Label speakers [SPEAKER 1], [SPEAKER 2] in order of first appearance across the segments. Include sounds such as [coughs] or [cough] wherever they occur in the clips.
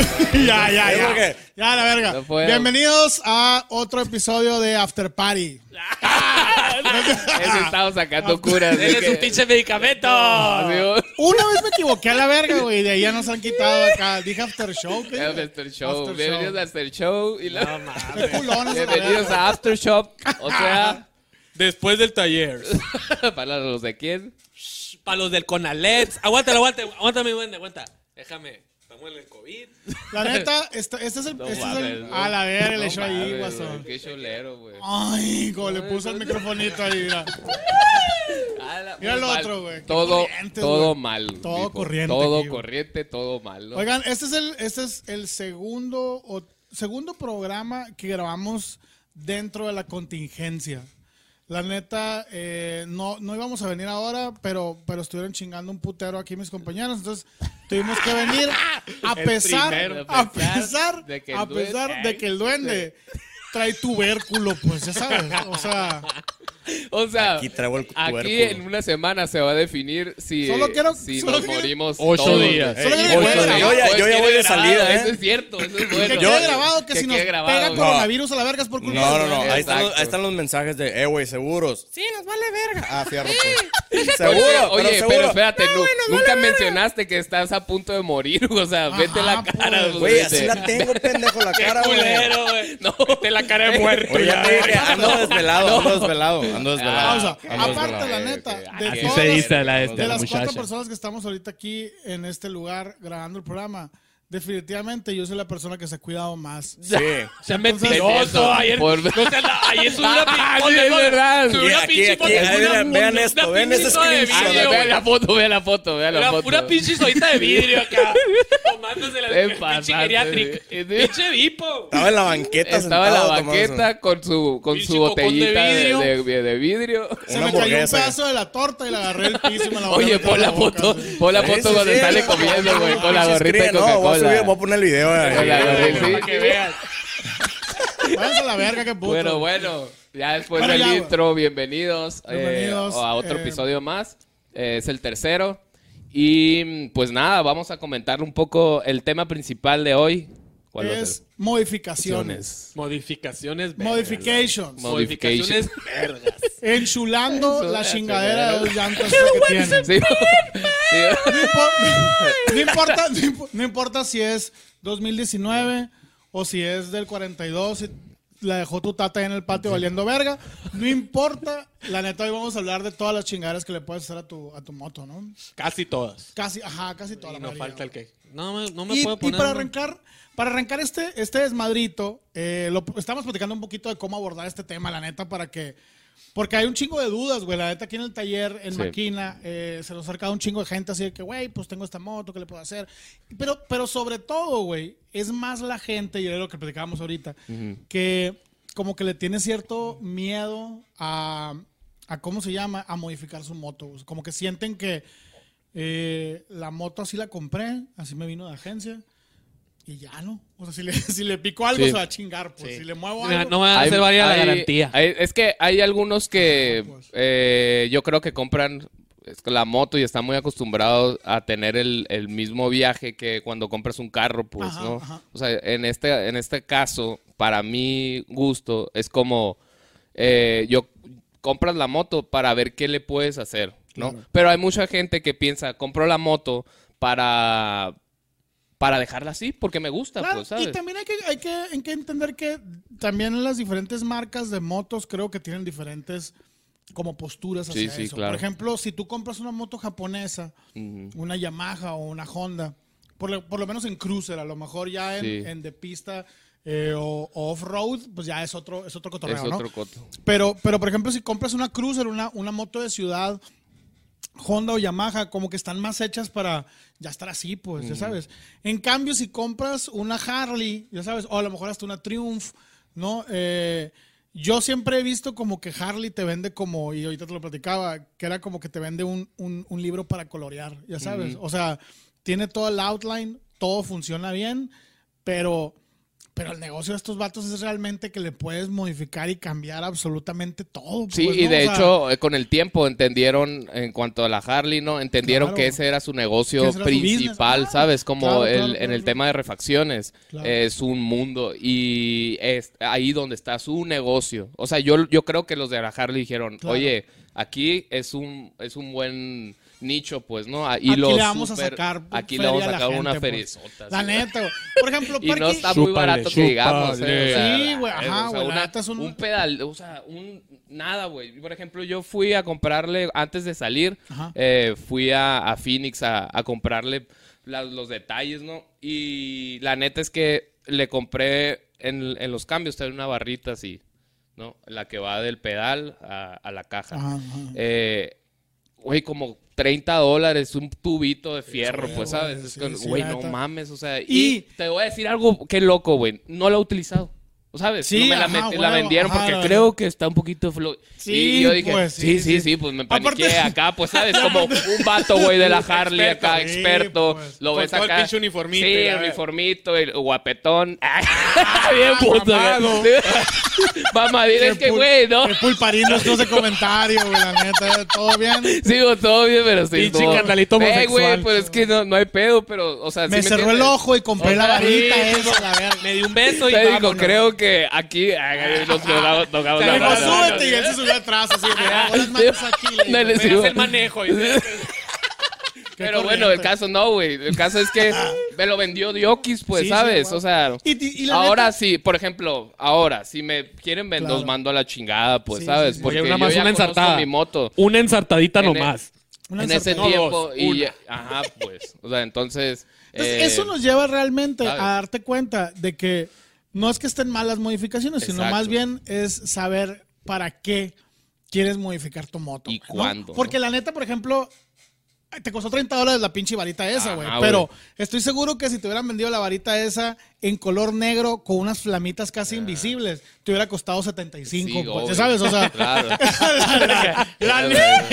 [SPEAKER 1] [laughs]
[SPEAKER 2] ya, ya, ya.
[SPEAKER 3] ¿Por qué?
[SPEAKER 2] Ya, la verga.
[SPEAKER 1] No puedo.
[SPEAKER 2] Bienvenidos a otro episodio de After Party.
[SPEAKER 1] [laughs] Ese estaba sacando curas. de
[SPEAKER 3] ¡Denles
[SPEAKER 1] que-
[SPEAKER 3] un pinche medicamento!
[SPEAKER 1] Amigo,
[SPEAKER 2] Una vez me equivoqué a la verga, güey. y De ahí ya nos han quitado acá. Dije After Show. ¿qué?
[SPEAKER 1] After Show.
[SPEAKER 2] After
[SPEAKER 1] Bienvenidos a After Show. Y la-
[SPEAKER 2] Qué culones, la
[SPEAKER 1] pues, Bienvenidos
[SPEAKER 2] verga.
[SPEAKER 1] a After Shop. O sea,
[SPEAKER 3] Después del taller.
[SPEAKER 1] [laughs] para los de quién.
[SPEAKER 3] Para los del Conalet. Aguántalo, aguántalo. Aguántame, buen, aguanta. Déjame. Estamos en el COVID.
[SPEAKER 2] La neta, esta- este, es el.
[SPEAKER 1] No
[SPEAKER 2] este es
[SPEAKER 1] mames,
[SPEAKER 2] el
[SPEAKER 1] güey.
[SPEAKER 2] a la verga,
[SPEAKER 1] No
[SPEAKER 2] le echó ahí,
[SPEAKER 1] mames, güey,
[SPEAKER 2] guasón.
[SPEAKER 1] Qué cholero, güey.
[SPEAKER 2] Ay, go, le puso el microfonito ahí, mira.
[SPEAKER 1] A la-
[SPEAKER 2] Mira
[SPEAKER 1] muy
[SPEAKER 2] el
[SPEAKER 1] mal.
[SPEAKER 2] otro, güey. Qué
[SPEAKER 1] Todo,
[SPEAKER 2] corrientes,
[SPEAKER 1] todo
[SPEAKER 2] güey.
[SPEAKER 1] mal.
[SPEAKER 2] Todo
[SPEAKER 1] tipo,
[SPEAKER 2] corriente
[SPEAKER 1] Todo
[SPEAKER 2] aquí, güey.
[SPEAKER 1] corriente, todo mal. ¿no?
[SPEAKER 2] Oigan, este es el, este es el segundo, o, segundo programa que grabamos dentro de la contingencia. La neta, eh, no, no íbamos a venir ahora, pero, pero estuvieron chingando un putero aquí mis compañeros, entonces tuvimos
[SPEAKER 1] [laughs]
[SPEAKER 2] que venir a pesar,
[SPEAKER 1] primero.
[SPEAKER 2] a pesar,
[SPEAKER 1] De que el
[SPEAKER 2] a pesar
[SPEAKER 1] duende-
[SPEAKER 2] de que el duende trae tubérculo, pues ya sabes, o sea,
[SPEAKER 1] O sea,
[SPEAKER 4] Aquí traigo el
[SPEAKER 1] aquí
[SPEAKER 4] tubérculo.
[SPEAKER 1] en una semana se va a ese si,
[SPEAKER 2] Solo quiero-
[SPEAKER 1] si
[SPEAKER 2] solo
[SPEAKER 1] nos
[SPEAKER 2] quiero-
[SPEAKER 1] morimos.
[SPEAKER 5] Ocho
[SPEAKER 1] todos.
[SPEAKER 5] días.
[SPEAKER 1] Ey,
[SPEAKER 2] Solo
[SPEAKER 1] ocho
[SPEAKER 2] quiero-
[SPEAKER 1] días.
[SPEAKER 2] Yo
[SPEAKER 4] ya-
[SPEAKER 1] Pues
[SPEAKER 4] yo ya
[SPEAKER 1] quede
[SPEAKER 4] voy de
[SPEAKER 1] grabado,
[SPEAKER 4] salida, ¿eh?
[SPEAKER 1] Eso es cierto, eso es bueno.
[SPEAKER 2] que
[SPEAKER 4] Yo-
[SPEAKER 2] quede grabado que,
[SPEAKER 1] que
[SPEAKER 2] si nos
[SPEAKER 1] quede grabado,
[SPEAKER 2] pega
[SPEAKER 1] güey.
[SPEAKER 2] coronavirus a la verga es por culpa
[SPEAKER 4] No,
[SPEAKER 2] del
[SPEAKER 4] no, no.
[SPEAKER 2] duende.
[SPEAKER 4] Ahí están,
[SPEAKER 1] Exacto.
[SPEAKER 4] los, ahí están los mensajes de, eh, güey, seguros. Sí, nos vale verga. Ah, fierro. pues.
[SPEAKER 1] Oye,
[SPEAKER 4] seguro,
[SPEAKER 1] Oye,
[SPEAKER 4] pero
[SPEAKER 1] pero,
[SPEAKER 4] seguro.
[SPEAKER 1] espérate,
[SPEAKER 2] Ah,
[SPEAKER 1] nu- nunca mencionaste que estás a punto de morir. [laughs] O sea,
[SPEAKER 2] Ajá,
[SPEAKER 1] vete la
[SPEAKER 2] pues.
[SPEAKER 1] cara. pues,
[SPEAKER 4] Güey, así
[SPEAKER 1] vete.
[SPEAKER 4] la tengo, pendejo, la cara, güey.
[SPEAKER 3] Culero, güey.
[SPEAKER 1] No,
[SPEAKER 3] De la cara de muerto.
[SPEAKER 4] Oye, ya te dije, ando desvelado, ando desvelado, ando
[SPEAKER 1] Ah,
[SPEAKER 4] desvelado.
[SPEAKER 2] o sea,
[SPEAKER 4] Ando
[SPEAKER 2] aparte,
[SPEAKER 4] desvelado.
[SPEAKER 2] la neta,
[SPEAKER 1] ok.
[SPEAKER 2] de
[SPEAKER 5] Así
[SPEAKER 2] todos
[SPEAKER 5] se
[SPEAKER 2] los-
[SPEAKER 1] Pues
[SPEAKER 5] dice la, esta,
[SPEAKER 2] De este,
[SPEAKER 5] la
[SPEAKER 2] las cuatro
[SPEAKER 5] muchacha.
[SPEAKER 2] personas que estamos ahorita aquí en este lugar grabando el programa, definitivamente yo soy la persona que se ha cuidado más.
[SPEAKER 4] Sí.
[SPEAKER 3] Se ha
[SPEAKER 1] Entonces,
[SPEAKER 3] mentiroso. Ayer.
[SPEAKER 1] por-
[SPEAKER 3] No sé, la- ayer subió una
[SPEAKER 1] [laughs] Ah,
[SPEAKER 3] pinche.
[SPEAKER 1] sí, es verdad.
[SPEAKER 3] Subió
[SPEAKER 4] Y
[SPEAKER 3] una
[SPEAKER 4] aquí,
[SPEAKER 3] pinche
[SPEAKER 4] aquí,
[SPEAKER 3] foto,
[SPEAKER 4] ahí
[SPEAKER 3] una-
[SPEAKER 4] vean- vean
[SPEAKER 3] una
[SPEAKER 4] esto, vean ese
[SPEAKER 3] pinchito de
[SPEAKER 4] screenshot.
[SPEAKER 3] vidrio,
[SPEAKER 1] Ah, Ve
[SPEAKER 3] güey.
[SPEAKER 1] la foto, ve la foto, ve la
[SPEAKER 3] Una,
[SPEAKER 1] foto.
[SPEAKER 3] una pinche sodita de vidrio
[SPEAKER 4] [laughs]
[SPEAKER 3] acá. Tomándose
[SPEAKER 1] Te
[SPEAKER 3] la pinche
[SPEAKER 1] pasaste,
[SPEAKER 3] geriátrica.
[SPEAKER 1] güey.
[SPEAKER 3] Pinche vipo.
[SPEAKER 4] Estaba en la banqueta
[SPEAKER 1] Estaba en la
[SPEAKER 4] sentado tomándose
[SPEAKER 1] banqueta con su, con
[SPEAKER 3] Pinche
[SPEAKER 1] su
[SPEAKER 3] cocón de
[SPEAKER 1] botellita de
[SPEAKER 3] vidrio.
[SPEAKER 1] de- de- de vidrio.
[SPEAKER 2] [laughs] Se
[SPEAKER 4] una
[SPEAKER 2] me cayó un
[SPEAKER 4] hamburguesa.
[SPEAKER 2] pedazo de la torta y la agarré el piso y me la volví a
[SPEAKER 1] Oye,
[SPEAKER 2] meter
[SPEAKER 1] pon
[SPEAKER 2] en
[SPEAKER 1] la
[SPEAKER 2] boca,
[SPEAKER 1] foto,
[SPEAKER 2] güey.
[SPEAKER 1] pon la
[SPEAKER 4] Sí,
[SPEAKER 1] foto
[SPEAKER 4] sí,
[SPEAKER 1] cuando
[SPEAKER 4] sí,
[SPEAKER 1] sale
[SPEAKER 4] no,
[SPEAKER 1] comiendo, güey, con la
[SPEAKER 4] Se
[SPEAKER 1] gorrita de
[SPEAKER 4] escribe, No, voy a subir, voy a
[SPEAKER 1] Coca-Cola.
[SPEAKER 4] poner el video. eh.
[SPEAKER 1] Con la gorrita, sí.
[SPEAKER 3] Para que veas.
[SPEAKER 2] Váyanse a la verga, qué puto.
[SPEAKER 1] Bueno, bueno, ya después
[SPEAKER 2] Bueno,
[SPEAKER 1] del
[SPEAKER 2] ya, güey.
[SPEAKER 1] intro, bienvenidos, eh,
[SPEAKER 2] Bienvenidos,
[SPEAKER 1] a otro
[SPEAKER 2] eh.
[SPEAKER 1] episodio más. Eh, es el tercero. Y pues nada, vamos a comentar un poco el tema principal de hoy. ¿Cuál va a
[SPEAKER 2] es
[SPEAKER 1] ser?
[SPEAKER 2] modificaciones.
[SPEAKER 3] Modificaciones. vergas.
[SPEAKER 2] Modifications.
[SPEAKER 1] Mo-
[SPEAKER 3] Modificaciones vergas.
[SPEAKER 2] Enchulando
[SPEAKER 1] Eso
[SPEAKER 2] la
[SPEAKER 1] es,
[SPEAKER 2] chingadera de
[SPEAKER 1] ¿verdad?
[SPEAKER 2] los llantos
[SPEAKER 1] [laughs]
[SPEAKER 2] que tienen.
[SPEAKER 1] Sí. Sí.
[SPEAKER 2] No impo- no importa, no, impo- no importa si es 2019 o si es del 42 y la dejó tu tata ahí en el patio valiendo verga. No importa. La neta, hoy vamos a hablar de todas las chingaderas que le puedes hacer a tu, a tu moto, ¿no?
[SPEAKER 3] Casi todas.
[SPEAKER 2] Casi, ajá, casi toda la
[SPEAKER 3] Y no
[SPEAKER 2] mayoría.
[SPEAKER 3] falta el que. No, me- no me
[SPEAKER 2] Y,
[SPEAKER 3] puedo
[SPEAKER 2] y
[SPEAKER 3] poner.
[SPEAKER 2] para
[SPEAKER 3] uno.
[SPEAKER 2] arrancar, para arrancar este, este desmadrito, eh, lo, estamos platicando un poquito de cómo abordar este tema, la neta, para que. Porque hay un chingo de dudas, güey. La neta, aquí en el taller, en
[SPEAKER 1] Sí.
[SPEAKER 2] Maquina, eh, se nos ha acercado un chingo de gente así de que, güey, pues tengo esta moto, ¿qué le puedo hacer? Pero, pero sobre todo, güey, es más la gente, y es lo que platicábamos ahorita, que como que le tiene cierto miedo a, a, ¿cómo se llama? A modificar su moto. güey. Como que sienten que, eh, la moto así la compré, así me vino de agencia. Y ya no. O sea, si le, [laughs] si le pico algo,
[SPEAKER 1] Sí.
[SPEAKER 2] se va a chingar. Pues. Si le muevo
[SPEAKER 3] Mira,
[SPEAKER 2] algo.
[SPEAKER 3] No me van a hacer varias Ah, la garantía.
[SPEAKER 1] hay- es que hay algunos que
[SPEAKER 2] Ajá, pues.
[SPEAKER 1] eh, yo creo que compran es que la moto y están muy acostumbrados a tener el, el mismo viaje que cuando compras un carro, pues,
[SPEAKER 2] Ajá,
[SPEAKER 1] ¿no?
[SPEAKER 2] ajá.
[SPEAKER 1] O sea, en este, en este caso, para mi gusto, es como eh, yo compras la moto para ver qué le puedes hacer, ¿no? Pero hay mucha gente que piensa, compro la moto para, para dejarla así, porque me gusta,
[SPEAKER 2] Claro,
[SPEAKER 1] pues, ¿sabes?
[SPEAKER 2] Y también hay que, hay, que, hay que entender que también las diferentes marcas de motos creo que tienen diferentes como posturas
[SPEAKER 1] Sí,
[SPEAKER 2] hacia
[SPEAKER 1] sí,
[SPEAKER 2] eso.
[SPEAKER 1] claro.
[SPEAKER 2] Por ejemplo, si tú compras una moto japonesa, una Yamaha o una Honda, por lo, por lo menos en cruiser, a lo mejor ya en,
[SPEAKER 1] Sí.
[SPEAKER 2] en de pista eh, o, o off-road, pues ya es otro, es otro cotorreo,
[SPEAKER 1] es
[SPEAKER 2] ¿no?
[SPEAKER 1] otro coto.
[SPEAKER 2] Pero, pero por ejemplo, si compras una Cruiser, una, una moto de ciudad, Honda o Yamaha, como que están más hechas para ya estar así, pues,
[SPEAKER 1] Mm.
[SPEAKER 2] ya sabes. En cambio, si compras una Harley, ya sabes, o a lo mejor hasta una Triumph, ¿no? Eh, yo siempre he visto como que Harley te vende como, y ahorita te lo platicaba, que era como que te vende un, un- un libro para colorear, ya sabes. O sea, tiene todo el outline, todo funciona bien, pero Pero el negocio de estos vatos es realmente que le puedes modificar y cambiar absolutamente todo.
[SPEAKER 1] Sí,
[SPEAKER 2] pues,
[SPEAKER 1] y
[SPEAKER 2] ¿no?
[SPEAKER 1] de
[SPEAKER 2] O sea,
[SPEAKER 1] hecho, eh, con el tiempo entendieron, en cuanto a la Harley, ¿no? Entendieron
[SPEAKER 2] Claro.
[SPEAKER 1] que ese era su
[SPEAKER 2] Que
[SPEAKER 1] negocio
[SPEAKER 2] ese era su business,
[SPEAKER 1] principal,
[SPEAKER 2] claro.
[SPEAKER 1] ¿sabes? Como
[SPEAKER 2] Claro,
[SPEAKER 1] el-
[SPEAKER 2] claro,
[SPEAKER 1] en
[SPEAKER 2] claro,
[SPEAKER 1] el
[SPEAKER 2] claro.
[SPEAKER 1] tema de refacciones.
[SPEAKER 2] Claro.
[SPEAKER 1] Es un mundo y es ahí donde está su negocio. O sea, yo, yo creo que los de la Harley dijeron,
[SPEAKER 2] Claro.
[SPEAKER 1] oye, aquí es un, es un buen nicho, pues, ¿no? Ah, Y
[SPEAKER 2] Aquí
[SPEAKER 1] lo
[SPEAKER 2] le vamos
[SPEAKER 1] super-
[SPEAKER 2] a sacar.
[SPEAKER 1] Aquí le
[SPEAKER 2] feria
[SPEAKER 1] vamos a
[SPEAKER 2] la
[SPEAKER 1] sacar una
[SPEAKER 2] gente, pues.
[SPEAKER 1] ferizota.
[SPEAKER 2] La
[SPEAKER 1] sí.
[SPEAKER 2] neta, güey. Por ejemplo,
[SPEAKER 1] [laughs] Y no
[SPEAKER 2] parque-
[SPEAKER 1] está
[SPEAKER 5] Chúpale,
[SPEAKER 1] muy barato que digamos, ¿eh?
[SPEAKER 5] chúpale.
[SPEAKER 1] O sea,
[SPEAKER 2] Sí, güey,
[SPEAKER 1] es-
[SPEAKER 2] ajá,
[SPEAKER 1] o sea,
[SPEAKER 2] güey, la
[SPEAKER 1] una-
[SPEAKER 2] neta es un-
[SPEAKER 1] un pedal, o sea, un nada, güey. Por ejemplo, yo fui a comprarle, antes de salir,
[SPEAKER 2] Ajá.
[SPEAKER 1] eh, fui a, a Phoenix a, a comprarle la- los detalles, ¿no? Y la neta es que le compré en, en los cambios, trae una barrita así, ¿no? La que va del pedal a, a la caja.
[SPEAKER 2] Ajá, ajá.
[SPEAKER 1] Eh, güey, como 30 dólares, un tubito de fierro,
[SPEAKER 2] Sí,
[SPEAKER 1] pues,
[SPEAKER 2] güey,
[SPEAKER 1] ¿sabes? Es
[SPEAKER 2] sí,
[SPEAKER 1] que,
[SPEAKER 2] sí,
[SPEAKER 1] güey,
[SPEAKER 2] la
[SPEAKER 1] no
[SPEAKER 2] neta.
[SPEAKER 1] mames, o sea. Y,
[SPEAKER 2] Y-
[SPEAKER 1] te voy a decir algo que loco, güey. No la he utilizado. ¿Sabes?
[SPEAKER 2] Sí,
[SPEAKER 1] no me la,
[SPEAKER 2] ajá,
[SPEAKER 1] metí- la
[SPEAKER 2] huevo,
[SPEAKER 1] vendieron
[SPEAKER 2] ajá,
[SPEAKER 1] porque
[SPEAKER 2] la-
[SPEAKER 1] creo que está un poquito flo...
[SPEAKER 2] Sí,
[SPEAKER 1] y yo dije,
[SPEAKER 2] pues,
[SPEAKER 1] sí, sí,
[SPEAKER 2] sí,
[SPEAKER 1] sí,
[SPEAKER 2] sí.
[SPEAKER 1] pues me
[SPEAKER 2] Aparte-
[SPEAKER 1] paniqué
[SPEAKER 2] [laughs]
[SPEAKER 1] acá, pues, ¿sabes? Como un vato, güey, de la Harley acá,
[SPEAKER 2] Sí,
[SPEAKER 1] experto.
[SPEAKER 2] pues.
[SPEAKER 1] Lo
[SPEAKER 3] Con
[SPEAKER 1] ves
[SPEAKER 3] todo el
[SPEAKER 1] acá.
[SPEAKER 3] pinche uniformito y
[SPEAKER 1] Sí,
[SPEAKER 3] la-
[SPEAKER 1] el uniformito, el guapetón. [laughs] Bien puto,
[SPEAKER 5] mamado.
[SPEAKER 1] güey. [laughs] Mamá, es que,
[SPEAKER 2] pul-
[SPEAKER 1] güey, ¿no?
[SPEAKER 2] Ah, Qué pulparinos estos de comentario, güey, la neta. ¿Todo
[SPEAKER 1] [laughs]
[SPEAKER 2] bien?
[SPEAKER 1] Sigo todo bien, pero sí.
[SPEAKER 5] Pinche
[SPEAKER 1] no.
[SPEAKER 5] cantalito
[SPEAKER 1] Eh, güey,
[SPEAKER 5] homosexual.
[SPEAKER 1] pues es que no, no hay pedo, pero, o sea,
[SPEAKER 2] Me
[SPEAKER 1] sí
[SPEAKER 2] cerró el
[SPEAKER 1] entiendes?
[SPEAKER 2] ojo y compré la
[SPEAKER 1] O sea,
[SPEAKER 2] varita
[SPEAKER 1] sí,
[SPEAKER 2] esa, la verga.
[SPEAKER 3] Me dio un beso y
[SPEAKER 1] Te digo,
[SPEAKER 3] vámonos.
[SPEAKER 1] creo que aquí ay, nos tocamos. tocamos
[SPEAKER 2] Me
[SPEAKER 1] la-
[SPEAKER 2] dijo,
[SPEAKER 1] la- la-
[SPEAKER 2] súbete y él se subió atrás, así,
[SPEAKER 1] [laughs]
[SPEAKER 2] mira, ahora es más aquí, le digo,
[SPEAKER 1] No, le
[SPEAKER 3] Me
[SPEAKER 1] sigo.
[SPEAKER 3] hace el manejo. y-
[SPEAKER 1] [laughs]
[SPEAKER 2] qué eh,
[SPEAKER 1] Pero bueno, el
[SPEAKER 2] corriente.
[SPEAKER 1] caso no, güey. El caso es
[SPEAKER 2] [laughs]
[SPEAKER 1] que me lo vendió Diokis, pues,
[SPEAKER 2] Sí, sí,
[SPEAKER 1] ¿sabes?
[SPEAKER 2] guau.
[SPEAKER 1] o sea,
[SPEAKER 2] Y- y- y la
[SPEAKER 1] ahora
[SPEAKER 2] neta-
[SPEAKER 1] sí, por ejemplo, ahora, si me quieren vender, los
[SPEAKER 2] Claro.
[SPEAKER 1] mando a la chingada, pues,
[SPEAKER 2] Sí,
[SPEAKER 1] ¿sabes?
[SPEAKER 2] sí, sí.
[SPEAKER 1] Porque
[SPEAKER 5] Oye, una
[SPEAKER 1] yo
[SPEAKER 5] más,
[SPEAKER 1] ya
[SPEAKER 5] una
[SPEAKER 1] conozco
[SPEAKER 5] ensartada.
[SPEAKER 1] mi moto.
[SPEAKER 5] Una
[SPEAKER 1] [laughs]
[SPEAKER 5] ensartadita nomás.
[SPEAKER 2] Una
[SPEAKER 1] en ese
[SPEAKER 2] sartén.
[SPEAKER 1] tiempo.
[SPEAKER 5] dos,
[SPEAKER 1] y, ajá, pues. O sea, entonces.
[SPEAKER 2] Entonces,
[SPEAKER 1] eh,
[SPEAKER 2] eso nos lleva realmente
[SPEAKER 1] ¿sabes?
[SPEAKER 2] a darte cuenta de que no es que estén malas modificaciones, sino
[SPEAKER 1] Exacto.
[SPEAKER 2] más bien es saber para qué quieres modificar tu moto.
[SPEAKER 1] ¿Y
[SPEAKER 2] ¿no?
[SPEAKER 1] cuándo,
[SPEAKER 2] Porque la neta, por ejemplo, te costó 30 dólares la pinche varita esa,
[SPEAKER 1] Ajá,
[SPEAKER 2] güey.
[SPEAKER 1] Ah, güey.
[SPEAKER 2] Pero estoy seguro que si te hubieran vendido la varita esa en color negro con unas flamitas casi invisibles, te hubiera costado 75.
[SPEAKER 1] Ah. Sí,
[SPEAKER 2] pues,
[SPEAKER 1] obvio.
[SPEAKER 2] ¿ya ¿Sabes? O
[SPEAKER 1] [laughs]
[SPEAKER 2] sea, [laughs]
[SPEAKER 1] Claro.
[SPEAKER 2] la, la- la neta.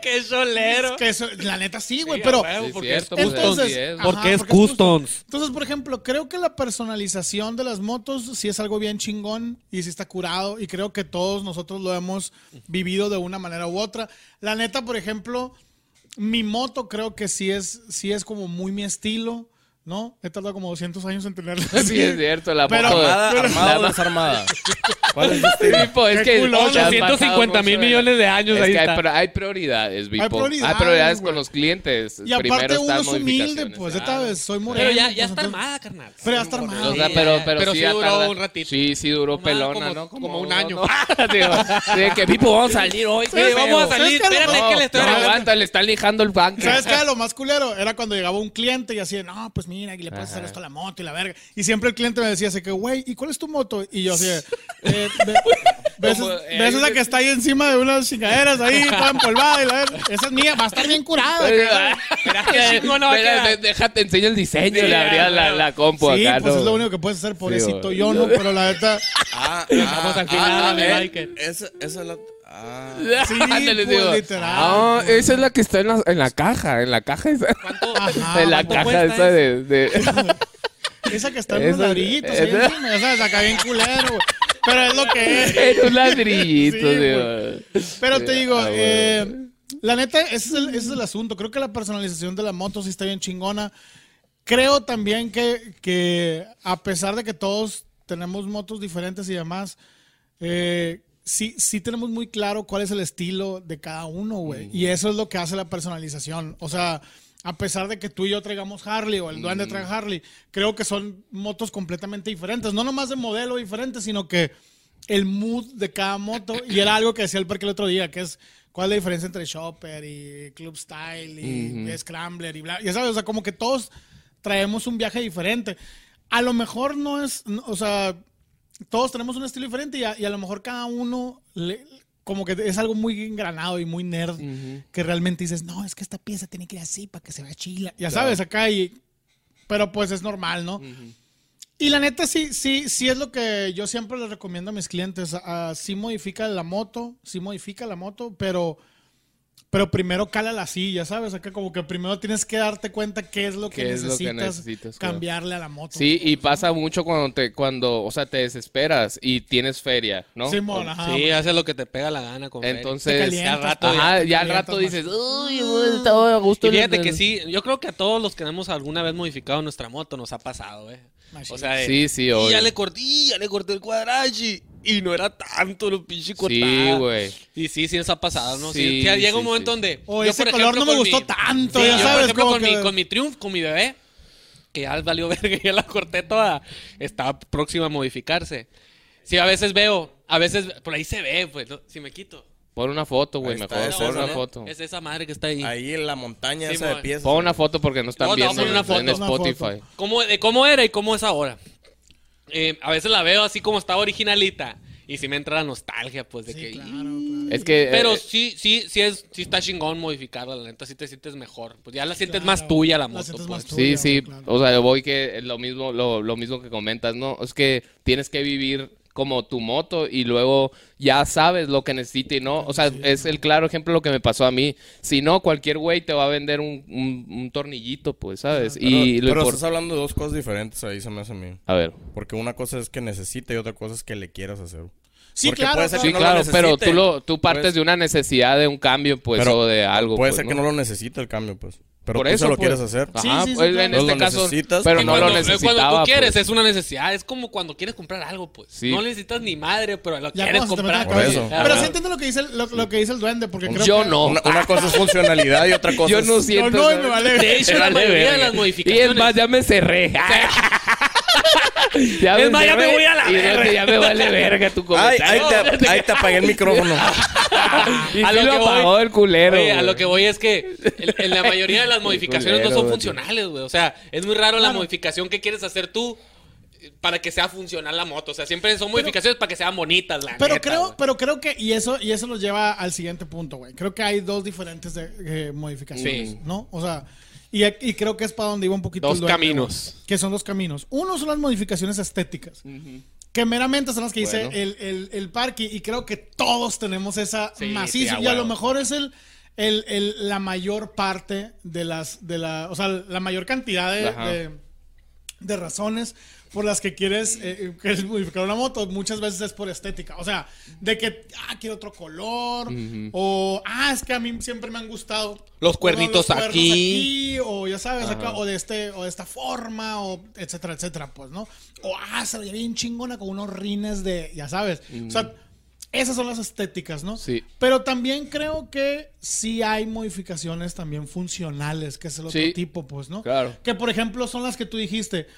[SPEAKER 3] ¡Qué solero!
[SPEAKER 2] Que eso- la neta sí, güey,
[SPEAKER 3] Sí, a
[SPEAKER 2] pero
[SPEAKER 3] huevo,
[SPEAKER 1] Sí,
[SPEAKER 3] porque
[SPEAKER 1] cierto,
[SPEAKER 3] es-
[SPEAKER 1] pues,
[SPEAKER 2] entonces,
[SPEAKER 1] así es.
[SPEAKER 2] ajá,
[SPEAKER 5] Porque es
[SPEAKER 2] custom.
[SPEAKER 5] customs.
[SPEAKER 2] Entonces, por ejemplo, creo que la personalización de las motos sí es algo bien chingón y sí está curado y creo que todos nosotros lo hemos vivido de una manera u otra. La neta, por ejemplo, mi moto creo que sí es, sí es como muy mi estilo, ¿no? He tardado como 200 años en tenerla.
[SPEAKER 1] [laughs] Sí, es cierto, la
[SPEAKER 2] Pero-
[SPEAKER 1] moto.
[SPEAKER 4] Armada,
[SPEAKER 1] la-
[SPEAKER 4] armada o desarmada. ¿Cuál es este?
[SPEAKER 1] Sí, po, es
[SPEAKER 2] Qué
[SPEAKER 1] que
[SPEAKER 2] culón,
[SPEAKER 1] te has
[SPEAKER 5] 850
[SPEAKER 1] pasado
[SPEAKER 5] mil
[SPEAKER 1] mucho de-
[SPEAKER 5] millones de años,
[SPEAKER 1] Es
[SPEAKER 5] ahí
[SPEAKER 1] que hay,
[SPEAKER 5] está.
[SPEAKER 1] pro- hay prioridades, Vipo. Hay prioridades,
[SPEAKER 2] prioridades,
[SPEAKER 1] con
[SPEAKER 2] güey.
[SPEAKER 1] los clientes.
[SPEAKER 2] Y aparte
[SPEAKER 1] Primero
[SPEAKER 2] uno
[SPEAKER 1] están
[SPEAKER 2] es humilde,
[SPEAKER 1] modificaciones.
[SPEAKER 2] pues,
[SPEAKER 1] Ah,
[SPEAKER 2] esta vez soy moreno.
[SPEAKER 3] Pero ya, ya
[SPEAKER 2] pues,
[SPEAKER 3] está
[SPEAKER 2] entonces-
[SPEAKER 3] armada, carnal.
[SPEAKER 2] Pero ya está armada.
[SPEAKER 1] O sea, pero, pero,
[SPEAKER 3] Pero sí
[SPEAKER 1] ha
[SPEAKER 3] duró
[SPEAKER 1] tardado-
[SPEAKER 3] un ratito.
[SPEAKER 1] Sí, sí duró
[SPEAKER 3] Como-
[SPEAKER 1] pelona,
[SPEAKER 3] como-
[SPEAKER 1] ¿no?
[SPEAKER 3] como un año. [laughs]
[SPEAKER 1] ¿no? [laughs] Digo, de que Vipo, vamos a salir hoy.
[SPEAKER 3] Sí, vamos a salir.
[SPEAKER 2] ¿Sabes qué?
[SPEAKER 3] Espérate,
[SPEAKER 2] No,
[SPEAKER 3] que le estoy
[SPEAKER 2] no,
[SPEAKER 3] grabando.
[SPEAKER 1] aguanta, le están lijando el banco. [laughs]
[SPEAKER 2] ¿Sabes qué? era Lo más culero era cuando llegaba un cliente y así, de, no, pues mira, y le puedes hacer esto a la moto y la verga. Y siempre el cliente me decía así que, güey, ¿y cuál es tu moto? Y yo así, de, eh, ve-
[SPEAKER 1] [laughs]
[SPEAKER 2] ¿ves,
[SPEAKER 1] Como, eh,
[SPEAKER 2] ves esa que está ahí encima de unas chingaderas ahí, toda empolvada? Y la verga, esa es mía, va a estar bien curada. cabrón".
[SPEAKER 3] Verás qué chingón no va a
[SPEAKER 1] Mira,
[SPEAKER 3] quedar.
[SPEAKER 1] de- Déjate, enseño el diseño.
[SPEAKER 3] Sí,
[SPEAKER 1] le abría
[SPEAKER 3] ah,
[SPEAKER 1] la,
[SPEAKER 3] claro.
[SPEAKER 1] la compu
[SPEAKER 2] Sí,
[SPEAKER 1] acá,
[SPEAKER 2] pues
[SPEAKER 1] ¿no?
[SPEAKER 2] es lo único que puedes hacer, pobrecito.
[SPEAKER 1] güey. [laughs]
[SPEAKER 2] yo no, pero la neta.
[SPEAKER 4] Ah,
[SPEAKER 5] Vamos al final, dale,
[SPEAKER 4] eh,
[SPEAKER 5] Michael.
[SPEAKER 4] Esa esa es la. Ah.
[SPEAKER 2] Sí,
[SPEAKER 1] [laughs] Ándale,
[SPEAKER 2] pues,
[SPEAKER 1] digo,
[SPEAKER 2] literal.
[SPEAKER 1] ah, esa es la que está en la, en la caja, en la caja esa.
[SPEAKER 3] ¿Cuánto?
[SPEAKER 1] [laughs]
[SPEAKER 2] Ajá,
[SPEAKER 1] en la
[SPEAKER 2] ¿cuánto
[SPEAKER 1] caja
[SPEAKER 2] cuesta
[SPEAKER 1] esa de, de-
[SPEAKER 2] Esa que está en unos
[SPEAKER 1] Esa-
[SPEAKER 2] ladrillitos ahí
[SPEAKER 1] esa-
[SPEAKER 2] encima, ya sabes, acá bien culero, güey. Pero es lo que es.
[SPEAKER 1] [laughs] en un ladrillito,
[SPEAKER 2] Sí, pues.
[SPEAKER 1] digo.
[SPEAKER 2] Pero te digo,
[SPEAKER 1] Ah, bueno.
[SPEAKER 2] eh, la neta, ese es, el, ese es el asunto. Creo que la personalización de la moto sí está bien chingona. Creo también que, que a pesar de que todos tenemos motos diferentes y demás, eh, sí, sí tenemos muy claro cuál es el estilo de cada uno, güey. Y eso es lo que hace la personalización. O sea, a pesar de que tú y yo traigamos Harley o el duende traiga Harley, creo que son motos completamente diferentes. No nomás de modelo diferente, sino que el mood de cada moto. Y era algo que decía el parque el otro día, que es cuál es la diferencia entre Shopper y Club Style y Scrambler y bla. Ya sabes, o sea, como que todos traemos un viaje diferente. A lo mejor no es, no, o sea, todos tenemos un estilo diferente y a, y a lo mejor cada uno le- como que es algo muy engranado y muy nerd que realmente dices, no, es que esta pieza tiene que ir así para que se vea chila. Ya sabes, acá y... Pero pues es normal, ¿no? Y la neta sí, sí, sí es lo que yo siempre les recomiendo a mis clientes. Ah, sí modifica la moto, sí modifica la moto, pero Pero primero cala la silla, ¿sabes? Acá como que primero tienes que darte cuenta qué es lo que
[SPEAKER 1] ¿Qué es lo
[SPEAKER 2] necesitas,
[SPEAKER 1] que necesitas, claro.
[SPEAKER 2] cambiarle a la moto.
[SPEAKER 1] Sí, y pasa mucho cuando te, cuando, o sea, te desesperas y tienes feria, ¿no?
[SPEAKER 2] Simón, ajá,
[SPEAKER 3] Sí,
[SPEAKER 2] güey.
[SPEAKER 3] haces lo que te pega la gana con Freddy.
[SPEAKER 2] Te
[SPEAKER 1] Entonces,
[SPEAKER 2] calientas,
[SPEAKER 1] ya al rato,
[SPEAKER 2] pues.
[SPEAKER 1] ajá,
[SPEAKER 2] Te
[SPEAKER 1] ya al
[SPEAKER 2] calientas
[SPEAKER 1] rato
[SPEAKER 2] más.
[SPEAKER 1] dices, uy, güey, estaba a gusto.
[SPEAKER 3] Y
[SPEAKER 1] el-
[SPEAKER 3] fíjate que
[SPEAKER 1] el-".
[SPEAKER 3] sí, yo creo que a todos los que hemos alguna vez modificado nuestra moto nos ha pasado, ¿eh?
[SPEAKER 2] Machín.
[SPEAKER 3] O sea, de,
[SPEAKER 1] Sí, sí,
[SPEAKER 3] "Y
[SPEAKER 1] obvio.
[SPEAKER 3] ya le corté, y ya le corté el cuadraje y no era tanto lo pinche cortada.
[SPEAKER 1] Sí, güey.
[SPEAKER 3] Y sí, sí nos ha pasado, ¿no? Sí,
[SPEAKER 1] Sí,
[SPEAKER 3] sí, llega un
[SPEAKER 1] sí, sí.
[SPEAKER 3] momento donde
[SPEAKER 2] O
[SPEAKER 3] yo,
[SPEAKER 2] ese
[SPEAKER 3] por
[SPEAKER 2] color
[SPEAKER 3] ejemplo,
[SPEAKER 2] no me
[SPEAKER 3] con
[SPEAKER 2] gustó
[SPEAKER 3] mi-
[SPEAKER 2] tanto,
[SPEAKER 3] Sí,
[SPEAKER 2] ya
[SPEAKER 3] yo,
[SPEAKER 2] sabes,
[SPEAKER 3] por ejemplo,
[SPEAKER 2] como
[SPEAKER 3] con,
[SPEAKER 2] que-
[SPEAKER 3] mi, con mi Triumph, con mi bebé, que ya valió [laughs] verga, ya la corté toda, estaba próxima a modificarse. Sí, a veces veo, a veces por ahí se ve, pues, ¿no? si me quito.
[SPEAKER 1] Pon una foto, güey,
[SPEAKER 4] Ahí
[SPEAKER 1] mejor.
[SPEAKER 4] está,
[SPEAKER 1] Pon
[SPEAKER 4] esa,
[SPEAKER 1] una
[SPEAKER 4] ¿no?
[SPEAKER 1] foto.
[SPEAKER 3] Es esa madre que está ahí.
[SPEAKER 4] Ahí en la montaña
[SPEAKER 3] Sí,
[SPEAKER 4] esa
[SPEAKER 3] mo-
[SPEAKER 4] de piezas.
[SPEAKER 1] Pon una foto porque no están
[SPEAKER 3] No, no,
[SPEAKER 1] viendo
[SPEAKER 3] pon una foto.
[SPEAKER 1] en
[SPEAKER 2] Una foto.
[SPEAKER 1] Spotify.
[SPEAKER 3] ¿Cómo, de cómo era y cómo es ahora. Eh, a veces la veo así como estaba originalita. Y si me entra la nostalgia, pues, de
[SPEAKER 2] Sí,
[SPEAKER 3] que...
[SPEAKER 2] claro, claro.
[SPEAKER 1] Es que. eh,
[SPEAKER 3] Pero
[SPEAKER 1] eh,
[SPEAKER 3] sí, sí, sí, es, sí está chingón modificarla, la neta, sí te sientes mejor. Pues ya la sientes
[SPEAKER 2] Claro,
[SPEAKER 3] más tuya la
[SPEAKER 2] la
[SPEAKER 3] moto.
[SPEAKER 2] sientes
[SPEAKER 3] pues.
[SPEAKER 2] más
[SPEAKER 1] Sí,
[SPEAKER 2] tuya.
[SPEAKER 1] sí,
[SPEAKER 2] claro.
[SPEAKER 1] o sea, yo voy que es lo mismo, lo, lo mismo que comentas, ¿no? Es que tienes que vivir como tu moto y luego ya sabes lo que necesitas, ¿no? O sea, es el claro ejemplo de lo que me pasó a mí. Si no, cualquier güey te va a vender un, un- un tornillito, pues, ¿sabes?
[SPEAKER 4] Pero,
[SPEAKER 1] y lo
[SPEAKER 4] pero
[SPEAKER 1] impor-
[SPEAKER 4] estás hablando de dos cosas diferentes ahí, se me hace a mí.
[SPEAKER 1] A ver.
[SPEAKER 4] Porque una cosa es que necesite y otra cosa es que le quieras hacer.
[SPEAKER 2] Sí,
[SPEAKER 4] Porque
[SPEAKER 2] claro.
[SPEAKER 4] puede ser
[SPEAKER 2] claro.
[SPEAKER 4] que
[SPEAKER 1] Sí,
[SPEAKER 4] no lo
[SPEAKER 1] claro, pero
[SPEAKER 4] necesite.
[SPEAKER 1] tú, lo, tú partes
[SPEAKER 4] Pues-
[SPEAKER 1] de una necesidad de un cambio, pues,
[SPEAKER 4] Pero
[SPEAKER 1] o de algo.
[SPEAKER 4] Puede
[SPEAKER 1] pues,
[SPEAKER 4] ser que no lo necesite el cambio, pues. Pero
[SPEAKER 1] Por
[SPEAKER 4] tú
[SPEAKER 1] eso,
[SPEAKER 4] se lo
[SPEAKER 1] pues.
[SPEAKER 4] quieres hacer.
[SPEAKER 2] Sí,
[SPEAKER 1] Ajá,
[SPEAKER 2] sí, sí,
[SPEAKER 1] pues,
[SPEAKER 2] claro.
[SPEAKER 1] en
[SPEAKER 4] No
[SPEAKER 1] este
[SPEAKER 4] lo
[SPEAKER 1] caso,
[SPEAKER 4] necesitas,
[SPEAKER 1] pero
[SPEAKER 4] que
[SPEAKER 1] no
[SPEAKER 3] cuando,
[SPEAKER 1] lo
[SPEAKER 3] eh,
[SPEAKER 1] necesitaba.
[SPEAKER 3] cuando tú quieres,
[SPEAKER 1] pues.
[SPEAKER 3] es una necesidad. Es como cuando quieres comprar algo, pues.
[SPEAKER 1] Sí.
[SPEAKER 3] No necesitas ni madre, pero lo
[SPEAKER 2] Ya
[SPEAKER 3] quieres
[SPEAKER 2] cuando se te mete
[SPEAKER 3] comprar.
[SPEAKER 2] la
[SPEAKER 4] Por
[SPEAKER 2] cabeza.
[SPEAKER 4] eso.
[SPEAKER 2] Pero
[SPEAKER 3] Ajá.
[SPEAKER 2] sí entiendo lo que dice el, lo, lo que dice el duende, porque creo
[SPEAKER 1] Yo
[SPEAKER 2] que-
[SPEAKER 1] no.
[SPEAKER 4] Una, una cosa es funcionalidad y otra
[SPEAKER 1] [laughs]
[SPEAKER 4] cosa
[SPEAKER 1] Yo
[SPEAKER 4] es...
[SPEAKER 1] no siento.
[SPEAKER 2] no, y me vale.
[SPEAKER 3] De hecho, la
[SPEAKER 1] Vale
[SPEAKER 3] mayoría de
[SPEAKER 1] verga.
[SPEAKER 3] las modificaciones...
[SPEAKER 1] Y es más, ya me cerré. [laughs] ya
[SPEAKER 3] Es más, ya
[SPEAKER 1] cerré
[SPEAKER 3] me voy a la
[SPEAKER 1] y no te-
[SPEAKER 3] verga.
[SPEAKER 1] ya me vale verga tu
[SPEAKER 4] Ay, ahí,
[SPEAKER 1] comentario. [laughs]
[SPEAKER 4] te, ahí te apagué el micrófono.
[SPEAKER 1] y
[SPEAKER 3] a
[SPEAKER 1] sí lo
[SPEAKER 3] lo que voy-
[SPEAKER 1] apagó el culero.
[SPEAKER 3] Oye, a
[SPEAKER 1] güey.
[SPEAKER 3] lo que voy es que en, en la mayoría
[SPEAKER 5] [laughs]
[SPEAKER 3] de las modificaciones no
[SPEAKER 4] culero,
[SPEAKER 3] son
[SPEAKER 4] güey.
[SPEAKER 3] funcionales, güey. O sea, es muy raro la
[SPEAKER 2] Claro.
[SPEAKER 3] modificación que quieres hacer tú eh, para que sea funcional la moto. O sea, siempre son modificaciones para que sean bonitas, la
[SPEAKER 2] Pero
[SPEAKER 3] neta,
[SPEAKER 2] creo,
[SPEAKER 3] güey.
[SPEAKER 2] pero creo que, y eso, y eso nos lleva al siguiente punto, güey. Creo que hay dos diferentes de- eh, modificaciones,
[SPEAKER 3] Sí.
[SPEAKER 2] ¿no? O sea, y, aquí- y creo que es para donde iba un poquito.
[SPEAKER 3] Dos
[SPEAKER 2] el duende,
[SPEAKER 3] caminos.
[SPEAKER 2] güey, Que son dos caminos. Uno son las modificaciones estéticas. Que meramente son las que dice
[SPEAKER 1] Bueno.
[SPEAKER 2] el, el, el parque. Y creo que todos tenemos esa
[SPEAKER 3] Sí,
[SPEAKER 2] macizo.
[SPEAKER 3] sí, a
[SPEAKER 2] y a
[SPEAKER 3] huevo.
[SPEAKER 2] lo mejor es el, el, el- la mayor parte de las, de la, o sea, la mayor cantidad de-
[SPEAKER 1] Ajá.
[SPEAKER 2] de de razones por las que quieres, eh, quieres modificar una moto. Muchas veces es por estética. O sea, de que, ah, quiero otro color. O, ah, es que a mí siempre me han gustado.
[SPEAKER 3] Los
[SPEAKER 2] uno,
[SPEAKER 3] cuernitos
[SPEAKER 2] cuernos
[SPEAKER 3] aquí.
[SPEAKER 2] O ya sabes, acá, o de, este, o de esta forma, o etcétera, etcétera, pues, ¿no? O, ah, se veía bien chingona con unos rines de, ya sabes. O sea, esas son las estéticas, ¿no?
[SPEAKER 1] Mm. Sí.
[SPEAKER 2] Pero también creo que sí hay modificaciones también funcionales, que es el otro
[SPEAKER 1] Sí.
[SPEAKER 2] tipo, pues, ¿no?
[SPEAKER 1] Claro.
[SPEAKER 2] Que por ejemplo son las que tú dijiste.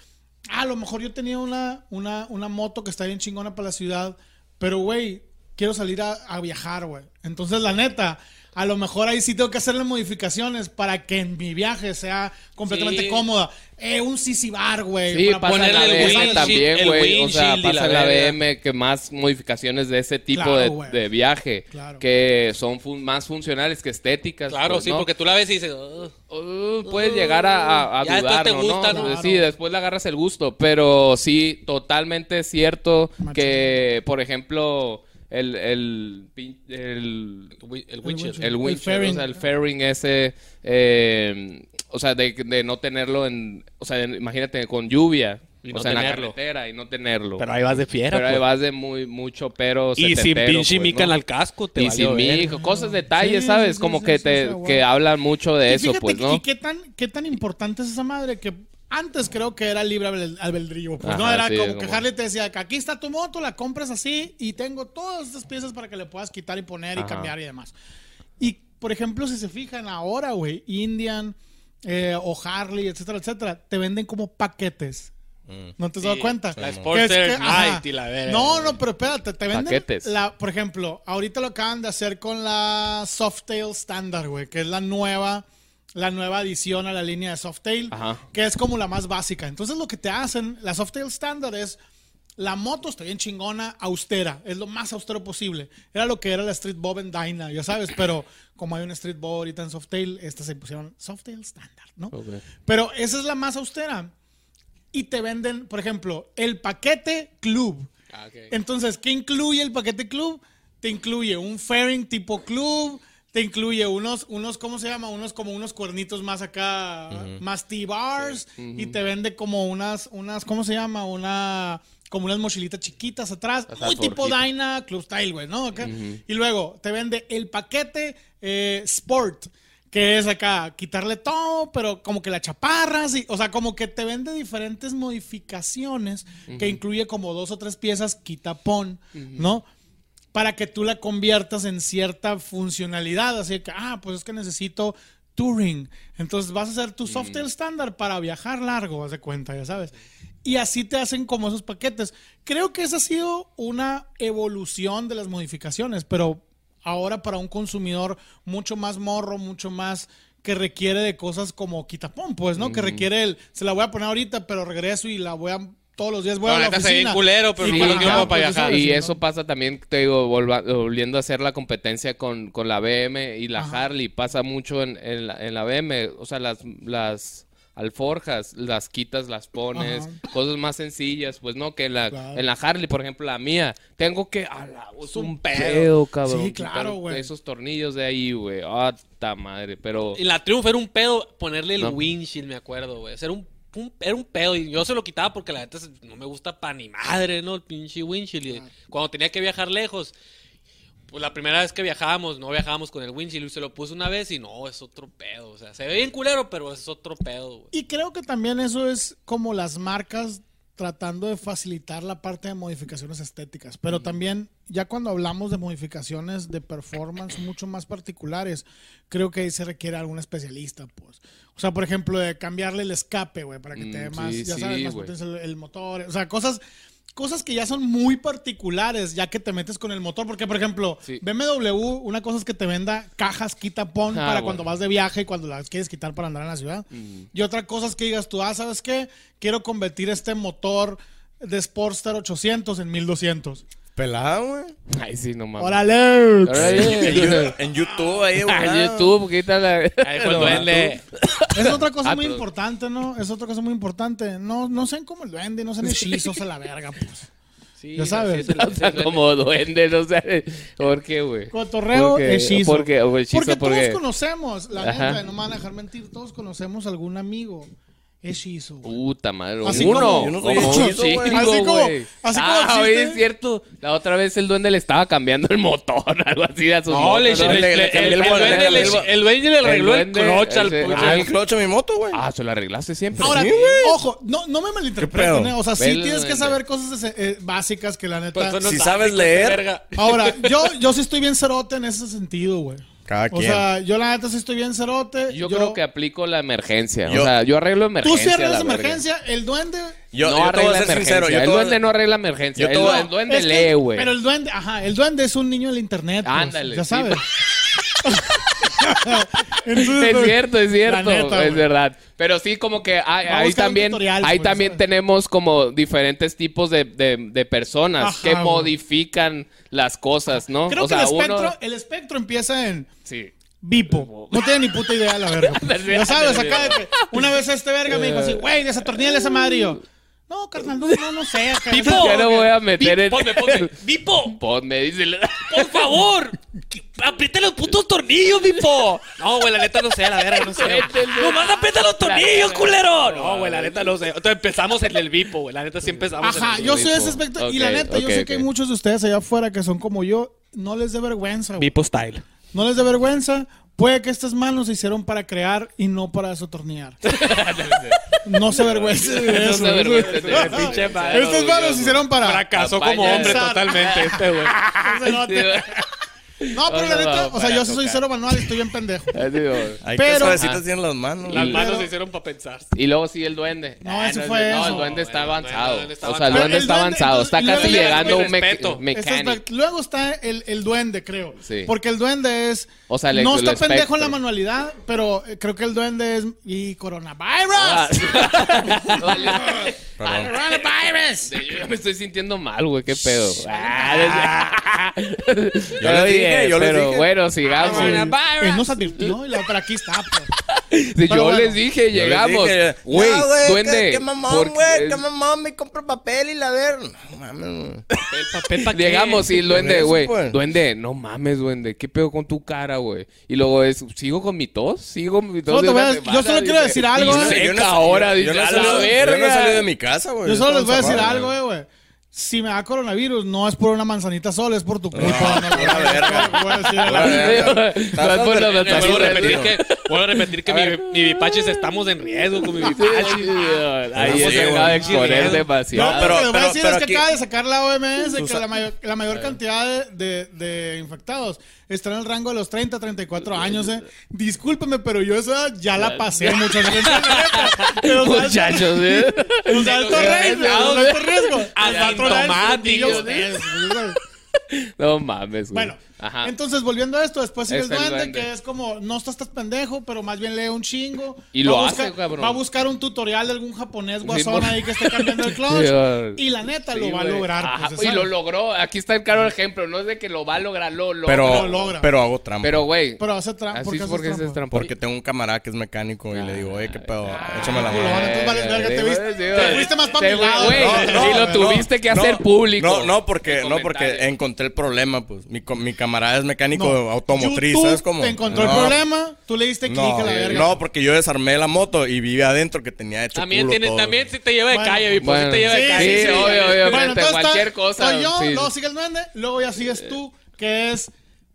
[SPEAKER 2] "Ah, A lo mejor yo tenía una, una, una moto que está bien chingona para la ciudad, pero güey, quiero salir a, a viajar, güey. Entonces, la neta, a lo mejor ahí sí tengo que hacerle modificaciones para que en mi viaje sea completamente
[SPEAKER 3] Sí.
[SPEAKER 2] cómoda. Eh, un sisi bar, güey.
[SPEAKER 1] Sí,
[SPEAKER 2] para
[SPEAKER 1] pasa
[SPEAKER 2] poner-
[SPEAKER 1] la
[SPEAKER 3] ponerle el
[SPEAKER 1] BM
[SPEAKER 3] windshield,
[SPEAKER 1] también,
[SPEAKER 3] el
[SPEAKER 1] güey. O sea,
[SPEAKER 3] windshield y
[SPEAKER 1] pasa
[SPEAKER 3] la
[SPEAKER 1] la
[SPEAKER 3] verga.
[SPEAKER 1] BM que más modificaciones de ese tipo
[SPEAKER 2] Claro,
[SPEAKER 1] de-
[SPEAKER 2] güey.
[SPEAKER 1] de, viaje.
[SPEAKER 2] Claro.
[SPEAKER 1] Que son fun- más funcionales que estéticas.
[SPEAKER 3] Claro,
[SPEAKER 1] pues,
[SPEAKER 3] sí,
[SPEAKER 1] ¿no?
[SPEAKER 3] porque tú la ves y dices... "Oh, "Ugh".
[SPEAKER 1] Uh, puedes llegar a, a, a
[SPEAKER 3] Ya después te
[SPEAKER 1] dudarlo, ¿no?
[SPEAKER 3] gusta,
[SPEAKER 2] ¿no?
[SPEAKER 1] Sí, después le agarras el gusto, pero sí, totalmente cierto
[SPEAKER 2] Machín.
[SPEAKER 1] que, por ejemplo, el, el, pin- el,
[SPEAKER 3] El
[SPEAKER 2] windshield.
[SPEAKER 3] Witcher.
[SPEAKER 1] el
[SPEAKER 2] El
[SPEAKER 1] windshield,
[SPEAKER 2] fairing.
[SPEAKER 1] o sea, el fairing ese, eh, o sea, de, de no tenerlo en, o sea, en- imagínate con lluvia,
[SPEAKER 3] Y
[SPEAKER 1] o
[SPEAKER 3] no
[SPEAKER 1] sea, en
[SPEAKER 3] tenerlo.
[SPEAKER 1] la carretera y no tenerlo.
[SPEAKER 5] Pero ahí vas de fiera,
[SPEAKER 1] Pero ahí
[SPEAKER 5] pues.
[SPEAKER 1] vas de muy, mucho pero
[SPEAKER 5] Y sin
[SPEAKER 1] setentero,
[SPEAKER 5] pinche
[SPEAKER 1] pues,
[SPEAKER 5] mica en
[SPEAKER 1] ¿no?
[SPEAKER 5] el casco, te
[SPEAKER 1] Y
[SPEAKER 5] valió
[SPEAKER 1] sin
[SPEAKER 5] verga.
[SPEAKER 1] mica, cosas, detalles,
[SPEAKER 2] Sí,
[SPEAKER 1] ¿sabes?
[SPEAKER 2] sí,
[SPEAKER 1] Como
[SPEAKER 2] sí,
[SPEAKER 1] que
[SPEAKER 2] sí,
[SPEAKER 1] te
[SPEAKER 2] sí, güey.
[SPEAKER 1] que hablan mucho de
[SPEAKER 2] Y
[SPEAKER 1] eso,
[SPEAKER 2] fíjate
[SPEAKER 1] pues,
[SPEAKER 2] que-
[SPEAKER 1] ¿no?
[SPEAKER 2] y qué tan, qué tan importante es esa madre que antes creo que era libre albel- albedrío. Pues no,
[SPEAKER 1] Ajá,
[SPEAKER 2] era
[SPEAKER 1] sí,
[SPEAKER 2] como, que
[SPEAKER 1] como-
[SPEAKER 2] Harley te decía que aquí está tu moto, la compras así y tengo todas estas piezas para que le puedas quitar y poner y
[SPEAKER 1] Ajá.
[SPEAKER 2] cambiar y demás. Y por ejemplo, si se fijan ahora, güey, Indian eh, o Harley, etcétera, etcétera, te venden como paquetes.
[SPEAKER 1] Mm.
[SPEAKER 2] ¿No te has dado
[SPEAKER 3] Sí,
[SPEAKER 2] cuenta?
[SPEAKER 3] la
[SPEAKER 2] Que es
[SPEAKER 3] Sportster
[SPEAKER 2] ajá.
[SPEAKER 3] Night y la verga.
[SPEAKER 2] No, no, pero espérate, te venden
[SPEAKER 1] Paquetes.
[SPEAKER 2] la- por ejemplo, ahorita lo acaban de hacer con la Softail Standard, güey, que es la nueva, la nueva adición a la línea de Softail,
[SPEAKER 1] Ajá.
[SPEAKER 2] que es como la más básica. Entonces lo que te hacen, la Softail Standard es la moto está bien chingona, austera, es lo más austero posible. Era lo que era la Street Bob en Dyna, ya sabes, pero como hay una Street Bob ahorita en Softail, estas se pusieron Softail Standard, ¿no? Pero esa es la más austera. Y te venden, por ejemplo, el paquete club.
[SPEAKER 3] Ah, ok.
[SPEAKER 2] Entonces, ¿qué incluye el paquete club? Te incluye un fairing tipo club, te te incluye unos, unos, ¿cómo se llama? Unos como unos cuernitos más acá, más T-bars, y te vende como unas, unas, ¿cómo se llama? Una, como unas mochilitas chiquitas atrás,
[SPEAKER 1] Ajá,
[SPEAKER 2] muy tipo
[SPEAKER 1] forjita.
[SPEAKER 2] Dyna, Club Style, güey, ¿no? Acá. Y luego te vende el paquete eh, Sport. Que es acá, quitarle todo, pero como que la chaparra, sí, o sea, como que te vende diferentes modificaciones que incluye como dos o tres piezas quitapón, ¿no? para que tú la conviertas en cierta funcionalidad. Así que, ah, pues es que necesito touring. Entonces vas a hacer tu software estándar para viajar largo, haz de cuenta, ya sabes. Y así te hacen como esos paquetes. Creo que esa ha sido una evolución de las modificaciones, pero ahora para un consumidor mucho más morro, mucho más que requiere de cosas como quitapón, pues, ¿no? Que requiere el, se la voy a poner ahorita, pero regreso y la voy a, todos los días voy
[SPEAKER 3] La
[SPEAKER 2] a la
[SPEAKER 3] neta se ve
[SPEAKER 2] oficina.
[SPEAKER 3] bien culero, pero
[SPEAKER 2] Y
[SPEAKER 3] no
[SPEAKER 2] con-
[SPEAKER 3] lo quiero
[SPEAKER 2] ajá,
[SPEAKER 3] como para
[SPEAKER 2] pues,
[SPEAKER 3] viajar.
[SPEAKER 2] sabes,
[SPEAKER 1] Y
[SPEAKER 2] ¿no?
[SPEAKER 1] eso pasa también, te digo, volva- volviendo a hacer la competencia con, con la BM y la Harley. Pasa mucho en, en la, en la BM. O sea, las, las alforjas las quitas, las pones.
[SPEAKER 2] Ajá.
[SPEAKER 1] Cosas más sencillas, pues no, que en la,
[SPEAKER 2] Claro.
[SPEAKER 1] en la Harley, por ejemplo, la mía. Tengo que. a la- es un
[SPEAKER 3] un
[SPEAKER 1] pedo,
[SPEAKER 3] pedo.
[SPEAKER 1] cabrón.
[SPEAKER 2] Sí, claro,
[SPEAKER 1] quitar
[SPEAKER 2] güey.
[SPEAKER 1] Esos tornillos de ahí, güey. ¡Ata madre! Pero.
[SPEAKER 3] En la Triumph era un pedo ponerle el
[SPEAKER 1] No.
[SPEAKER 3] windshield, me acuerdo, güey. O sea, era un, un- era un pedo y yo se lo quitaba porque la neta se- no me gusta pa' ni madre, ¿no? El pinche windshield. Y cuando tenía que viajar lejos, pues la primera vez que viajábamos, no viajábamos con el windshield y se lo puse una vez y no, es otro pedo. O sea, se ve bien culero, pero es otro pedo, güey.
[SPEAKER 2] Y creo que también eso es como las marcas tratando de facilitar la parte de modificaciones estéticas,
[SPEAKER 1] Mm.
[SPEAKER 2] pero también ya cuando hablamos de modificaciones de performance mucho más particulares, creo que ahí se requiere algún especialista, pues. O sea, por ejemplo, de cambiarle el escape, güey, para que te dé
[SPEAKER 1] Mm,
[SPEAKER 2] más,
[SPEAKER 1] sí,
[SPEAKER 2] ya
[SPEAKER 1] sí,
[SPEAKER 2] sabes, más
[SPEAKER 1] güey.
[SPEAKER 2] potencia el, el motor, o sea, cosas cosas que ya son muy particulares ya que te metes con el motor, porque por ejemplo,
[SPEAKER 1] Sí.
[SPEAKER 2] BMW, una cosa es que te venda cajas quitapón
[SPEAKER 1] Ah,
[SPEAKER 2] para
[SPEAKER 1] bueno.
[SPEAKER 2] cuando vas de viaje y cuando las quieres quitar para andar en la ciudad. Y otra cosa es que digas tú, ah, ¿sabes qué? Quiero convertir este motor de Sportster 800 en 1200.
[SPEAKER 4] Pelada, güey.
[SPEAKER 1] Ay, sí, no mames.
[SPEAKER 2] ¡Órale! [laughs]
[SPEAKER 4] En Yu-
[SPEAKER 1] Órale.
[SPEAKER 4] En YouTube, ahí,
[SPEAKER 1] Ah,
[SPEAKER 4] volado.
[SPEAKER 1] YouTube, quítala.
[SPEAKER 3] Ahí
[SPEAKER 1] [laughs]
[SPEAKER 3] fue el duende.
[SPEAKER 2] Es otra cosa
[SPEAKER 1] Ah,
[SPEAKER 2] muy
[SPEAKER 1] pero-
[SPEAKER 2] importante, ¿no? Es otra cosa muy importante. No, no sean como el duende, no
[SPEAKER 1] [laughs]
[SPEAKER 2] sean hechizos a la verga, pues.
[SPEAKER 3] Sí,
[SPEAKER 2] Ya
[SPEAKER 3] así
[SPEAKER 2] sabes.
[SPEAKER 3] es el-
[SPEAKER 1] O sea, como duende, no sé. ¿Por qué, güey?
[SPEAKER 2] Cotorreo,
[SPEAKER 1] Porque-
[SPEAKER 2] hechizo.
[SPEAKER 1] Porque, o hechizo,
[SPEAKER 2] porque,
[SPEAKER 1] porque-
[SPEAKER 2] todos conocemos, la
[SPEAKER 1] Ajá.
[SPEAKER 2] neta, no me van a dejar mentir, todos conocemos algún amigo hechizo. güey.
[SPEAKER 1] Puta madre.
[SPEAKER 2] Así
[SPEAKER 1] uno.
[SPEAKER 2] como- yo
[SPEAKER 4] no soy
[SPEAKER 1] Como
[SPEAKER 4] hechizo,
[SPEAKER 1] un
[SPEAKER 4] güey.
[SPEAKER 1] chingo,
[SPEAKER 2] Así como-
[SPEAKER 1] güey.
[SPEAKER 2] así como
[SPEAKER 1] ah, oye,
[SPEAKER 2] existe-
[SPEAKER 1] es cierto. La otra vez el duende le estaba cambiando el motor, [laughs] algo así a su
[SPEAKER 3] No,
[SPEAKER 1] motor,
[SPEAKER 3] le, le-
[SPEAKER 4] le-
[SPEAKER 3] le-
[SPEAKER 4] le cambié
[SPEAKER 3] el,
[SPEAKER 4] el
[SPEAKER 3] el
[SPEAKER 4] volante,
[SPEAKER 3] duende
[SPEAKER 4] el
[SPEAKER 3] le-
[SPEAKER 4] vol-
[SPEAKER 3] el duende le arregló el,
[SPEAKER 1] el duende,
[SPEAKER 3] clutch al
[SPEAKER 1] ese-
[SPEAKER 4] Ah,
[SPEAKER 3] al-
[SPEAKER 4] el clutch a mi moto, güey.
[SPEAKER 1] Ah, se lo arreglaste siempre.
[SPEAKER 2] Ahora,
[SPEAKER 4] Sí, güey.
[SPEAKER 2] ojo, no, no me
[SPEAKER 4] ¿Qué
[SPEAKER 2] malinterpreten,
[SPEAKER 4] pedo?
[SPEAKER 2] ¿eh? o sea, sí
[SPEAKER 1] Velo,
[SPEAKER 2] tienes que
[SPEAKER 1] duende.
[SPEAKER 2] saber cosas eh, eh, básicas que la neta...
[SPEAKER 3] Pues, no
[SPEAKER 4] Si
[SPEAKER 3] está-
[SPEAKER 4] sabes
[SPEAKER 3] este
[SPEAKER 4] leer.
[SPEAKER 3] verga.
[SPEAKER 2] Ahora,
[SPEAKER 1] [laughs]
[SPEAKER 2] yo, yo sí estoy bien cerote en ese sentido, güey.
[SPEAKER 4] Cada
[SPEAKER 2] O
[SPEAKER 4] quien.
[SPEAKER 2] sea, yo la neta sí estoy bien cerote.
[SPEAKER 1] yo, creo que aplico la emergencia. o
[SPEAKER 4] Yo-
[SPEAKER 1] sea, yo arreglo
[SPEAKER 2] Tú
[SPEAKER 1] emergencia.
[SPEAKER 2] sí arreglas
[SPEAKER 1] la verga.
[SPEAKER 2] emergencia, el duende...
[SPEAKER 1] no
[SPEAKER 4] yo, yo te voy
[SPEAKER 1] arregla
[SPEAKER 4] a ser
[SPEAKER 1] emergencia.
[SPEAKER 4] sincero. Yo te
[SPEAKER 1] el
[SPEAKER 4] voy a-
[SPEAKER 1] duende no arregla emergencia.
[SPEAKER 4] yo
[SPEAKER 1] El,
[SPEAKER 4] te voy a-
[SPEAKER 1] el duende
[SPEAKER 2] Es que-
[SPEAKER 1] lee, güey.
[SPEAKER 2] Pero el duende, ajá, el duende es un niño del internet. pues,
[SPEAKER 1] Ándale,
[SPEAKER 2] Ya
[SPEAKER 1] sí,
[SPEAKER 2] sabes.
[SPEAKER 1] [laughs]
[SPEAKER 2] [laughs] Entonces,
[SPEAKER 1] Es cierto, es cierto,
[SPEAKER 2] La neta,
[SPEAKER 1] es
[SPEAKER 2] güey.
[SPEAKER 1] verdad. Pero sí, como que hay-
[SPEAKER 2] Vamos a
[SPEAKER 1] ahí
[SPEAKER 2] buscar un
[SPEAKER 1] también,
[SPEAKER 2] tutorial,
[SPEAKER 1] ahí
[SPEAKER 2] güey,
[SPEAKER 1] también
[SPEAKER 2] ¿sabes?
[SPEAKER 1] tenemos como diferentes tipos de, de- de personas
[SPEAKER 2] Ajá,
[SPEAKER 1] que
[SPEAKER 2] güey.
[SPEAKER 1] modifican las cosas, ¿no?
[SPEAKER 2] Creo
[SPEAKER 1] o sea,
[SPEAKER 2] que el espectro,
[SPEAKER 1] uno...
[SPEAKER 2] el espectro empieza en
[SPEAKER 1] Sí.
[SPEAKER 2] Bipo. No tiene ni puta idea
[SPEAKER 1] [laughs]
[SPEAKER 2] la verga. ya sabes, acá de que una vez este verga me dijo
[SPEAKER 1] Eh.
[SPEAKER 2] así, güey, desatorníale esa madre. Y yo, no, carnal, no, no, no sé. acá".
[SPEAKER 3] Bipo.
[SPEAKER 1] Ya no voy a meter en... [laughs]
[SPEAKER 3] Ponme, ponme. Bipo,
[SPEAKER 1] Ponme, dice...
[SPEAKER 2] [laughs]
[SPEAKER 3] por favor. que- Aprieta los putos tornillos, Bipo. No, güey, la neta no sé, la verga, no sé.
[SPEAKER 1] Apriétenle.
[SPEAKER 3] Nomás aprieta los tornillos, culero. No, güey, la neta no sé. Entonces empezamos en el Bipo, güey. La neta sí empezamos
[SPEAKER 2] Ajá,
[SPEAKER 3] en el
[SPEAKER 2] yo
[SPEAKER 3] Bipo.
[SPEAKER 2] soy ese espectro. y la
[SPEAKER 1] Ok,
[SPEAKER 2] neta, yo
[SPEAKER 1] ok,
[SPEAKER 2] sé que hay
[SPEAKER 1] ok.
[SPEAKER 2] muchos de ustedes allá afuera que son como yo. No les dé vergüenza, güey.
[SPEAKER 3] Bipo Style.
[SPEAKER 2] No les dé vergüenza. Puede que estas manos se hicieron para crear y no
[SPEAKER 1] [laughs]
[SPEAKER 2] para desatornillar. no se avergüencen de
[SPEAKER 1] No
[SPEAKER 2] eso.
[SPEAKER 1] se avergüencen de
[SPEAKER 2] [laughs]
[SPEAKER 1] eso, pinche madre.
[SPEAKER 2] Estas manos se hicieron para...
[SPEAKER 3] Fracasó como
[SPEAKER 1] Apaña.
[SPEAKER 3] hombre totalmente este, güey.
[SPEAKER 1] [laughs]
[SPEAKER 2] No, pero
[SPEAKER 1] No,
[SPEAKER 2] la
[SPEAKER 1] no,
[SPEAKER 2] neta,
[SPEAKER 1] no,
[SPEAKER 2] o sea, yo
[SPEAKER 1] para
[SPEAKER 2] sí soy
[SPEAKER 1] tocar.
[SPEAKER 2] cero manual y estoy bien pendejo.
[SPEAKER 1] Así, güey.
[SPEAKER 2] Pero-
[SPEAKER 4] Ay, qué
[SPEAKER 1] Ah.
[SPEAKER 4] suavecitas tienen las manos.
[SPEAKER 3] Las
[SPEAKER 4] güey.
[SPEAKER 3] manos se hicieron para pensar.
[SPEAKER 1] Y luego sí, el duende.
[SPEAKER 2] No,
[SPEAKER 1] Ah,
[SPEAKER 2] eso
[SPEAKER 1] es-
[SPEAKER 2] fue
[SPEAKER 1] No,
[SPEAKER 2] eso.
[SPEAKER 1] el duende está
[SPEAKER 3] Bueno, bueno,
[SPEAKER 1] avanzado.
[SPEAKER 3] el duende está
[SPEAKER 1] o sea, el
[SPEAKER 3] avanzado.
[SPEAKER 1] duende está
[SPEAKER 2] Pero el
[SPEAKER 1] avanzado. Está
[SPEAKER 2] duende-
[SPEAKER 1] casi
[SPEAKER 2] y luego-
[SPEAKER 1] llegando a un
[SPEAKER 3] Mi
[SPEAKER 1] mec-
[SPEAKER 3] respeto.
[SPEAKER 2] Este es
[SPEAKER 1] mecánico.
[SPEAKER 2] back- Luego está el, el duende, creo.
[SPEAKER 1] Sí.
[SPEAKER 2] Porque el duende es.
[SPEAKER 1] O sea, el-
[SPEAKER 2] no
[SPEAKER 1] el
[SPEAKER 2] está pendejo en la
[SPEAKER 1] espectro.
[SPEAKER 2] manualidad, pero eh, creo que el duende es. Y coronavirus.
[SPEAKER 1] Ah,
[SPEAKER 2] [laughs]
[SPEAKER 1] [laughs]
[SPEAKER 4] Perdón.
[SPEAKER 1] Coronavirus. Yo ya me estoy sintiendo mal, güey. ¿Qué pedo?
[SPEAKER 4] Yo les dije, yo les
[SPEAKER 1] Pero
[SPEAKER 4] dije.
[SPEAKER 1] bueno, sigamos. Ah,
[SPEAKER 2] Él nos advirtió y la- pero aquí está. pues.
[SPEAKER 1] Sí, yo
[SPEAKER 2] bueno.
[SPEAKER 1] les dije, llegamos. Güey,
[SPEAKER 4] no,
[SPEAKER 1] duende.
[SPEAKER 4] Qué, qué mamón,
[SPEAKER 1] porque-
[SPEAKER 4] güey. Qué mamón, me compro papel y la ver. No mames, güey.
[SPEAKER 3] El papel pa' qué?
[SPEAKER 1] Llegamos y el duende,
[SPEAKER 4] Eso,
[SPEAKER 1] güey.
[SPEAKER 4] pues.
[SPEAKER 1] Duende, no mames, duende. ¿Qué pedo con tu cara, güey? Y luego es, ¿sigo con mi tos? ¿Sigo con mi tos?
[SPEAKER 2] Solo te
[SPEAKER 1] de
[SPEAKER 2] voy a-
[SPEAKER 1] una
[SPEAKER 2] yo
[SPEAKER 1] semana?"
[SPEAKER 2] solo quiero
[SPEAKER 1] Dice,
[SPEAKER 2] decir algo,
[SPEAKER 1] "Y
[SPEAKER 2] eh.
[SPEAKER 1] seca
[SPEAKER 4] Yo no-
[SPEAKER 1] ahora,
[SPEAKER 4] yo
[SPEAKER 1] dice,
[SPEAKER 4] no
[SPEAKER 1] "A
[SPEAKER 4] salí-
[SPEAKER 1] la
[SPEAKER 4] Yo no
[SPEAKER 1] verga".
[SPEAKER 4] salí de mi casa, güey.
[SPEAKER 2] Yo solo les voy a
[SPEAKER 4] estaba
[SPEAKER 2] decir
[SPEAKER 4] encerrado,
[SPEAKER 2] algo, eh, güey. Si me da coronavirus, no es por una manzanita sola, es por
[SPEAKER 1] Ah,
[SPEAKER 2] tu culpa.
[SPEAKER 1] [laughs]
[SPEAKER 2] No,
[SPEAKER 4] pura verga.
[SPEAKER 2] Voy a decir,
[SPEAKER 4] Pura verga.
[SPEAKER 1] Estás
[SPEAKER 4] Estás
[SPEAKER 1] por la
[SPEAKER 3] Eh, Vuelvo
[SPEAKER 4] del-
[SPEAKER 3] a
[SPEAKER 1] basura,
[SPEAKER 3] repetir
[SPEAKER 1] tío.
[SPEAKER 3] que, vuelvo a repetir que mi, mi Vipachis estamos en riesgo con mi Vipachis.
[SPEAKER 1] Ahí
[SPEAKER 4] Sí,
[SPEAKER 1] se
[SPEAKER 4] güey.
[SPEAKER 1] acaba de exponer demasiado.
[SPEAKER 2] No, pero,
[SPEAKER 4] pero-
[SPEAKER 2] lo que voy a
[SPEAKER 4] pero-
[SPEAKER 2] decir
[SPEAKER 4] pero
[SPEAKER 2] es que
[SPEAKER 4] aquí- Eh.
[SPEAKER 2] acaba de sacar la OMS que
[SPEAKER 4] Susa-
[SPEAKER 2] la mayor, la mayor cantidad de, de- de infectados está en el rango de los 30 a 34 años. Eh. Discúlpeme, pero yo esa ya la pasé, muchachos. Pero, o sea,
[SPEAKER 1] Muchachos, ¿eh?
[SPEAKER 2] o sea, alto riesgo, o sea, alto riesgo.
[SPEAKER 3] Asintomáticos.
[SPEAKER 2] Los vatos eran-
[SPEAKER 1] No mames, güey.
[SPEAKER 2] Bueno,
[SPEAKER 1] Ajá.
[SPEAKER 2] entonces volviendo a esto, después sigue
[SPEAKER 1] Es
[SPEAKER 2] el
[SPEAKER 1] el
[SPEAKER 2] duende,
[SPEAKER 1] duende.
[SPEAKER 2] que es como, no estás tan pendejo, pero más bien lee un chingo.
[SPEAKER 1] Y
[SPEAKER 2] Va
[SPEAKER 1] lo
[SPEAKER 2] a
[SPEAKER 1] hace,
[SPEAKER 2] buscar-
[SPEAKER 1] cabrón.
[SPEAKER 2] Va a buscar un tutorial de algún japonés guasón
[SPEAKER 1] por-
[SPEAKER 2] ahí que esté
[SPEAKER 1] [laughs]
[SPEAKER 2] cambiando el clutch.
[SPEAKER 1] Sí, güey.
[SPEAKER 2] y la neta
[SPEAKER 1] Sí,
[SPEAKER 2] lo va a
[SPEAKER 1] güey.
[SPEAKER 2] lograr.
[SPEAKER 1] Ajá,
[SPEAKER 2] pues,
[SPEAKER 1] y
[SPEAKER 2] ¿sabes?
[SPEAKER 1] lo logró. Aquí está el claro ejemplo. No es de que lo va a lograr, lo logra.
[SPEAKER 2] Lo
[SPEAKER 4] Pero,
[SPEAKER 2] logra.
[SPEAKER 4] pero hago trampa.
[SPEAKER 1] pero güey.
[SPEAKER 2] Pero hace trampa.
[SPEAKER 1] Así es
[SPEAKER 2] haces
[SPEAKER 1] porque
[SPEAKER 2] trampa?
[SPEAKER 1] es trampa. Ah,
[SPEAKER 4] porque tengo un camarada que es mecánico y le digo, oye, qué pedo, échame la
[SPEAKER 2] Lo van a
[SPEAKER 4] mano.
[SPEAKER 2] entonces vales verga, te viste- te fuiste más pa' mi lado,
[SPEAKER 1] Güey,
[SPEAKER 2] ¿no? No,
[SPEAKER 1] y lo
[SPEAKER 2] no,
[SPEAKER 1] tuviste que
[SPEAKER 4] no,
[SPEAKER 1] hacer público.
[SPEAKER 4] No, no, porque,
[SPEAKER 1] En
[SPEAKER 4] no, porque
[SPEAKER 1] comentarios.
[SPEAKER 4] encontré el problema, pues. Mi, co- mi camarada es mecánico
[SPEAKER 2] No.
[SPEAKER 4] automotriz,
[SPEAKER 2] YouTube
[SPEAKER 4] ¿sabes cómo?
[SPEAKER 2] Te encontró el
[SPEAKER 4] No,
[SPEAKER 2] problema, tú le diste clic
[SPEAKER 4] No, eh,
[SPEAKER 2] a la verga.
[SPEAKER 4] no, porque yo desarmé la moto y vi adentro que tenía hecho
[SPEAKER 3] También,
[SPEAKER 4] culo
[SPEAKER 3] tiene,
[SPEAKER 4] todo.
[SPEAKER 3] también si te lleva de
[SPEAKER 2] Bueno.
[SPEAKER 3] calle, Vipo. si te lleva de
[SPEAKER 2] Sí,
[SPEAKER 3] calle.
[SPEAKER 2] sí, sí.
[SPEAKER 1] obvio, obviamente,
[SPEAKER 2] Bueno, entonces está-
[SPEAKER 1] cualquier cosa.
[SPEAKER 2] Soy yo,
[SPEAKER 1] sí.
[SPEAKER 2] luego sigue el duende, luego ya sigues tú, que es,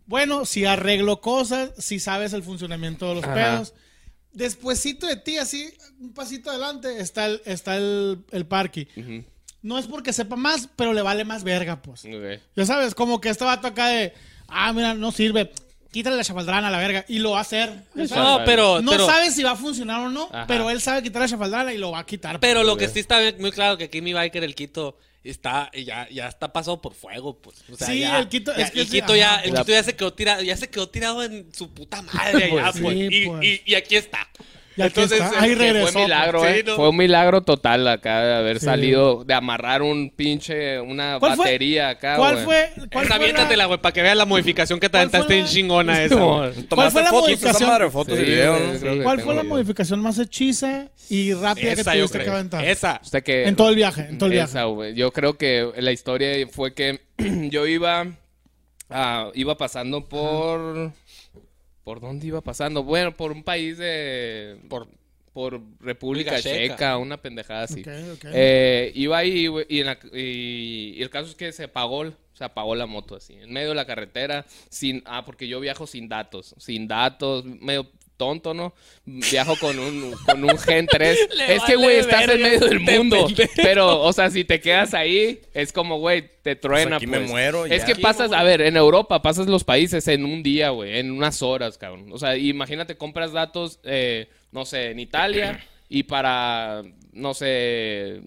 [SPEAKER 2] bueno, si arreglo cosas, si sabes el funcionamiento de los
[SPEAKER 1] Ajá.
[SPEAKER 2] pedos. Despuésito de ti, así, un pasito adelante, está el, está el, el parqui. No es porque sepa más, pero le vale más verga, pues.
[SPEAKER 1] Ok.
[SPEAKER 2] Ya sabes, como que este vato acá de, ah, mira, no sirve, quítale la chavaldrana a la verga, y lo va a hacer. ya sabes.
[SPEAKER 3] No, pero,
[SPEAKER 2] No
[SPEAKER 3] pero,
[SPEAKER 2] sabe si va a funcionar o no,
[SPEAKER 1] Ajá.
[SPEAKER 2] pero él sabe quitar la chavaldrana y lo va a quitar.
[SPEAKER 3] pero lo que sí está bien- muy claro que aquí mi biker, el Quito, está, ya, ya está pasado por fuego, pues. O sea,
[SPEAKER 2] Sí,
[SPEAKER 3] ya-
[SPEAKER 2] el Quito-
[SPEAKER 3] ya-
[SPEAKER 2] es que
[SPEAKER 3] el
[SPEAKER 2] sí,
[SPEAKER 3] Quito ya,
[SPEAKER 2] ajá,
[SPEAKER 3] el
[SPEAKER 2] pues.
[SPEAKER 3] Quito ya se quedó tirado, ya se quedó tirado en su puta madre allá,
[SPEAKER 2] Pues
[SPEAKER 3] pues.
[SPEAKER 2] sí,
[SPEAKER 3] Y,
[SPEAKER 2] pues.
[SPEAKER 3] y- y aquí está.
[SPEAKER 2] Y aquí está. Ahí
[SPEAKER 3] eh,
[SPEAKER 2] regresó,
[SPEAKER 1] Fue un milagro,
[SPEAKER 3] pues.
[SPEAKER 1] eh.
[SPEAKER 3] Sí, no.
[SPEAKER 1] Fue un milagro total acá de haber salido, de amarrar un pinche, una
[SPEAKER 2] ¿Cuál fue-
[SPEAKER 1] batería acá,
[SPEAKER 2] ¿Cuál
[SPEAKER 1] güey.
[SPEAKER 2] fue? ¿Cuál
[SPEAKER 3] Esa
[SPEAKER 2] fue la-
[SPEAKER 3] aviéntatela, güey, para que veas la modificación que te
[SPEAKER 2] ¿Cuál fue
[SPEAKER 3] aventaste
[SPEAKER 2] la-
[SPEAKER 3] en chingona esa. güey.
[SPEAKER 1] No.
[SPEAKER 2] ¿Cuál fue la
[SPEAKER 4] Tomaste fotos,
[SPEAKER 2] modificación?
[SPEAKER 4] esa madre, fotos
[SPEAKER 1] Sí,
[SPEAKER 4] y video,
[SPEAKER 1] güey,
[SPEAKER 4] ¿no?
[SPEAKER 1] creo que
[SPEAKER 2] ¿Cuál fue la
[SPEAKER 1] tengo video.
[SPEAKER 2] modificación más hechiza y rápida que
[SPEAKER 3] Esa yo
[SPEAKER 2] tuviste que
[SPEAKER 3] creo.
[SPEAKER 2] aventar?
[SPEAKER 3] Esa.
[SPEAKER 1] Usted que-
[SPEAKER 2] En todo el viaje, en todo el viaje.
[SPEAKER 1] Esa, güey. Yo creo que la historia fue que [clears throat] yo iba ah, iba pasando por ¿Por dónde iba pasando? Bueno, por un país de por por República
[SPEAKER 3] República Checa.
[SPEAKER 1] Checa, una pendejada así.
[SPEAKER 2] Ok, ok.
[SPEAKER 1] Eh, iba ahí güey, y, en la- y- y el caso es que se apagó, se apagó la moto así, en medio de la carretera, sin ah porque yo viajo sin datos, sin datos, medio tonto, ¿no? Viajo con un con un Gen 3.
[SPEAKER 3] [laughs] Le
[SPEAKER 1] es que
[SPEAKER 3] vale
[SPEAKER 1] güey, estás en
[SPEAKER 3] verga.
[SPEAKER 1] medio del
[SPEAKER 3] Te
[SPEAKER 1] mundo. Pero, o sea, si te quedas ahí, es como, güey, te truena.
[SPEAKER 4] aquí me
[SPEAKER 1] pues.
[SPEAKER 4] muero,
[SPEAKER 1] Es
[SPEAKER 4] ya.
[SPEAKER 1] que
[SPEAKER 4] Aquí
[SPEAKER 1] pasas, a ver, en Europa pasas los países en un día, güey, en unas horas, cabrón. O sea, imagínate, compras datos, eh, no sé, en
[SPEAKER 4] [clears throat]
[SPEAKER 1] Italia y para, no sé,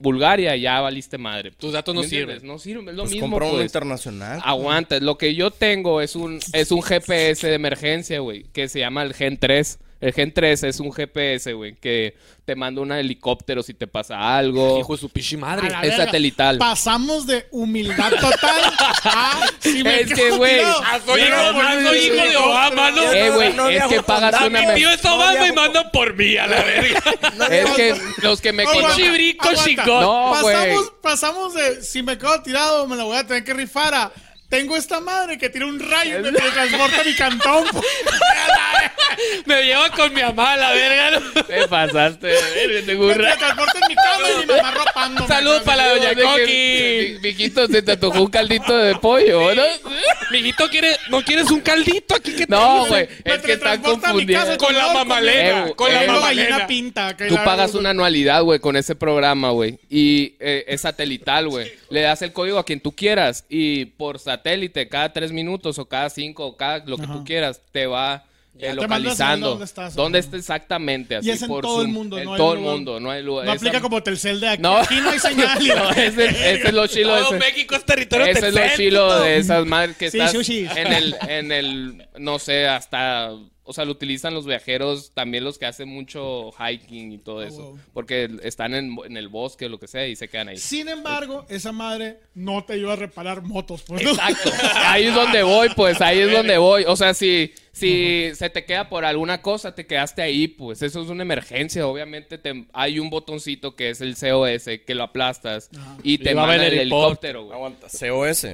[SPEAKER 1] Bulgaria, ya valiste madre.
[SPEAKER 3] Tus datos no
[SPEAKER 1] ¿Me entiendes?
[SPEAKER 3] sirven.
[SPEAKER 1] No sirven, es lo
[SPEAKER 4] Pues
[SPEAKER 1] mismo.
[SPEAKER 4] compra uno
[SPEAKER 1] pues.
[SPEAKER 4] internacional.
[SPEAKER 3] Ah,
[SPEAKER 1] Aguanta, lo que yo tengo es un, es un GPS de emergencia, güey, que se llama el Gen 3. El Gen 3 es un GPS, güey, que te manda un helicóptero si te pasa algo.
[SPEAKER 3] Hijo de su pichi
[SPEAKER 2] A
[SPEAKER 3] madre.
[SPEAKER 2] la
[SPEAKER 1] es
[SPEAKER 2] verga.
[SPEAKER 1] satelital.
[SPEAKER 2] Pasamos de humildad total a...
[SPEAKER 1] [laughs]
[SPEAKER 2] si me
[SPEAKER 1] Es
[SPEAKER 2] quedo
[SPEAKER 1] que, güey,
[SPEAKER 2] tirado.
[SPEAKER 3] Soy hijo, soy hijo de Obama, ¿no?
[SPEAKER 1] Eh, güey,
[SPEAKER 4] No, no
[SPEAKER 1] es
[SPEAKER 2] este
[SPEAKER 4] viajo
[SPEAKER 1] que
[SPEAKER 4] con
[SPEAKER 1] pagas
[SPEAKER 4] datos.
[SPEAKER 1] una...
[SPEAKER 3] Mi
[SPEAKER 1] me-
[SPEAKER 3] tío es Obama y mandan por mí, a la verga.
[SPEAKER 1] Es que los que me
[SPEAKER 2] Aguanta,
[SPEAKER 1] conocen...
[SPEAKER 3] Chibrico,
[SPEAKER 2] aguanta.
[SPEAKER 3] chingón.
[SPEAKER 1] No,
[SPEAKER 2] pasamos,
[SPEAKER 1] güey.
[SPEAKER 2] pasamos de si me quedo tirado me la voy a tener que rifar a... Tengo esta madre que tira un rayo y me transporta a mi
[SPEAKER 1] [laughs]
[SPEAKER 2] cantón.
[SPEAKER 3] Me lleva con mi mamá, a la verga.
[SPEAKER 1] [laughs]
[SPEAKER 3] ¿no?
[SPEAKER 1] Te pasaste, güey, te
[SPEAKER 2] Me
[SPEAKER 1] burra.
[SPEAKER 2] transporta en mi cama y mi mamá ropándome.
[SPEAKER 3] Salud para la doña
[SPEAKER 1] De que,
[SPEAKER 3] Coqui.
[SPEAKER 1] mi- Miquito, se te antojó un caldito de pollo, ¿no?
[SPEAKER 3] Mijito, ¿quiere, ¿no quieres un caldito aquí que te
[SPEAKER 1] No,
[SPEAKER 3] dicen?
[SPEAKER 1] güey, es que están
[SPEAKER 2] teletransporta a mi
[SPEAKER 1] confundiendo. Eh,
[SPEAKER 2] casa y
[SPEAKER 3] Con la
[SPEAKER 2] todo el
[SPEAKER 3] mamalena,
[SPEAKER 2] comedor.
[SPEAKER 1] con la
[SPEAKER 2] Tengo
[SPEAKER 3] mamalena.
[SPEAKER 2] gallina pinta. que
[SPEAKER 1] Tú
[SPEAKER 2] la-
[SPEAKER 1] pagas una anualidad, güey, con ese programa, güey. Y eh, es satelital, güey. Le das el código a quien tú quieras. Y por satélite, cada tres minutos o cada cinco o cada lo que tú quieras, te va eh,
[SPEAKER 2] te manda señal
[SPEAKER 1] localizando.
[SPEAKER 2] dónde estás,
[SPEAKER 1] ¿Dónde
[SPEAKER 2] ajá.
[SPEAKER 1] está exactamente? Así,
[SPEAKER 2] Y es en
[SPEAKER 1] por
[SPEAKER 2] todo el
[SPEAKER 1] Zoom.
[SPEAKER 2] mundo,
[SPEAKER 1] En
[SPEAKER 2] no hay
[SPEAKER 1] todo el
[SPEAKER 2] lugar.
[SPEAKER 1] mundo, no hay lugar.
[SPEAKER 2] No
[SPEAKER 1] Esa-
[SPEAKER 2] aplica como Telcel de aquí.
[SPEAKER 1] No.
[SPEAKER 2] Aquí
[SPEAKER 1] [laughs]
[SPEAKER 2] no hay señal.
[SPEAKER 1] No, ese, ese es lo chilo.
[SPEAKER 3] Todo
[SPEAKER 1] ese.
[SPEAKER 3] México es territorio
[SPEAKER 1] Ese es lo
[SPEAKER 3] tercer,
[SPEAKER 1] chilo
[SPEAKER 3] puto.
[SPEAKER 1] de esas madres que
[SPEAKER 2] Sí,
[SPEAKER 1] estás
[SPEAKER 2] sushis.
[SPEAKER 1] en el, en el, no sé, hasta o sea, lo utilizan los viajeros, también los que hacen mucho hiking y todo eso.
[SPEAKER 2] wow.
[SPEAKER 1] Porque están en, en el bosque o lo que sea y se quedan ahí.
[SPEAKER 2] Sin embargo, esa madre no te ayuda a reparar motos, pues. ¿no?
[SPEAKER 1] Exacto. Ahí es donde voy, pues, ahí es donde voy. O sea, si, si se te queda por alguna cosa, te quedaste ahí, pues eso es una emergencia. Obviamente te- hay un botoncito que es el COS, que lo aplastas y te
[SPEAKER 5] Y va a
[SPEAKER 1] manda
[SPEAKER 5] haber
[SPEAKER 1] el
[SPEAKER 5] helicóptero.
[SPEAKER 1] helicóptero, güey.
[SPEAKER 4] Aguanta. COS.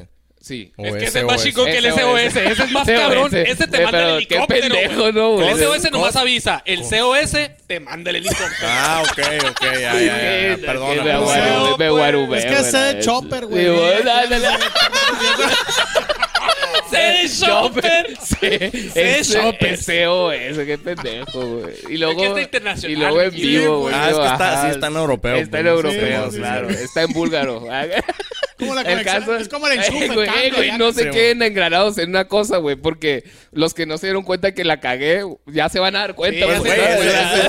[SPEAKER 1] Sí.
[SPEAKER 3] Es que
[SPEAKER 4] O
[SPEAKER 3] ese es más
[SPEAKER 4] SOS.
[SPEAKER 3] chico que el SOS. Ese es más
[SPEAKER 1] SOS.
[SPEAKER 3] cabrón. Ese te
[SPEAKER 1] Güey,
[SPEAKER 3] manda el
[SPEAKER 1] Eh, pero qué
[SPEAKER 3] helicóptero.
[SPEAKER 1] pendejo,
[SPEAKER 3] güey.
[SPEAKER 1] ¿no, güey?
[SPEAKER 3] El SOS nomás
[SPEAKER 4] Cosa.
[SPEAKER 3] avisa. El COS te manda el helicóptero.
[SPEAKER 4] Ah, ok, ok, ya, ya, ya.
[SPEAKER 1] Sí,
[SPEAKER 4] Perdona.
[SPEAKER 1] es de
[SPEAKER 2] o
[SPEAKER 4] perdona.
[SPEAKER 2] sea,
[SPEAKER 1] Guarubé,
[SPEAKER 2] no,
[SPEAKER 1] de
[SPEAKER 2] pues,
[SPEAKER 1] Guarubé,
[SPEAKER 2] es que sé de
[SPEAKER 1] güey.
[SPEAKER 2] chopper, güey.
[SPEAKER 1] Sí, ándale. [laughs]
[SPEAKER 3] ¡Se [laughs] chopper! [laughs]
[SPEAKER 1] Sí,
[SPEAKER 3] Se
[SPEAKER 1] ese-
[SPEAKER 3] chopper.
[SPEAKER 1] ese COS, qué pendejo, güey. Y luego,
[SPEAKER 3] que está internacional,
[SPEAKER 1] y luego en
[SPEAKER 3] sí,
[SPEAKER 1] vivo, güey.
[SPEAKER 4] Ah, es que está,
[SPEAKER 1] Ajá.
[SPEAKER 4] sí, está en europeo.
[SPEAKER 1] Está en
[SPEAKER 4] pues.
[SPEAKER 1] europeo,
[SPEAKER 2] sí, sí,
[SPEAKER 1] claro. Está en búlgaro.
[SPEAKER 2] Como la
[SPEAKER 1] El
[SPEAKER 2] conexión-
[SPEAKER 1] caso-
[SPEAKER 2] es como el enchufe,
[SPEAKER 1] Eh, güey,
[SPEAKER 2] el cable,
[SPEAKER 1] eh, güey,
[SPEAKER 2] ya.
[SPEAKER 1] no se
[SPEAKER 4] Sí,
[SPEAKER 1] queden engranados en una cosa, güey, porque los que no se dieron cuenta que la cagué, ya se van a dar cuenta.
[SPEAKER 3] Sí,
[SPEAKER 1] güey.
[SPEAKER 3] ya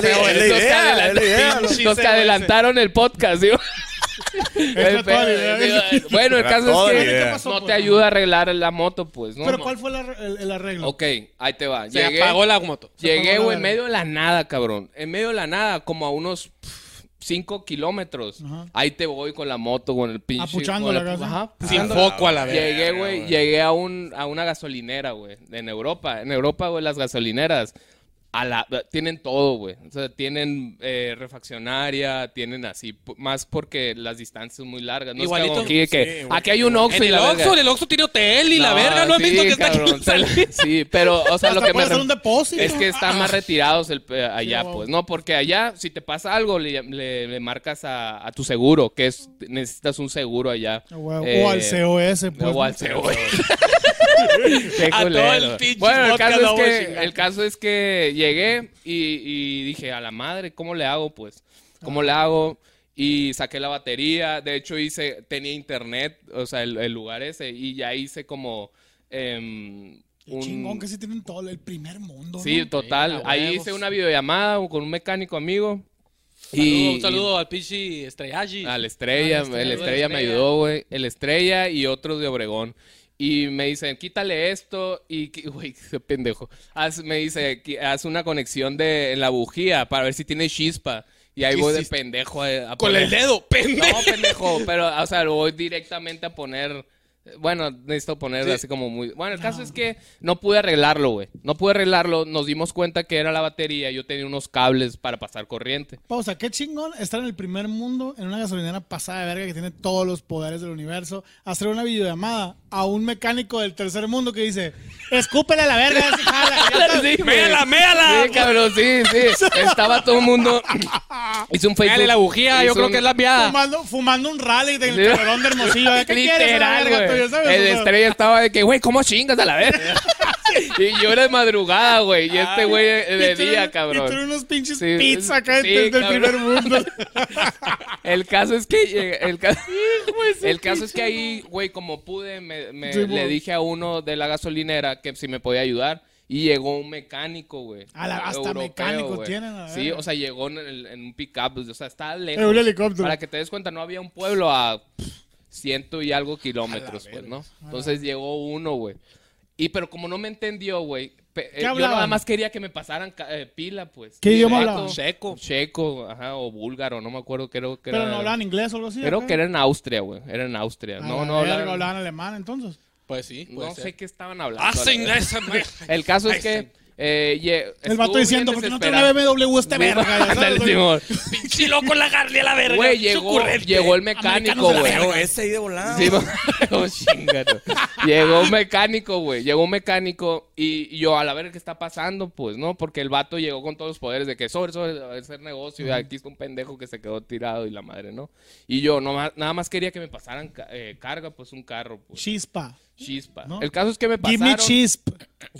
[SPEAKER 1] Güey,
[SPEAKER 3] se
[SPEAKER 1] los- los-
[SPEAKER 3] dieron cuenta. Es la
[SPEAKER 1] los que
[SPEAKER 4] idea, es la idea,
[SPEAKER 1] adelantaron-
[SPEAKER 4] los
[SPEAKER 1] Los que
[SPEAKER 3] chistes, güey,
[SPEAKER 1] adelantaron el podcast,
[SPEAKER 2] [laughs]
[SPEAKER 1] digo.
[SPEAKER 2] Era toda la idea.
[SPEAKER 1] Digo, Bueno, el
[SPEAKER 4] Era
[SPEAKER 1] caso
[SPEAKER 4] toda la
[SPEAKER 1] es
[SPEAKER 4] idea.
[SPEAKER 1] que
[SPEAKER 4] ¿Qué
[SPEAKER 2] pasó,
[SPEAKER 1] no
[SPEAKER 2] pues?
[SPEAKER 1] te ayuda a arreglar la moto, pues. ¿no?
[SPEAKER 2] Pero ¿cuál fue la- el, el arreglo?
[SPEAKER 1] Ok, ahí te va.
[SPEAKER 3] Se
[SPEAKER 1] Llegué-
[SPEAKER 3] apagó la moto.
[SPEAKER 2] Se
[SPEAKER 1] Llegué,
[SPEAKER 2] apagó la
[SPEAKER 1] güey, en
[SPEAKER 2] verga.
[SPEAKER 1] medio de la nada, cabrón. En medio de la nada, como a unos 5 kilómetros.
[SPEAKER 2] Ajá.
[SPEAKER 1] Ahí te voy con la moto, con el pinche.
[SPEAKER 2] Apuchando
[SPEAKER 1] con
[SPEAKER 2] la casa.
[SPEAKER 1] Ajá,
[SPEAKER 3] Sin
[SPEAKER 1] apuchando.
[SPEAKER 3] foco a la verga.
[SPEAKER 1] Llegué, güey, llegué a, un, a una gasolinera, güey, en Europa. En Europa, güey, las gasolineras a la, tienen todo, güey. O sea, tienen eh, refaccionaria, tienen así, p- más porque las distancias son muy largas. No es
[SPEAKER 3] Igualito.
[SPEAKER 1] como aquí, de que, aquí hay un Oxxo
[SPEAKER 3] En
[SPEAKER 1] y
[SPEAKER 3] el
[SPEAKER 1] la verga.
[SPEAKER 3] Oxxo, el Oxxo tiene hotel y la
[SPEAKER 1] No,
[SPEAKER 3] verga. ¿No han
[SPEAKER 1] sí,
[SPEAKER 3] visto que está
[SPEAKER 1] cabrón,
[SPEAKER 3] aquí? Sale-
[SPEAKER 1] [laughs] Sí, pero, o sea,
[SPEAKER 2] Hasta
[SPEAKER 1] lo que me...
[SPEAKER 2] puede ser
[SPEAKER 1] ref-
[SPEAKER 2] un depósito.
[SPEAKER 1] es que están
[SPEAKER 3] Ah.
[SPEAKER 1] más retirados el, eh, allá,
[SPEAKER 2] Sí,
[SPEAKER 1] pues, ¿no? Porque allá, si te pasa algo, le, le- le marcas a, a tu seguro, que es, necesitas un seguro allá.
[SPEAKER 2] Ah, güey,
[SPEAKER 1] Eh,
[SPEAKER 2] o al
[SPEAKER 3] E,
[SPEAKER 2] COS, pues.
[SPEAKER 1] o al
[SPEAKER 2] ¿no?
[SPEAKER 1] CEO. [laughs] Qué
[SPEAKER 3] A todo
[SPEAKER 1] culero.
[SPEAKER 3] el pinche
[SPEAKER 1] Bueno, el
[SPEAKER 3] podcast
[SPEAKER 1] caso,
[SPEAKER 3] lo voy
[SPEAKER 1] es que,
[SPEAKER 3] chingando.
[SPEAKER 1] el caso es que llegué y, y dije, a la madre, ¿cómo le hago, pues? ¿Cómo le hago? Y saqué la batería. De hecho, hice, tenía internet, o sea, el, el lugar ese, y ya hice como... em,
[SPEAKER 2] Qué Chingón que sí tienen todo el primer mundo.
[SPEAKER 1] Sí,
[SPEAKER 2] ¿no?
[SPEAKER 1] total.
[SPEAKER 3] a
[SPEAKER 1] Ahí
[SPEAKER 3] huevos.
[SPEAKER 1] hice una videollamada con un mecánico amigo.
[SPEAKER 3] Saludo-
[SPEAKER 1] Y,
[SPEAKER 3] Un saludo al pinche Estrellaji.
[SPEAKER 1] Al estrella,
[SPEAKER 3] Al Estrella,
[SPEAKER 1] el
[SPEAKER 3] güey,
[SPEAKER 1] estrella me
[SPEAKER 3] Estrella.
[SPEAKER 1] ayudó, güey. El estrella y otros de Obregón. Y me dicen, quítale esto. Y, qui- [laughs] güey, qué pendejo. Haz- me dice, qui- haz una conexión de, en la bujía para ver si tiene chispa. Y ahí
[SPEAKER 3] ¿Qué
[SPEAKER 1] voy de
[SPEAKER 3] hiciste?
[SPEAKER 1] pendejo a, a
[SPEAKER 3] Con
[SPEAKER 1] poner-
[SPEAKER 3] el dedo, pendejo.
[SPEAKER 1] [laughs] No, pendejo, pero, o sea, lo voy directamente a poner. Bueno, necesito poner así como muy. Bueno, el caso es que no pude arreglarlo, güey. No pude arreglarlo. Nos dimos cuenta que era la batería. Yo tenía unos cables para pasar corriente.
[SPEAKER 2] Pausa, qué chingón estar en el primer mundo, en una gasolinera pasada de verga que tiene todos los poderes del universo, hacer una videollamada a un mecánico del tercer mundo que dice, escúpele a la verga,
[SPEAKER 1] [laughs]
[SPEAKER 2] ese jala, ya está".
[SPEAKER 1] Sí, güey.
[SPEAKER 3] ¡Méala, méala!
[SPEAKER 1] Sí, cabrón, sí, sí. Estaba todo el mundo. Hice un Facebook.
[SPEAKER 3] Méale la bujía, yo
[SPEAKER 1] hice
[SPEAKER 3] creo
[SPEAKER 1] un-
[SPEAKER 3] que es la miada.
[SPEAKER 2] fumando, fumando un rally del
[SPEAKER 1] Sí.
[SPEAKER 2] cabrón de Hermosillo. ¿eh? ¿Qué quieres a la
[SPEAKER 1] Literal,
[SPEAKER 2] verga, tú?
[SPEAKER 1] güey.
[SPEAKER 2] Ya sabes,
[SPEAKER 1] El
[SPEAKER 2] o sea,
[SPEAKER 1] estrella estaba de que, güey, ¿cómo chingas a la verga? [laughs] y yo era de madrugada, güey. Y este güey de
[SPEAKER 2] y tú
[SPEAKER 1] día,
[SPEAKER 2] eres- Y tú eres
[SPEAKER 1] cabrón.
[SPEAKER 2] unos pinches
[SPEAKER 1] Sí,
[SPEAKER 2] pizza acá
[SPEAKER 1] sí,
[SPEAKER 2] del- del
[SPEAKER 1] cabrón.
[SPEAKER 2] primer
[SPEAKER 1] [laughs]
[SPEAKER 2] mundo.
[SPEAKER 1] El caso es que. eh, El caso, el caso es que ahí, güey, como pude, me, me-
[SPEAKER 2] Sí,
[SPEAKER 1] le
[SPEAKER 2] güey.
[SPEAKER 1] dije a uno de la gasolinera que si me podía ayudar. Y llegó un mecánico, güey.
[SPEAKER 2] A la- hasta mecánico
[SPEAKER 1] güey.
[SPEAKER 2] tienen, a la
[SPEAKER 1] Sí,
[SPEAKER 2] verga.
[SPEAKER 1] o sea, llegó en, el- en un pickup, pues, o sea, estaba lejos.
[SPEAKER 2] En un helicóptero.
[SPEAKER 1] Para que te des cuenta, no había un pueblo a pff, ciento y algo kilómetros, pues, ¿no? Entonces llegó uno, güey. Y pero como no me entendió, güey, pe- eh, yo
[SPEAKER 2] hablaban?
[SPEAKER 1] nada más quería que me pasaran ca- eh, pila, pues.
[SPEAKER 2] ¿Qué idioma
[SPEAKER 1] Checo-
[SPEAKER 2] hablaban?
[SPEAKER 1] Checo. Checo, ajá, o búlgaro, no me acuerdo, creo que
[SPEAKER 2] Pero
[SPEAKER 1] era-
[SPEAKER 2] no hablaban inglés o algo así.
[SPEAKER 1] Creo
[SPEAKER 2] acá.
[SPEAKER 1] que era en Austria, güey. Era en Austria.
[SPEAKER 2] A
[SPEAKER 1] No,
[SPEAKER 2] la
[SPEAKER 1] no
[SPEAKER 2] verga,
[SPEAKER 1] hablaban.
[SPEAKER 2] hablaban eh. alemán entonces.
[SPEAKER 3] Pues sí,
[SPEAKER 1] No sé qué estaban hablando.
[SPEAKER 3] ¡Hace
[SPEAKER 1] la verdad.
[SPEAKER 3] Ah, inglés, hombre.
[SPEAKER 1] El caso es que. eh, ye-
[SPEAKER 2] El
[SPEAKER 1] estuvo
[SPEAKER 2] vato
[SPEAKER 1] bien
[SPEAKER 2] diciendo, ¿por qué no tiene una
[SPEAKER 1] desesperado". [laughs]
[SPEAKER 2] BMW este verga? Ya sabes,
[SPEAKER 1] Ándale,
[SPEAKER 2] o sea,
[SPEAKER 1] Simón.
[SPEAKER 3] ¡Pinche loco la Harley a la verga!
[SPEAKER 1] Güey,
[SPEAKER 3] pinche
[SPEAKER 1] llegó,
[SPEAKER 3] ocurrente.
[SPEAKER 1] llegó el mecánico,
[SPEAKER 2] Americanos de la
[SPEAKER 1] güey.
[SPEAKER 4] Pero ese ahí de volado.
[SPEAKER 1] Sí, [laughs] oh, chingado. Llegó un mecánico, güey. Llegó un mecánico y y yo, a la ver qué está pasando, pues, ¿no? Porque el vato llegó con todos los poderes de que sobre, sobre, a hacer negocio. Y aquí está un pendejo que se quedó tirado y la madre, ¿no? Y yo no, ma- nada más quería que me pasaran ca- eh, carga, pues, un carro, pues.
[SPEAKER 2] Chispa.
[SPEAKER 1] Chispa.
[SPEAKER 2] ¿No?
[SPEAKER 1] El caso es que me
[SPEAKER 2] Give me
[SPEAKER 1] pasaron.
[SPEAKER 2] chisp.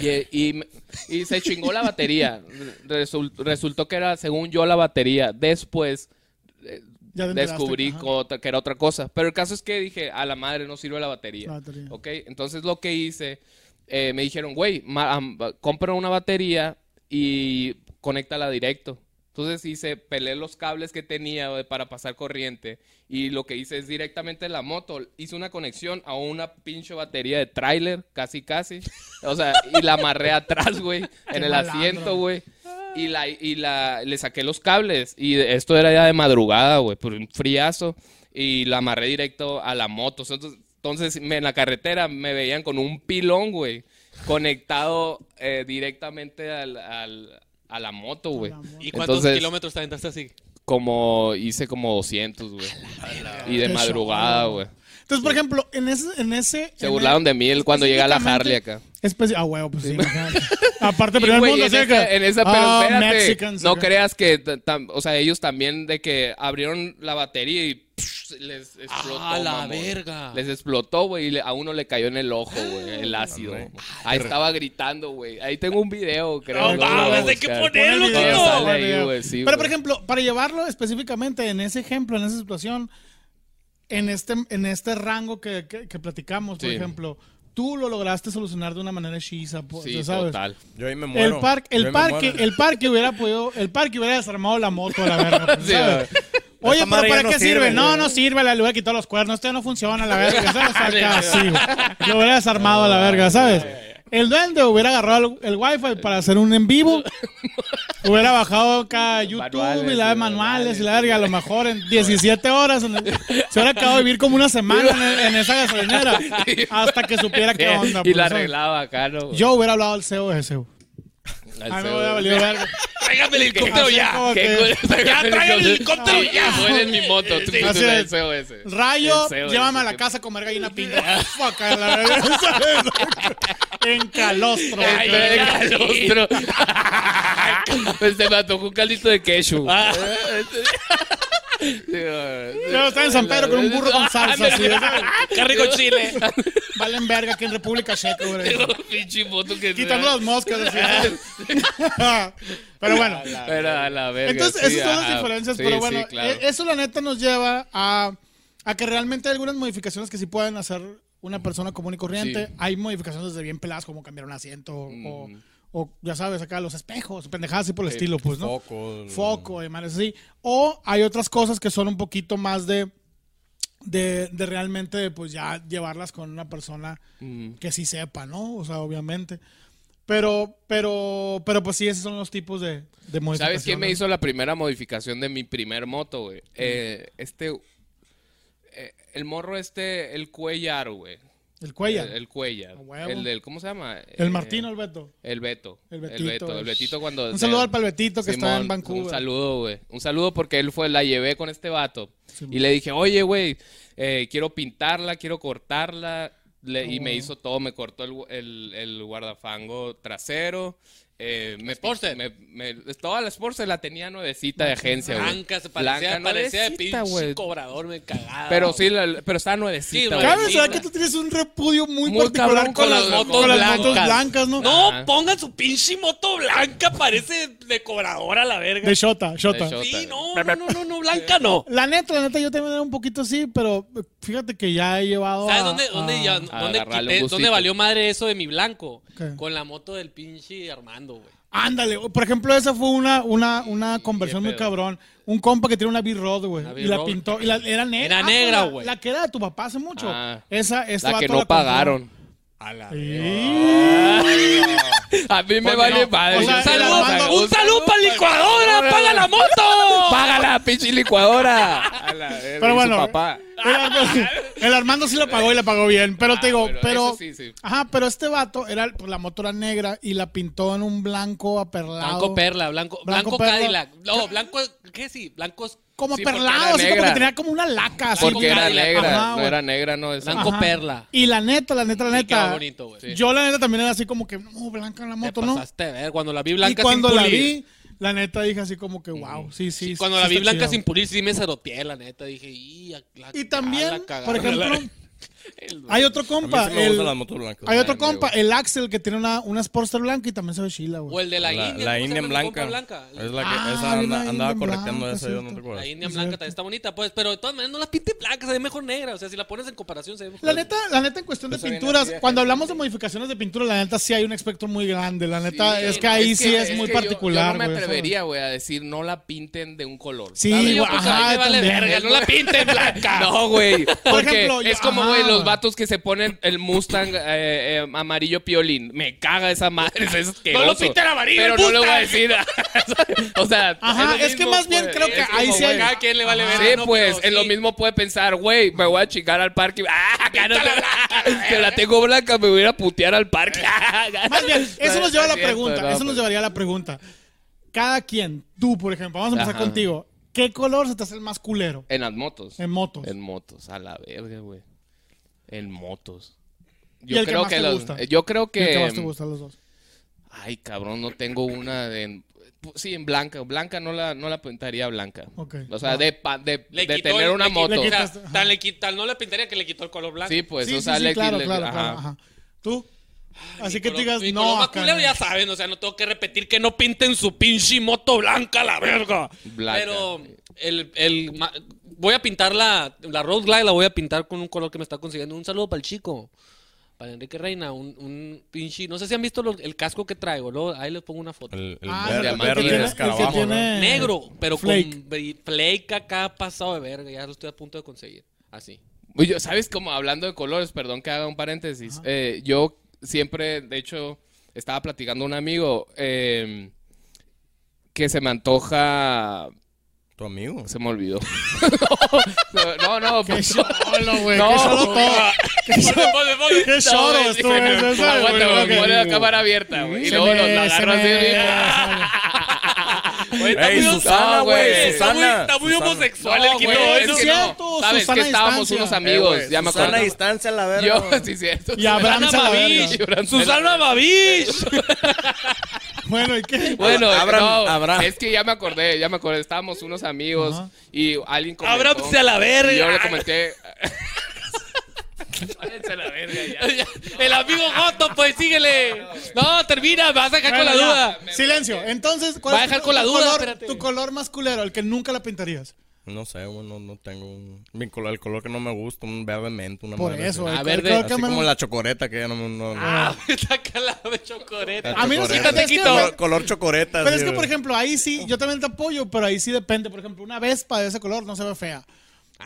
[SPEAKER 1] Y, y me- y se chingó la batería. Resul- resultó que era, según yo, la batería. Después
[SPEAKER 2] Ya te enteraste,
[SPEAKER 1] descubrí
[SPEAKER 2] ajá.
[SPEAKER 1] co- otra- que era otra cosa. Pero el caso es que dije, a la madre no sirve la batería.
[SPEAKER 2] La batería.
[SPEAKER 1] Ok, entonces lo que hice, eh, me dijeron, güey, ma- am- compra una batería y conéctala directo. Entonces hice, pelé los cables que tenía güey, para pasar corriente y lo que hice es directamente la moto, hice una conexión a una pinche batería de tráiler, casi casi, o sea, y la amarré atrás,
[SPEAKER 2] [laughs]
[SPEAKER 1] güey, en el
[SPEAKER 2] malandro.
[SPEAKER 1] asiento, güey. Y, la, y la, le saqué los cables. Y esto era ya de madrugada, güey, por un friazo. Y la amarré directo a la moto. Entonces, entonces, me- en la carretera me veían con un pilón, güey, conectado eh, directamente al- al- a la moto, güey.
[SPEAKER 2] la moto.
[SPEAKER 3] ¿Y cuántos
[SPEAKER 1] Entonces,
[SPEAKER 3] kilómetros te aventaste así?
[SPEAKER 1] Como hice como 200, güey. Y de
[SPEAKER 2] Qué
[SPEAKER 1] madrugada,
[SPEAKER 2] show.
[SPEAKER 1] güey.
[SPEAKER 2] Entonces, por ejemplo, en ese. En ese
[SPEAKER 1] Se
[SPEAKER 2] en
[SPEAKER 1] burlaron de mí el- cuando llegué a la
[SPEAKER 2] específicamente-
[SPEAKER 1] Harley acá.
[SPEAKER 2] especi- ah, huevo, pues sí. imagínate.
[SPEAKER 1] [laughs]
[SPEAKER 2] Aparte,
[SPEAKER 1] Y,
[SPEAKER 2] primer
[SPEAKER 1] güey,
[SPEAKER 2] mundo,
[SPEAKER 1] en,
[SPEAKER 2] así de
[SPEAKER 1] esa,
[SPEAKER 2] que,
[SPEAKER 1] en esa- pero
[SPEAKER 2] ah,
[SPEAKER 1] espérate,
[SPEAKER 2] Mexicans,
[SPEAKER 1] no
[SPEAKER 2] acá.
[SPEAKER 1] creas que, ta- tam- o sea, ellos también de que abrieron la batería y psh, les explotó,
[SPEAKER 3] ¡Ah, la
[SPEAKER 1] mamón.
[SPEAKER 3] verga!
[SPEAKER 1] Les explotó, güey, y le- a uno le cayó en el ojo, güey, el ácido. Ahí estaba gritando, güey. Ahí tengo un video, creo.
[SPEAKER 3] No
[SPEAKER 1] luego lo voy a
[SPEAKER 3] mames, hay que
[SPEAKER 1] buscar.
[SPEAKER 3] poner- Ponelo,
[SPEAKER 2] Pon el video,
[SPEAKER 1] Todo sale
[SPEAKER 2] pon el
[SPEAKER 1] ahí,
[SPEAKER 2] video.
[SPEAKER 1] güey, sí,
[SPEAKER 2] Pero,
[SPEAKER 1] güey.
[SPEAKER 2] por ejemplo, para llevarlo específicamente en ese ejemplo, en esa situación, en este, en este rango que, que- que platicamos, por
[SPEAKER 1] Sí.
[SPEAKER 2] ejemplo, tú lo lograste solucionar de una manera hechiza, po-
[SPEAKER 1] Sí,
[SPEAKER 2] Pues, ¿sabes?
[SPEAKER 1] total. [laughs]
[SPEAKER 4] Yo ahí me
[SPEAKER 2] El,
[SPEAKER 4] muero.
[SPEAKER 2] parque,
[SPEAKER 4] Yo
[SPEAKER 2] el,
[SPEAKER 4] ahí me
[SPEAKER 2] parque,
[SPEAKER 4] muero.
[SPEAKER 2] el parque hubiera podido, el parque hubiera desarmado la moto a la verga. pues,
[SPEAKER 1] Sí,
[SPEAKER 2] ¿sabes?
[SPEAKER 1] güey.
[SPEAKER 2] Oye,
[SPEAKER 4] Esta
[SPEAKER 2] pero
[SPEAKER 4] madre
[SPEAKER 2] ¿para
[SPEAKER 4] ya
[SPEAKER 2] qué
[SPEAKER 4] no
[SPEAKER 2] sirve?
[SPEAKER 4] sirve,
[SPEAKER 2] No,
[SPEAKER 4] güey.
[SPEAKER 2] no sirve, le voy a quitar los cuernos, esto ya no funciona a la verga, ¿sabes? Acá, sí, güey. lo hubiera desarmado a la verga, ¿sabes? El duende hubiera agarrado el, el wifi para hacer un en vivo, hubiera bajado acá a YouTube
[SPEAKER 1] Manuales,
[SPEAKER 2] y la de
[SPEAKER 1] sí,
[SPEAKER 2] manuales y la verga, a lo mejor en 17 horas, en el- se hubiera acabado de vivir como una semana en, en esa gasolinera, hasta que supiera
[SPEAKER 1] [laughs]
[SPEAKER 2] qué onda.
[SPEAKER 1] y
[SPEAKER 2] pues,
[SPEAKER 1] la
[SPEAKER 2] ¿sabes?
[SPEAKER 1] arreglaba acá, ¿no?
[SPEAKER 2] Yo hubiera hablado al CEO de ese, güey.
[SPEAKER 1] Al
[SPEAKER 2] Ay, me
[SPEAKER 1] CEO.
[SPEAKER 2] hubiera valido
[SPEAKER 1] [laughs]
[SPEAKER 2] verga.
[SPEAKER 3] ¡Tráigame el helicóptero
[SPEAKER 2] Así
[SPEAKER 3] ya!
[SPEAKER 2] como
[SPEAKER 1] ¿Qué
[SPEAKER 2] que-
[SPEAKER 1] cu-
[SPEAKER 3] ¡Ya,
[SPEAKER 1] [laughs]
[SPEAKER 3] tráigame el helicóptero ya!
[SPEAKER 1] Fue en mi moto. Tú, tú,
[SPEAKER 2] Así
[SPEAKER 1] tú,
[SPEAKER 2] es.
[SPEAKER 1] el CEO ese.
[SPEAKER 2] Rayo,
[SPEAKER 1] El CEO
[SPEAKER 2] llévame a
[SPEAKER 1] ese.
[SPEAKER 2] la casa a comer
[SPEAKER 1] [laughs]
[SPEAKER 2] gallina pinta. Fuck, a la verga. [laughs] En calostro.
[SPEAKER 1] Ay, el
[SPEAKER 2] güey.
[SPEAKER 1] calostro. [laughs] pues te mató un caldito de queso. [laughs]
[SPEAKER 2] Yo estaba en San Pedro con un burro
[SPEAKER 1] Ah,
[SPEAKER 2] con salsa. así, ¿sabes?
[SPEAKER 3] ¡Qué rico chile!
[SPEAKER 2] Valen verga aquí en República Checa, güey.
[SPEAKER 1] Pinche moto que
[SPEAKER 2] Quitando las moscas.
[SPEAKER 1] [laughs]
[SPEAKER 2] así. [laughs] Pero bueno.
[SPEAKER 1] Pero a la verga.
[SPEAKER 2] Entonces,
[SPEAKER 1] sí,
[SPEAKER 2] esas son las
[SPEAKER 1] ajá.
[SPEAKER 2] diferencias.
[SPEAKER 1] Sí,
[SPEAKER 2] Pero bueno,
[SPEAKER 1] sí, claro.
[SPEAKER 2] e- eso la neta nos lleva a, a que realmente hay algunas modificaciones que sí pueden hacer una persona común y corriente.
[SPEAKER 1] Sí.
[SPEAKER 2] Hay modificaciones desde bien peladas, como cambiar un asiento o- o, ya sabes, acá los espejos, pendejadas y por el estilo, pues, ¿no?
[SPEAKER 4] Foco.
[SPEAKER 2] foco y madres así. O hay otras cosas que son un poquito más de, de, de realmente, pues ya llevarlas con una persona que sí sepa, ¿no? O sea, obviamente. Pero, pero, pero pues sí, esos son los tipos de, de modificaciones.
[SPEAKER 1] ¿Sabes quién me hizo la primera modificación de mi primer moto, güey? Eh, este. eh, el morro este, el cuellar, güey.
[SPEAKER 2] El cuello.
[SPEAKER 1] El,
[SPEAKER 2] El,
[SPEAKER 1] el cuellar.
[SPEAKER 2] A huevo.
[SPEAKER 1] El del, ¿cómo se llama? Eh,
[SPEAKER 2] Martino, el Beto.
[SPEAKER 1] El Beto.
[SPEAKER 2] El
[SPEAKER 1] El
[SPEAKER 2] Betito.
[SPEAKER 1] Betito. El Beto. cuando.
[SPEAKER 2] Un saludo
[SPEAKER 1] de-
[SPEAKER 2] al Palbetito que está
[SPEAKER 1] Simón,
[SPEAKER 2] en Vancouver.
[SPEAKER 1] Un saludo, güey. Un saludo porque él fue, la llevé con este vato. Y le dije, oye, güey, eh, quiero pintarla, quiero cortarla. Le- y me hizo todo, me cortó el, gu- el- el guardafango trasero. Eh, me,
[SPEAKER 3] Sportster.
[SPEAKER 1] me- me- toda la Sportster la tenía nuevecita de agencia, güey.
[SPEAKER 3] Blanca, se parecía,
[SPEAKER 1] Blanca,
[SPEAKER 3] parecía de
[SPEAKER 1] nuevecita,
[SPEAKER 3] pinche
[SPEAKER 1] güey.
[SPEAKER 3] cobrador, me cagaba.
[SPEAKER 1] Pero
[SPEAKER 3] güey.
[SPEAKER 1] sí, la- pero estaba nuevecita,
[SPEAKER 3] Sí,
[SPEAKER 1] güey.
[SPEAKER 2] Cabe
[SPEAKER 3] Palbetito.
[SPEAKER 2] saber que tú tienes un repudio muy,
[SPEAKER 1] Muy
[SPEAKER 2] particular
[SPEAKER 1] cabrón
[SPEAKER 2] con,
[SPEAKER 1] con
[SPEAKER 2] las,
[SPEAKER 1] las
[SPEAKER 2] motos
[SPEAKER 1] motos
[SPEAKER 2] con las motos
[SPEAKER 1] blancas.
[SPEAKER 2] blancas, ¿no?
[SPEAKER 3] No,
[SPEAKER 1] Ajá.
[SPEAKER 3] pongan su pinche moto blanca, parece de cobradora la verga.
[SPEAKER 2] De Shota, Shota.
[SPEAKER 1] Shota.
[SPEAKER 3] Sí, no, no, no, no, no, blanca no.
[SPEAKER 2] La neta, la neta, yo también era un poquito así, pero fíjate que ya he llevado.
[SPEAKER 3] ¿Sabes
[SPEAKER 2] a-
[SPEAKER 3] dónde,
[SPEAKER 2] a-
[SPEAKER 3] dónde, ya-
[SPEAKER 1] agarrarle
[SPEAKER 3] dónde
[SPEAKER 1] Ah, un
[SPEAKER 3] quité-
[SPEAKER 1] gustito.
[SPEAKER 3] dónde valió madre eso de mi blanco?
[SPEAKER 2] ¿Qué?
[SPEAKER 3] Con la moto del pinche Armando, güey.
[SPEAKER 2] Ándale, por ejemplo, esa fue una, una, una conversión
[SPEAKER 1] qué
[SPEAKER 2] muy
[SPEAKER 1] pedo.
[SPEAKER 2] cabrón. Un compa que tiene una B-Road, güey.
[SPEAKER 3] Una
[SPEAKER 2] Y la
[SPEAKER 3] B-Road.
[SPEAKER 2] pintó. Y la, era negra.
[SPEAKER 3] Era negra,
[SPEAKER 2] pues, la-
[SPEAKER 3] güey.
[SPEAKER 2] La, que era de tu papá hace mucho.
[SPEAKER 1] Ah.
[SPEAKER 2] esa, esa
[SPEAKER 1] La que no pagaron.
[SPEAKER 4] A la
[SPEAKER 1] A mí me
[SPEAKER 2] Porque
[SPEAKER 1] vale
[SPEAKER 2] no.
[SPEAKER 1] madre.
[SPEAKER 2] O sea,
[SPEAKER 3] un
[SPEAKER 2] el
[SPEAKER 3] saludo,
[SPEAKER 2] Armando-
[SPEAKER 3] un saludo para licuadora, paga la moto.
[SPEAKER 1] ¡Págala, pinche licuadora! A la verga,
[SPEAKER 2] Pero
[SPEAKER 1] y su
[SPEAKER 2] bueno.
[SPEAKER 1] papá.
[SPEAKER 2] El, Ar- [laughs] el Armando sí la pagó y la pagó bien. Pero te
[SPEAKER 1] Ah,
[SPEAKER 2] digo,
[SPEAKER 1] pero
[SPEAKER 2] pero.
[SPEAKER 1] eso sí, sí.
[SPEAKER 2] Ajá, pero este vato, era, pues, la moto era negra y la pintó en un blanco aperlado.
[SPEAKER 3] Blanco Perla, blanco,
[SPEAKER 2] Ah, oh. Blanco
[SPEAKER 3] blanco,
[SPEAKER 2] Perla.
[SPEAKER 3] Cadillac. No, blanco, ¿qué sí? Blancos.
[SPEAKER 2] Como
[SPEAKER 1] Sí, porque era
[SPEAKER 2] perlado, así como que
[SPEAKER 1] negra.
[SPEAKER 2] tenía como una laca. así,
[SPEAKER 1] Porque era
[SPEAKER 2] blanca.
[SPEAKER 1] negra,
[SPEAKER 2] Ajá,
[SPEAKER 1] no
[SPEAKER 2] güey.
[SPEAKER 1] era negra, no. Esa.
[SPEAKER 3] Blanco Perla.
[SPEAKER 2] Y la neta, la neta, la
[SPEAKER 3] Sí, quedaba
[SPEAKER 2] neta.
[SPEAKER 3] bonito, güey. Sí.
[SPEAKER 2] Yo la neta también era así como que, no, blanca la moto,
[SPEAKER 3] Te
[SPEAKER 2] ¿no?
[SPEAKER 3] pasaste de ver. Cuando la vi
[SPEAKER 2] Y
[SPEAKER 3] blanca
[SPEAKER 2] cuando
[SPEAKER 3] sin
[SPEAKER 2] la
[SPEAKER 3] pulir.
[SPEAKER 2] vi, la neta dije así como que, wow, sí, sí.
[SPEAKER 3] Sí, cuando
[SPEAKER 2] sí
[SPEAKER 3] la vi
[SPEAKER 2] está
[SPEAKER 3] blanca
[SPEAKER 2] chido".
[SPEAKER 3] sin pulir, sí me zaroteé, la neta. Dije, y, a- la-
[SPEAKER 2] Y
[SPEAKER 3] a
[SPEAKER 2] también,
[SPEAKER 3] [laughs] la cagada".
[SPEAKER 2] por ejemplo, Hay otro
[SPEAKER 4] A
[SPEAKER 2] compa,
[SPEAKER 4] mí sí me gustan
[SPEAKER 2] el-
[SPEAKER 4] las motos blancas.
[SPEAKER 2] hay otro
[SPEAKER 1] grande,
[SPEAKER 2] compa, el Axel, que tiene una, una Sportster blanca y también se ve chila,
[SPEAKER 3] O
[SPEAKER 2] güey.
[SPEAKER 3] el de la, India.
[SPEAKER 4] La
[SPEAKER 3] ¿cómo se
[SPEAKER 4] Indian
[SPEAKER 3] llama? Mi compa
[SPEAKER 4] blanca. Es la que
[SPEAKER 2] Ah,
[SPEAKER 4] esa
[SPEAKER 2] la
[SPEAKER 4] anda-
[SPEAKER 2] Indian
[SPEAKER 4] andaba
[SPEAKER 2] blanca,
[SPEAKER 4] correcteando esa, yo no
[SPEAKER 2] cierto.
[SPEAKER 4] te acuerdo.
[SPEAKER 3] La Indian
[SPEAKER 2] Es
[SPEAKER 3] blanca
[SPEAKER 2] cierto.
[SPEAKER 3] también está bonita, pues, pero de todas maneras no la pinte blanca, se ve mejor negra. O sea, si la pones en comparación, se ve mejor
[SPEAKER 2] La neta, la neta, en cuestión de
[SPEAKER 4] Eso viene
[SPEAKER 2] pinturas,
[SPEAKER 4] así de
[SPEAKER 2] cuando hablamos de modificaciones de pintura, la neta sí hay un espectro muy grande. La neta, es que ahí sí es, muy
[SPEAKER 1] que yo-
[SPEAKER 2] particular,
[SPEAKER 1] Yo, no me
[SPEAKER 2] güey, eso, güey.
[SPEAKER 1] atrevería, güey, a decir no la pinten de un color.
[SPEAKER 2] Sí,
[SPEAKER 1] ¿sabes?
[SPEAKER 2] güey,
[SPEAKER 3] Yo, pues, a mí
[SPEAKER 2] ajá,
[SPEAKER 3] me vale
[SPEAKER 2] también.
[SPEAKER 3] verga,
[SPEAKER 1] Que no la pinten blanca. [laughs] No, güey. Porque
[SPEAKER 2] ejemplo, yo-
[SPEAKER 1] es como,
[SPEAKER 2] ajá,
[SPEAKER 1] güey, los
[SPEAKER 2] güey.
[SPEAKER 1] vatos que se ponen el Mustang eh, eh, amarillo piolín. Me caga esa madre.
[SPEAKER 2] [laughs]
[SPEAKER 1] Es asqueroso.
[SPEAKER 3] No lo pinten amarillo,
[SPEAKER 1] Pero
[SPEAKER 3] el
[SPEAKER 1] no le voy a
[SPEAKER 3] Mustang.
[SPEAKER 1] decir. [laughs] o sea.
[SPEAKER 2] Ajá,
[SPEAKER 1] lo
[SPEAKER 2] es que más bien
[SPEAKER 1] güey.
[SPEAKER 2] creo que
[SPEAKER 1] Es como,
[SPEAKER 2] ahí sí hay-
[SPEAKER 1] güey,
[SPEAKER 3] Cada quien le vale
[SPEAKER 1] Sí,
[SPEAKER 3] verga. no,
[SPEAKER 1] pues,
[SPEAKER 3] pero
[SPEAKER 1] en lo
[SPEAKER 3] sí.
[SPEAKER 1] mismo puede pensar, güey, me voy a chingar al parque.
[SPEAKER 3] [laughs]
[SPEAKER 1] ¡Ah, que no te- [laughs] que la tengo blanca, me voy a ir a putear al [laughs]
[SPEAKER 3] Eh.
[SPEAKER 1] parque.
[SPEAKER 2] Más bien, eso nos lleva a la
[SPEAKER 1] No es cierto,
[SPEAKER 2] pregunta.
[SPEAKER 1] no,
[SPEAKER 2] eso nos
[SPEAKER 1] pero-
[SPEAKER 2] llevaría a la pregunta. Cada quien, tú, por ejemplo, vamos a empezar
[SPEAKER 1] Ajá.
[SPEAKER 2] contigo. ¿Qué color se te hace el más culero?
[SPEAKER 1] En las motos.
[SPEAKER 2] En motos.
[SPEAKER 1] En motos, a la verga, güey. En motos.
[SPEAKER 2] ¿Y el que más te
[SPEAKER 1] los-
[SPEAKER 2] gusta?
[SPEAKER 1] Yo creo
[SPEAKER 2] ¿Y el que
[SPEAKER 1] que.
[SPEAKER 2] más te gusta de los dos?
[SPEAKER 1] Ay, cabrón, no tengo una de. en- pues, Sí, en blanca. Blanca no la, no la pintaría blanca.
[SPEAKER 2] Ok.
[SPEAKER 1] O sea, de, pa- de,
[SPEAKER 3] Le
[SPEAKER 1] de
[SPEAKER 3] quitó
[SPEAKER 1] tener
[SPEAKER 3] el-
[SPEAKER 1] una
[SPEAKER 3] le quitó-
[SPEAKER 1] moto.
[SPEAKER 2] le
[SPEAKER 3] o
[SPEAKER 2] [laughs]
[SPEAKER 3] sea,
[SPEAKER 2] quitas- ajá.
[SPEAKER 3] tan, le quita- no la pintaría que le quitó el color blanco.
[SPEAKER 1] Sí, pues,
[SPEAKER 2] sí,
[SPEAKER 1] o
[SPEAKER 2] sí,
[SPEAKER 1] sea,
[SPEAKER 2] sí,
[SPEAKER 1] le,
[SPEAKER 2] claro,
[SPEAKER 1] le-
[SPEAKER 2] claro,
[SPEAKER 1] ajá.
[SPEAKER 2] claro, ajá. ¿Tú? Así
[SPEAKER 3] Mi
[SPEAKER 2] que tú
[SPEAKER 3] color-
[SPEAKER 2] digas,
[SPEAKER 3] mi color
[SPEAKER 2] no,
[SPEAKER 3] más
[SPEAKER 2] acá
[SPEAKER 3] culero
[SPEAKER 2] no".
[SPEAKER 3] ya saben, o sea, no tengo que repetir que no pinten su pinche moto blanca, la verga.
[SPEAKER 1] Blanca.
[SPEAKER 3] Pero el, el ma- voy a pintar la, la Road Glide, la voy a pintar con un color que me está consiguiendo. Un saludo para el chico, para Enrique Reina, un, un pinche, no sé si han visto los- el casco que traigo, luego ahí les pongo una foto.
[SPEAKER 4] El, el
[SPEAKER 2] Ah,
[SPEAKER 4] ver-
[SPEAKER 2] no, el que
[SPEAKER 1] verde
[SPEAKER 2] tiene- el que
[SPEAKER 4] escarabajo, ¿no?
[SPEAKER 2] tiene-
[SPEAKER 3] Negro, pero
[SPEAKER 2] Flake.
[SPEAKER 3] con bri- flake acá pasado de verga, ya lo estoy a punto de conseguir. Así.
[SPEAKER 1] Oye, yo, ¿sabes? Como hablando de colores, perdón que haga un paréntesis. eh, yo siempre, de hecho, estaba platicando a un amigo eh, que se me antoja. pues,
[SPEAKER 4] Tu amigo.
[SPEAKER 1] Se me olvidó. [laughs] no, no,
[SPEAKER 2] Qué
[SPEAKER 1] pues.
[SPEAKER 2] cholo, güey.
[SPEAKER 1] No.
[SPEAKER 2] Qué cholo todo.
[SPEAKER 3] Ponme, ponme, ponme.
[SPEAKER 2] [laughs] Qué cholo
[SPEAKER 1] güey, "Pues,
[SPEAKER 2] estuvo [laughs] eso, eso, güey,
[SPEAKER 1] Aguanta,
[SPEAKER 2] lo que
[SPEAKER 1] güey, pone la
[SPEAKER 2] digo.
[SPEAKER 1] cámara abierta, güey. Y
[SPEAKER 2] Se
[SPEAKER 1] luego los
[SPEAKER 2] me-
[SPEAKER 1] la
[SPEAKER 2] se
[SPEAKER 1] agarra así. "Ah,
[SPEAKER 2] me-
[SPEAKER 1] güey. Güey, está
[SPEAKER 4] Ey,
[SPEAKER 1] muy-
[SPEAKER 4] Susana,
[SPEAKER 1] No,
[SPEAKER 4] güey.
[SPEAKER 3] Está muy,
[SPEAKER 4] Susana,
[SPEAKER 3] está muy
[SPEAKER 4] Susana.
[SPEAKER 3] homosexual
[SPEAKER 1] No,
[SPEAKER 3] el quito,
[SPEAKER 1] güey,
[SPEAKER 3] ¿no?
[SPEAKER 1] es que
[SPEAKER 2] Cierto,
[SPEAKER 1] no. Sabes
[SPEAKER 2] Susana
[SPEAKER 1] que estábamos
[SPEAKER 2] distancia.
[SPEAKER 1] unos
[SPEAKER 4] Eh,
[SPEAKER 1] amigos,
[SPEAKER 4] güey,
[SPEAKER 1] ya me
[SPEAKER 4] Susana
[SPEAKER 1] acuerdo.
[SPEAKER 4] a distancia, la verga.
[SPEAKER 1] Yo,
[SPEAKER 4] güey.
[SPEAKER 1] [laughs] sí, cierto.
[SPEAKER 2] Y abranza la verga.
[SPEAKER 1] Babich, Abraham-
[SPEAKER 3] Susana Babich.
[SPEAKER 2] [laughs] Bueno, ¿y qué?
[SPEAKER 1] Bueno,
[SPEAKER 4] Abraham-
[SPEAKER 1] no,
[SPEAKER 4] Abraham.
[SPEAKER 1] es que ya me acordé, ya me acordé. Estábamos unos amigos
[SPEAKER 2] Ajá.
[SPEAKER 1] y alguien comentó.
[SPEAKER 3] Ábranse a la verga.
[SPEAKER 1] Y yo le comenté. Ábranse a la verga
[SPEAKER 3] [laughs]
[SPEAKER 1] ya.
[SPEAKER 3] El amigo Joto, pues síguele. No, termina, me vas a dejar con la
[SPEAKER 2] Bueno, ya.
[SPEAKER 3] duda.
[SPEAKER 2] Silencio. Entonces, ¿cuál
[SPEAKER 3] Va a
[SPEAKER 2] es
[SPEAKER 3] dejar
[SPEAKER 2] tu-
[SPEAKER 3] con la
[SPEAKER 2] tu
[SPEAKER 3] duda,
[SPEAKER 2] color-
[SPEAKER 3] espérate.
[SPEAKER 2] tu color más culero, el que nunca la pintarías?
[SPEAKER 4] No sé, güey, no, no tengo un... mi color, el color que no me gusta, un verde menta, una
[SPEAKER 2] Por
[SPEAKER 4] madre
[SPEAKER 2] eso, eh,
[SPEAKER 4] así.
[SPEAKER 2] güey.
[SPEAKER 3] A
[SPEAKER 2] ¿cuál-
[SPEAKER 3] ver, de-
[SPEAKER 2] cuál
[SPEAKER 4] Así
[SPEAKER 2] cámara-
[SPEAKER 4] como la chocoreta que ya no me... No, no.
[SPEAKER 3] Ah, [laughs] saca la chocoreta.
[SPEAKER 4] La
[SPEAKER 2] A mí no se
[SPEAKER 4] chocoreta.
[SPEAKER 2] te quita,
[SPEAKER 4] Color-
[SPEAKER 2] güey.
[SPEAKER 4] Color chocoreta.
[SPEAKER 2] Pero
[SPEAKER 4] sí,
[SPEAKER 2] es que, por
[SPEAKER 4] güey.
[SPEAKER 2] ejemplo, ahí sí, yo también te apoyo, pero ahí sí depende. Por ejemplo, una Vespa de ese color no se ve fea.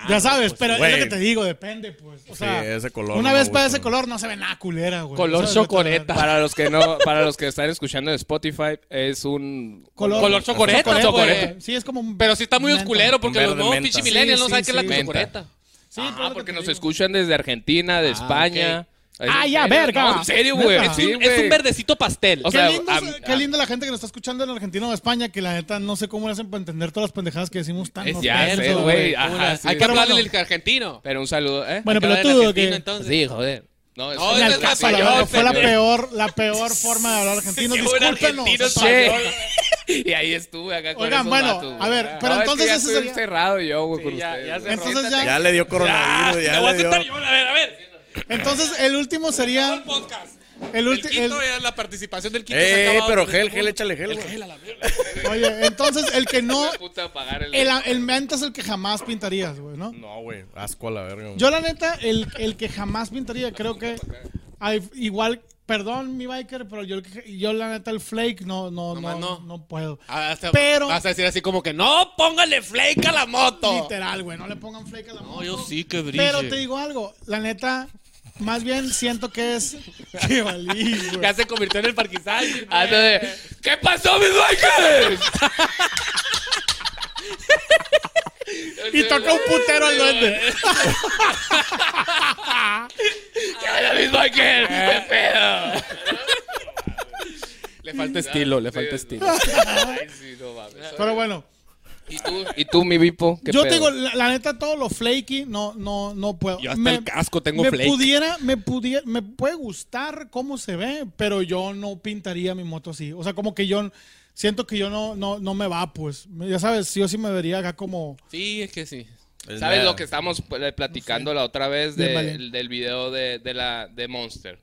[SPEAKER 2] ya sabes, pero es
[SPEAKER 4] Ah, pues, güey.
[SPEAKER 2] lo que te digo, depende, pues. O
[SPEAKER 4] Sí,
[SPEAKER 2] sea,
[SPEAKER 4] ese color
[SPEAKER 2] una
[SPEAKER 4] no me
[SPEAKER 2] Vespa de
[SPEAKER 4] gusta.
[SPEAKER 2] ese color no se ve nada culera, güey.
[SPEAKER 1] Color
[SPEAKER 2] ¿Sabes? No te
[SPEAKER 1] chocoreta.
[SPEAKER 2] va a-
[SPEAKER 1] Para los que no, para los que están escuchando en Spotify, es un
[SPEAKER 2] Color,
[SPEAKER 3] Color chocoreta,
[SPEAKER 2] chocoreta,
[SPEAKER 3] chocoreta.
[SPEAKER 2] güey. Sí, es como un-
[SPEAKER 3] Pero sí está muy
[SPEAKER 2] menta.
[SPEAKER 3] osculero porque
[SPEAKER 4] Verde
[SPEAKER 3] los nuevos
[SPEAKER 4] menta.
[SPEAKER 3] pinche millennials
[SPEAKER 2] Sí,
[SPEAKER 3] no
[SPEAKER 2] sí,
[SPEAKER 3] saben qué es la
[SPEAKER 2] sí.
[SPEAKER 3] chocoreta.
[SPEAKER 2] Sí, pero es lo
[SPEAKER 1] Ah,
[SPEAKER 2] que
[SPEAKER 1] porque
[SPEAKER 2] te
[SPEAKER 1] nos
[SPEAKER 2] digo.
[SPEAKER 1] escuchan desde Argentina, de España.
[SPEAKER 2] Ah,
[SPEAKER 1] ¿En
[SPEAKER 2] ya,
[SPEAKER 1] serio?
[SPEAKER 2] verga.
[SPEAKER 1] No, en serio, güey.
[SPEAKER 2] Neta.
[SPEAKER 1] Sí,
[SPEAKER 3] Es un- es
[SPEAKER 1] güey.
[SPEAKER 3] un verdecito pastel.
[SPEAKER 1] O
[SPEAKER 2] Qué,
[SPEAKER 1] sea,
[SPEAKER 2] lindo,
[SPEAKER 1] a-
[SPEAKER 2] qué
[SPEAKER 1] a-
[SPEAKER 2] lindo la gente que nos está escuchando en Argentina o España, que la neta no sé cómo le hacen para entender todas las pendejadas que decimos tan
[SPEAKER 1] Es ya,
[SPEAKER 2] ofensas,
[SPEAKER 1] sé, güey. Ajá,
[SPEAKER 3] Una-
[SPEAKER 1] sí.
[SPEAKER 3] Hay que
[SPEAKER 2] Pero
[SPEAKER 3] hablarle
[SPEAKER 2] bueno.
[SPEAKER 3] el argentino.
[SPEAKER 1] Pero un saludo, ¿eh?
[SPEAKER 2] Bueno, pero
[SPEAKER 3] Hay que hablarle
[SPEAKER 2] tú,
[SPEAKER 3] al argentino,
[SPEAKER 2] ¿qué?
[SPEAKER 3] entonces.
[SPEAKER 1] Sí, joder. No,
[SPEAKER 3] No,
[SPEAKER 2] Ni
[SPEAKER 3] es
[SPEAKER 2] al
[SPEAKER 3] el
[SPEAKER 2] caso,
[SPEAKER 3] español,
[SPEAKER 2] la verdad, fue la
[SPEAKER 3] señor.
[SPEAKER 2] peor, la peor forma de hablar argentino.
[SPEAKER 3] Sí, un
[SPEAKER 2] Discúlpenos.
[SPEAKER 3] argentino
[SPEAKER 2] o sea,
[SPEAKER 3] español.
[SPEAKER 1] [laughs] y ahí estuve acá con
[SPEAKER 2] Oigan,
[SPEAKER 1] esos
[SPEAKER 2] bueno,
[SPEAKER 1] vatos, güey.
[SPEAKER 2] a ver, pero
[SPEAKER 1] No, es que
[SPEAKER 2] entonces
[SPEAKER 1] ya
[SPEAKER 2] ese
[SPEAKER 1] estoy
[SPEAKER 2] sería-
[SPEAKER 1] encerrado yo, güey, con
[SPEAKER 3] ya-
[SPEAKER 1] ustedes,
[SPEAKER 3] ya
[SPEAKER 1] güey.
[SPEAKER 3] se-
[SPEAKER 2] Entonces ya,
[SPEAKER 4] Ya le dio
[SPEAKER 3] Ah,
[SPEAKER 4] coronavirus, ya
[SPEAKER 3] la voy a
[SPEAKER 4] le dio...
[SPEAKER 3] aceptar yo, a ver, a ver.
[SPEAKER 2] entonces el último sería
[SPEAKER 3] El podcast.
[SPEAKER 2] el
[SPEAKER 3] El
[SPEAKER 2] último.
[SPEAKER 3] quito era la participación del quito. se
[SPEAKER 4] Eh,
[SPEAKER 3] acababa
[SPEAKER 4] pero
[SPEAKER 3] ahorita.
[SPEAKER 4] gel, gel, échale gel,
[SPEAKER 3] El
[SPEAKER 4] güey.
[SPEAKER 3] gel a la verga.
[SPEAKER 2] Oye, entonces el que no,
[SPEAKER 1] Hijo de puta, apagar el-
[SPEAKER 2] el, el menta es el que jamás pintarías, güey, ¿no?
[SPEAKER 4] No, güey, asco a la verga, güey.
[SPEAKER 2] Yo la neta, el, el que jamás pintaría, creo que ay, igual, perdón mi biker, pero yo, el que- yo la neta el flake no, no, no,
[SPEAKER 3] Nomás
[SPEAKER 2] no,
[SPEAKER 3] no.
[SPEAKER 2] puedo.
[SPEAKER 3] Ah, hasta-
[SPEAKER 2] Pero-
[SPEAKER 3] Vas a decir así como que no, póngale flake a la moto.
[SPEAKER 2] Literal, güey, no le pongan flake a la moto.
[SPEAKER 3] yo sí que brille.
[SPEAKER 2] Pero te digo algo, la neta, más bien siento que
[SPEAKER 3] [laughs]
[SPEAKER 2] es... ¡Qué valí, güey!
[SPEAKER 3] Ya se convirtió en el parquizal.
[SPEAKER 1] Ah, entonces, ¿Qué pasó, mis bikers?
[SPEAKER 2] Y toca un putero al
[SPEAKER 4] [laughs]
[SPEAKER 2] duende.
[SPEAKER 1] ¿Qué onda, mis bikers? ¿Qué pedo?
[SPEAKER 3] le falta estilo, le falta estilo.
[SPEAKER 1] Ay, sí, no mames.
[SPEAKER 2] Pero bueno,
[SPEAKER 1] ¿Y tú, y tú mi Bipo? ¿Qué
[SPEAKER 2] yo
[SPEAKER 1] pedo?
[SPEAKER 2] te digo, la, la neta, todo lo flaky, no, no, no puedo.
[SPEAKER 3] Yo hasta el casco tengo
[SPEAKER 2] me
[SPEAKER 3] flake.
[SPEAKER 2] Pudiera, me pudiera, me puede gustar cómo se ve, pero yo no pintaría mi moto así. O sea, como que yo siento que yo no, no, no me va, pues. Ya sabes, yo sí me vería acá como.
[SPEAKER 3] Sí, es que sí.
[SPEAKER 4] Es
[SPEAKER 1] ¿Sabes
[SPEAKER 4] la-
[SPEAKER 1] lo que estamos eh, platicando la otra vez
[SPEAKER 2] Bien,
[SPEAKER 1] de-
[SPEAKER 2] vale.
[SPEAKER 1] del video de, de la, de Monster?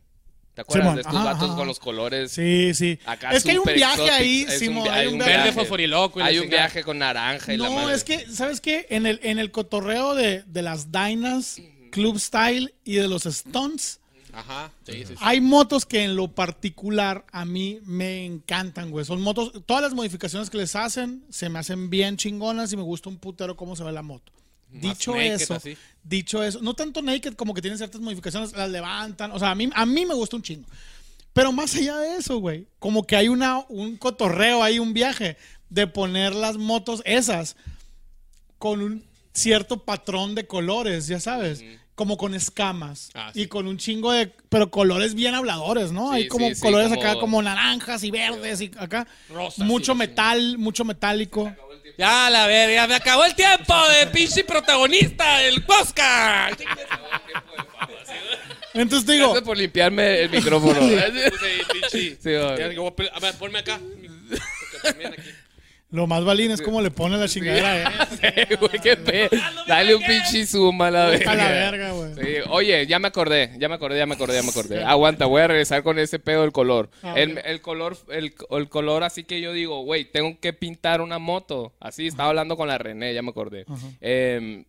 [SPEAKER 1] ¿Te acuerdas
[SPEAKER 2] Simón,
[SPEAKER 1] de estos
[SPEAKER 2] ajá,
[SPEAKER 1] vatos
[SPEAKER 2] ajá.
[SPEAKER 1] con los colores?
[SPEAKER 2] Sí, sí.
[SPEAKER 1] acá
[SPEAKER 2] es que hay un
[SPEAKER 1] súper
[SPEAKER 2] viaje
[SPEAKER 1] exóticos?
[SPEAKER 2] ahí,
[SPEAKER 1] Es un
[SPEAKER 2] Simón.
[SPEAKER 1] vi-
[SPEAKER 2] hay un
[SPEAKER 3] Verde
[SPEAKER 2] viaje.
[SPEAKER 3] fosforiloco y la
[SPEAKER 1] Hay un
[SPEAKER 3] chingada.
[SPEAKER 1] viaje con naranja y la
[SPEAKER 2] No,
[SPEAKER 1] madre.
[SPEAKER 2] es que, ¿sabes qué? En el, en el cotorreo de, de las Dynas, Club Style y de los Stunts,
[SPEAKER 3] Ajá. Sí, sí, sí.
[SPEAKER 2] hay motos que en lo particular a mí me encantan, güey. Son motos, todas las modificaciones que les hacen se me hacen bien chingonas y me gusta un putero cómo se ve la moto. Dicho
[SPEAKER 3] naked,
[SPEAKER 2] eso,
[SPEAKER 3] así.
[SPEAKER 2] dicho eso, no tanto naked como que tienen ciertas modificaciones, las levantan, o sea, a mí, a mí me gusta un chingo. Pero más allá de eso, güey, como que hay una, un cotorreo, hay un viaje de poner las motos esas con un cierto patrón de colores, ya sabes, como con escamas
[SPEAKER 3] Ah,
[SPEAKER 2] y
[SPEAKER 3] sí.
[SPEAKER 2] con un chingo de, pero colores bien habladores, ¿no?
[SPEAKER 1] Sí,
[SPEAKER 2] hay como
[SPEAKER 1] sí, sí,
[SPEAKER 2] colores
[SPEAKER 1] como-
[SPEAKER 2] acá como naranjas y verdes y acá
[SPEAKER 3] Rosas,
[SPEAKER 2] mucho
[SPEAKER 3] sí,
[SPEAKER 2] metal, mucho metálico.
[SPEAKER 1] [laughs]
[SPEAKER 3] Ya, la verga, me acabó el tiempo de pinche protagonista del Oscar.
[SPEAKER 2] Entonces te digo,
[SPEAKER 1] Gracias por limpiarme el
[SPEAKER 2] [laughs]
[SPEAKER 1] micrófono.
[SPEAKER 3] Puse pinche.
[SPEAKER 1] Sí, güey.
[SPEAKER 3] Ya, que voy a pe- a ver, ponme acá. Porque también aquí.
[SPEAKER 2] lo más balín es como le pone la chingadera, eh.
[SPEAKER 1] [laughs] Sí, güey, qué pe- Dale un pinche zoom a la verga.
[SPEAKER 2] A la verga, güey.
[SPEAKER 1] Sí, oye, ya me acordé, ya me acordé, ya me acordé, ya me acordé. Aguanta, voy a regresar con ese pedo del color.
[SPEAKER 2] Ah,
[SPEAKER 1] el,
[SPEAKER 2] ok.
[SPEAKER 1] el color, el, el color así que yo digo, güey, tengo que pintar una moto. Así, estaba hablando con la René, ya me acordé. Em,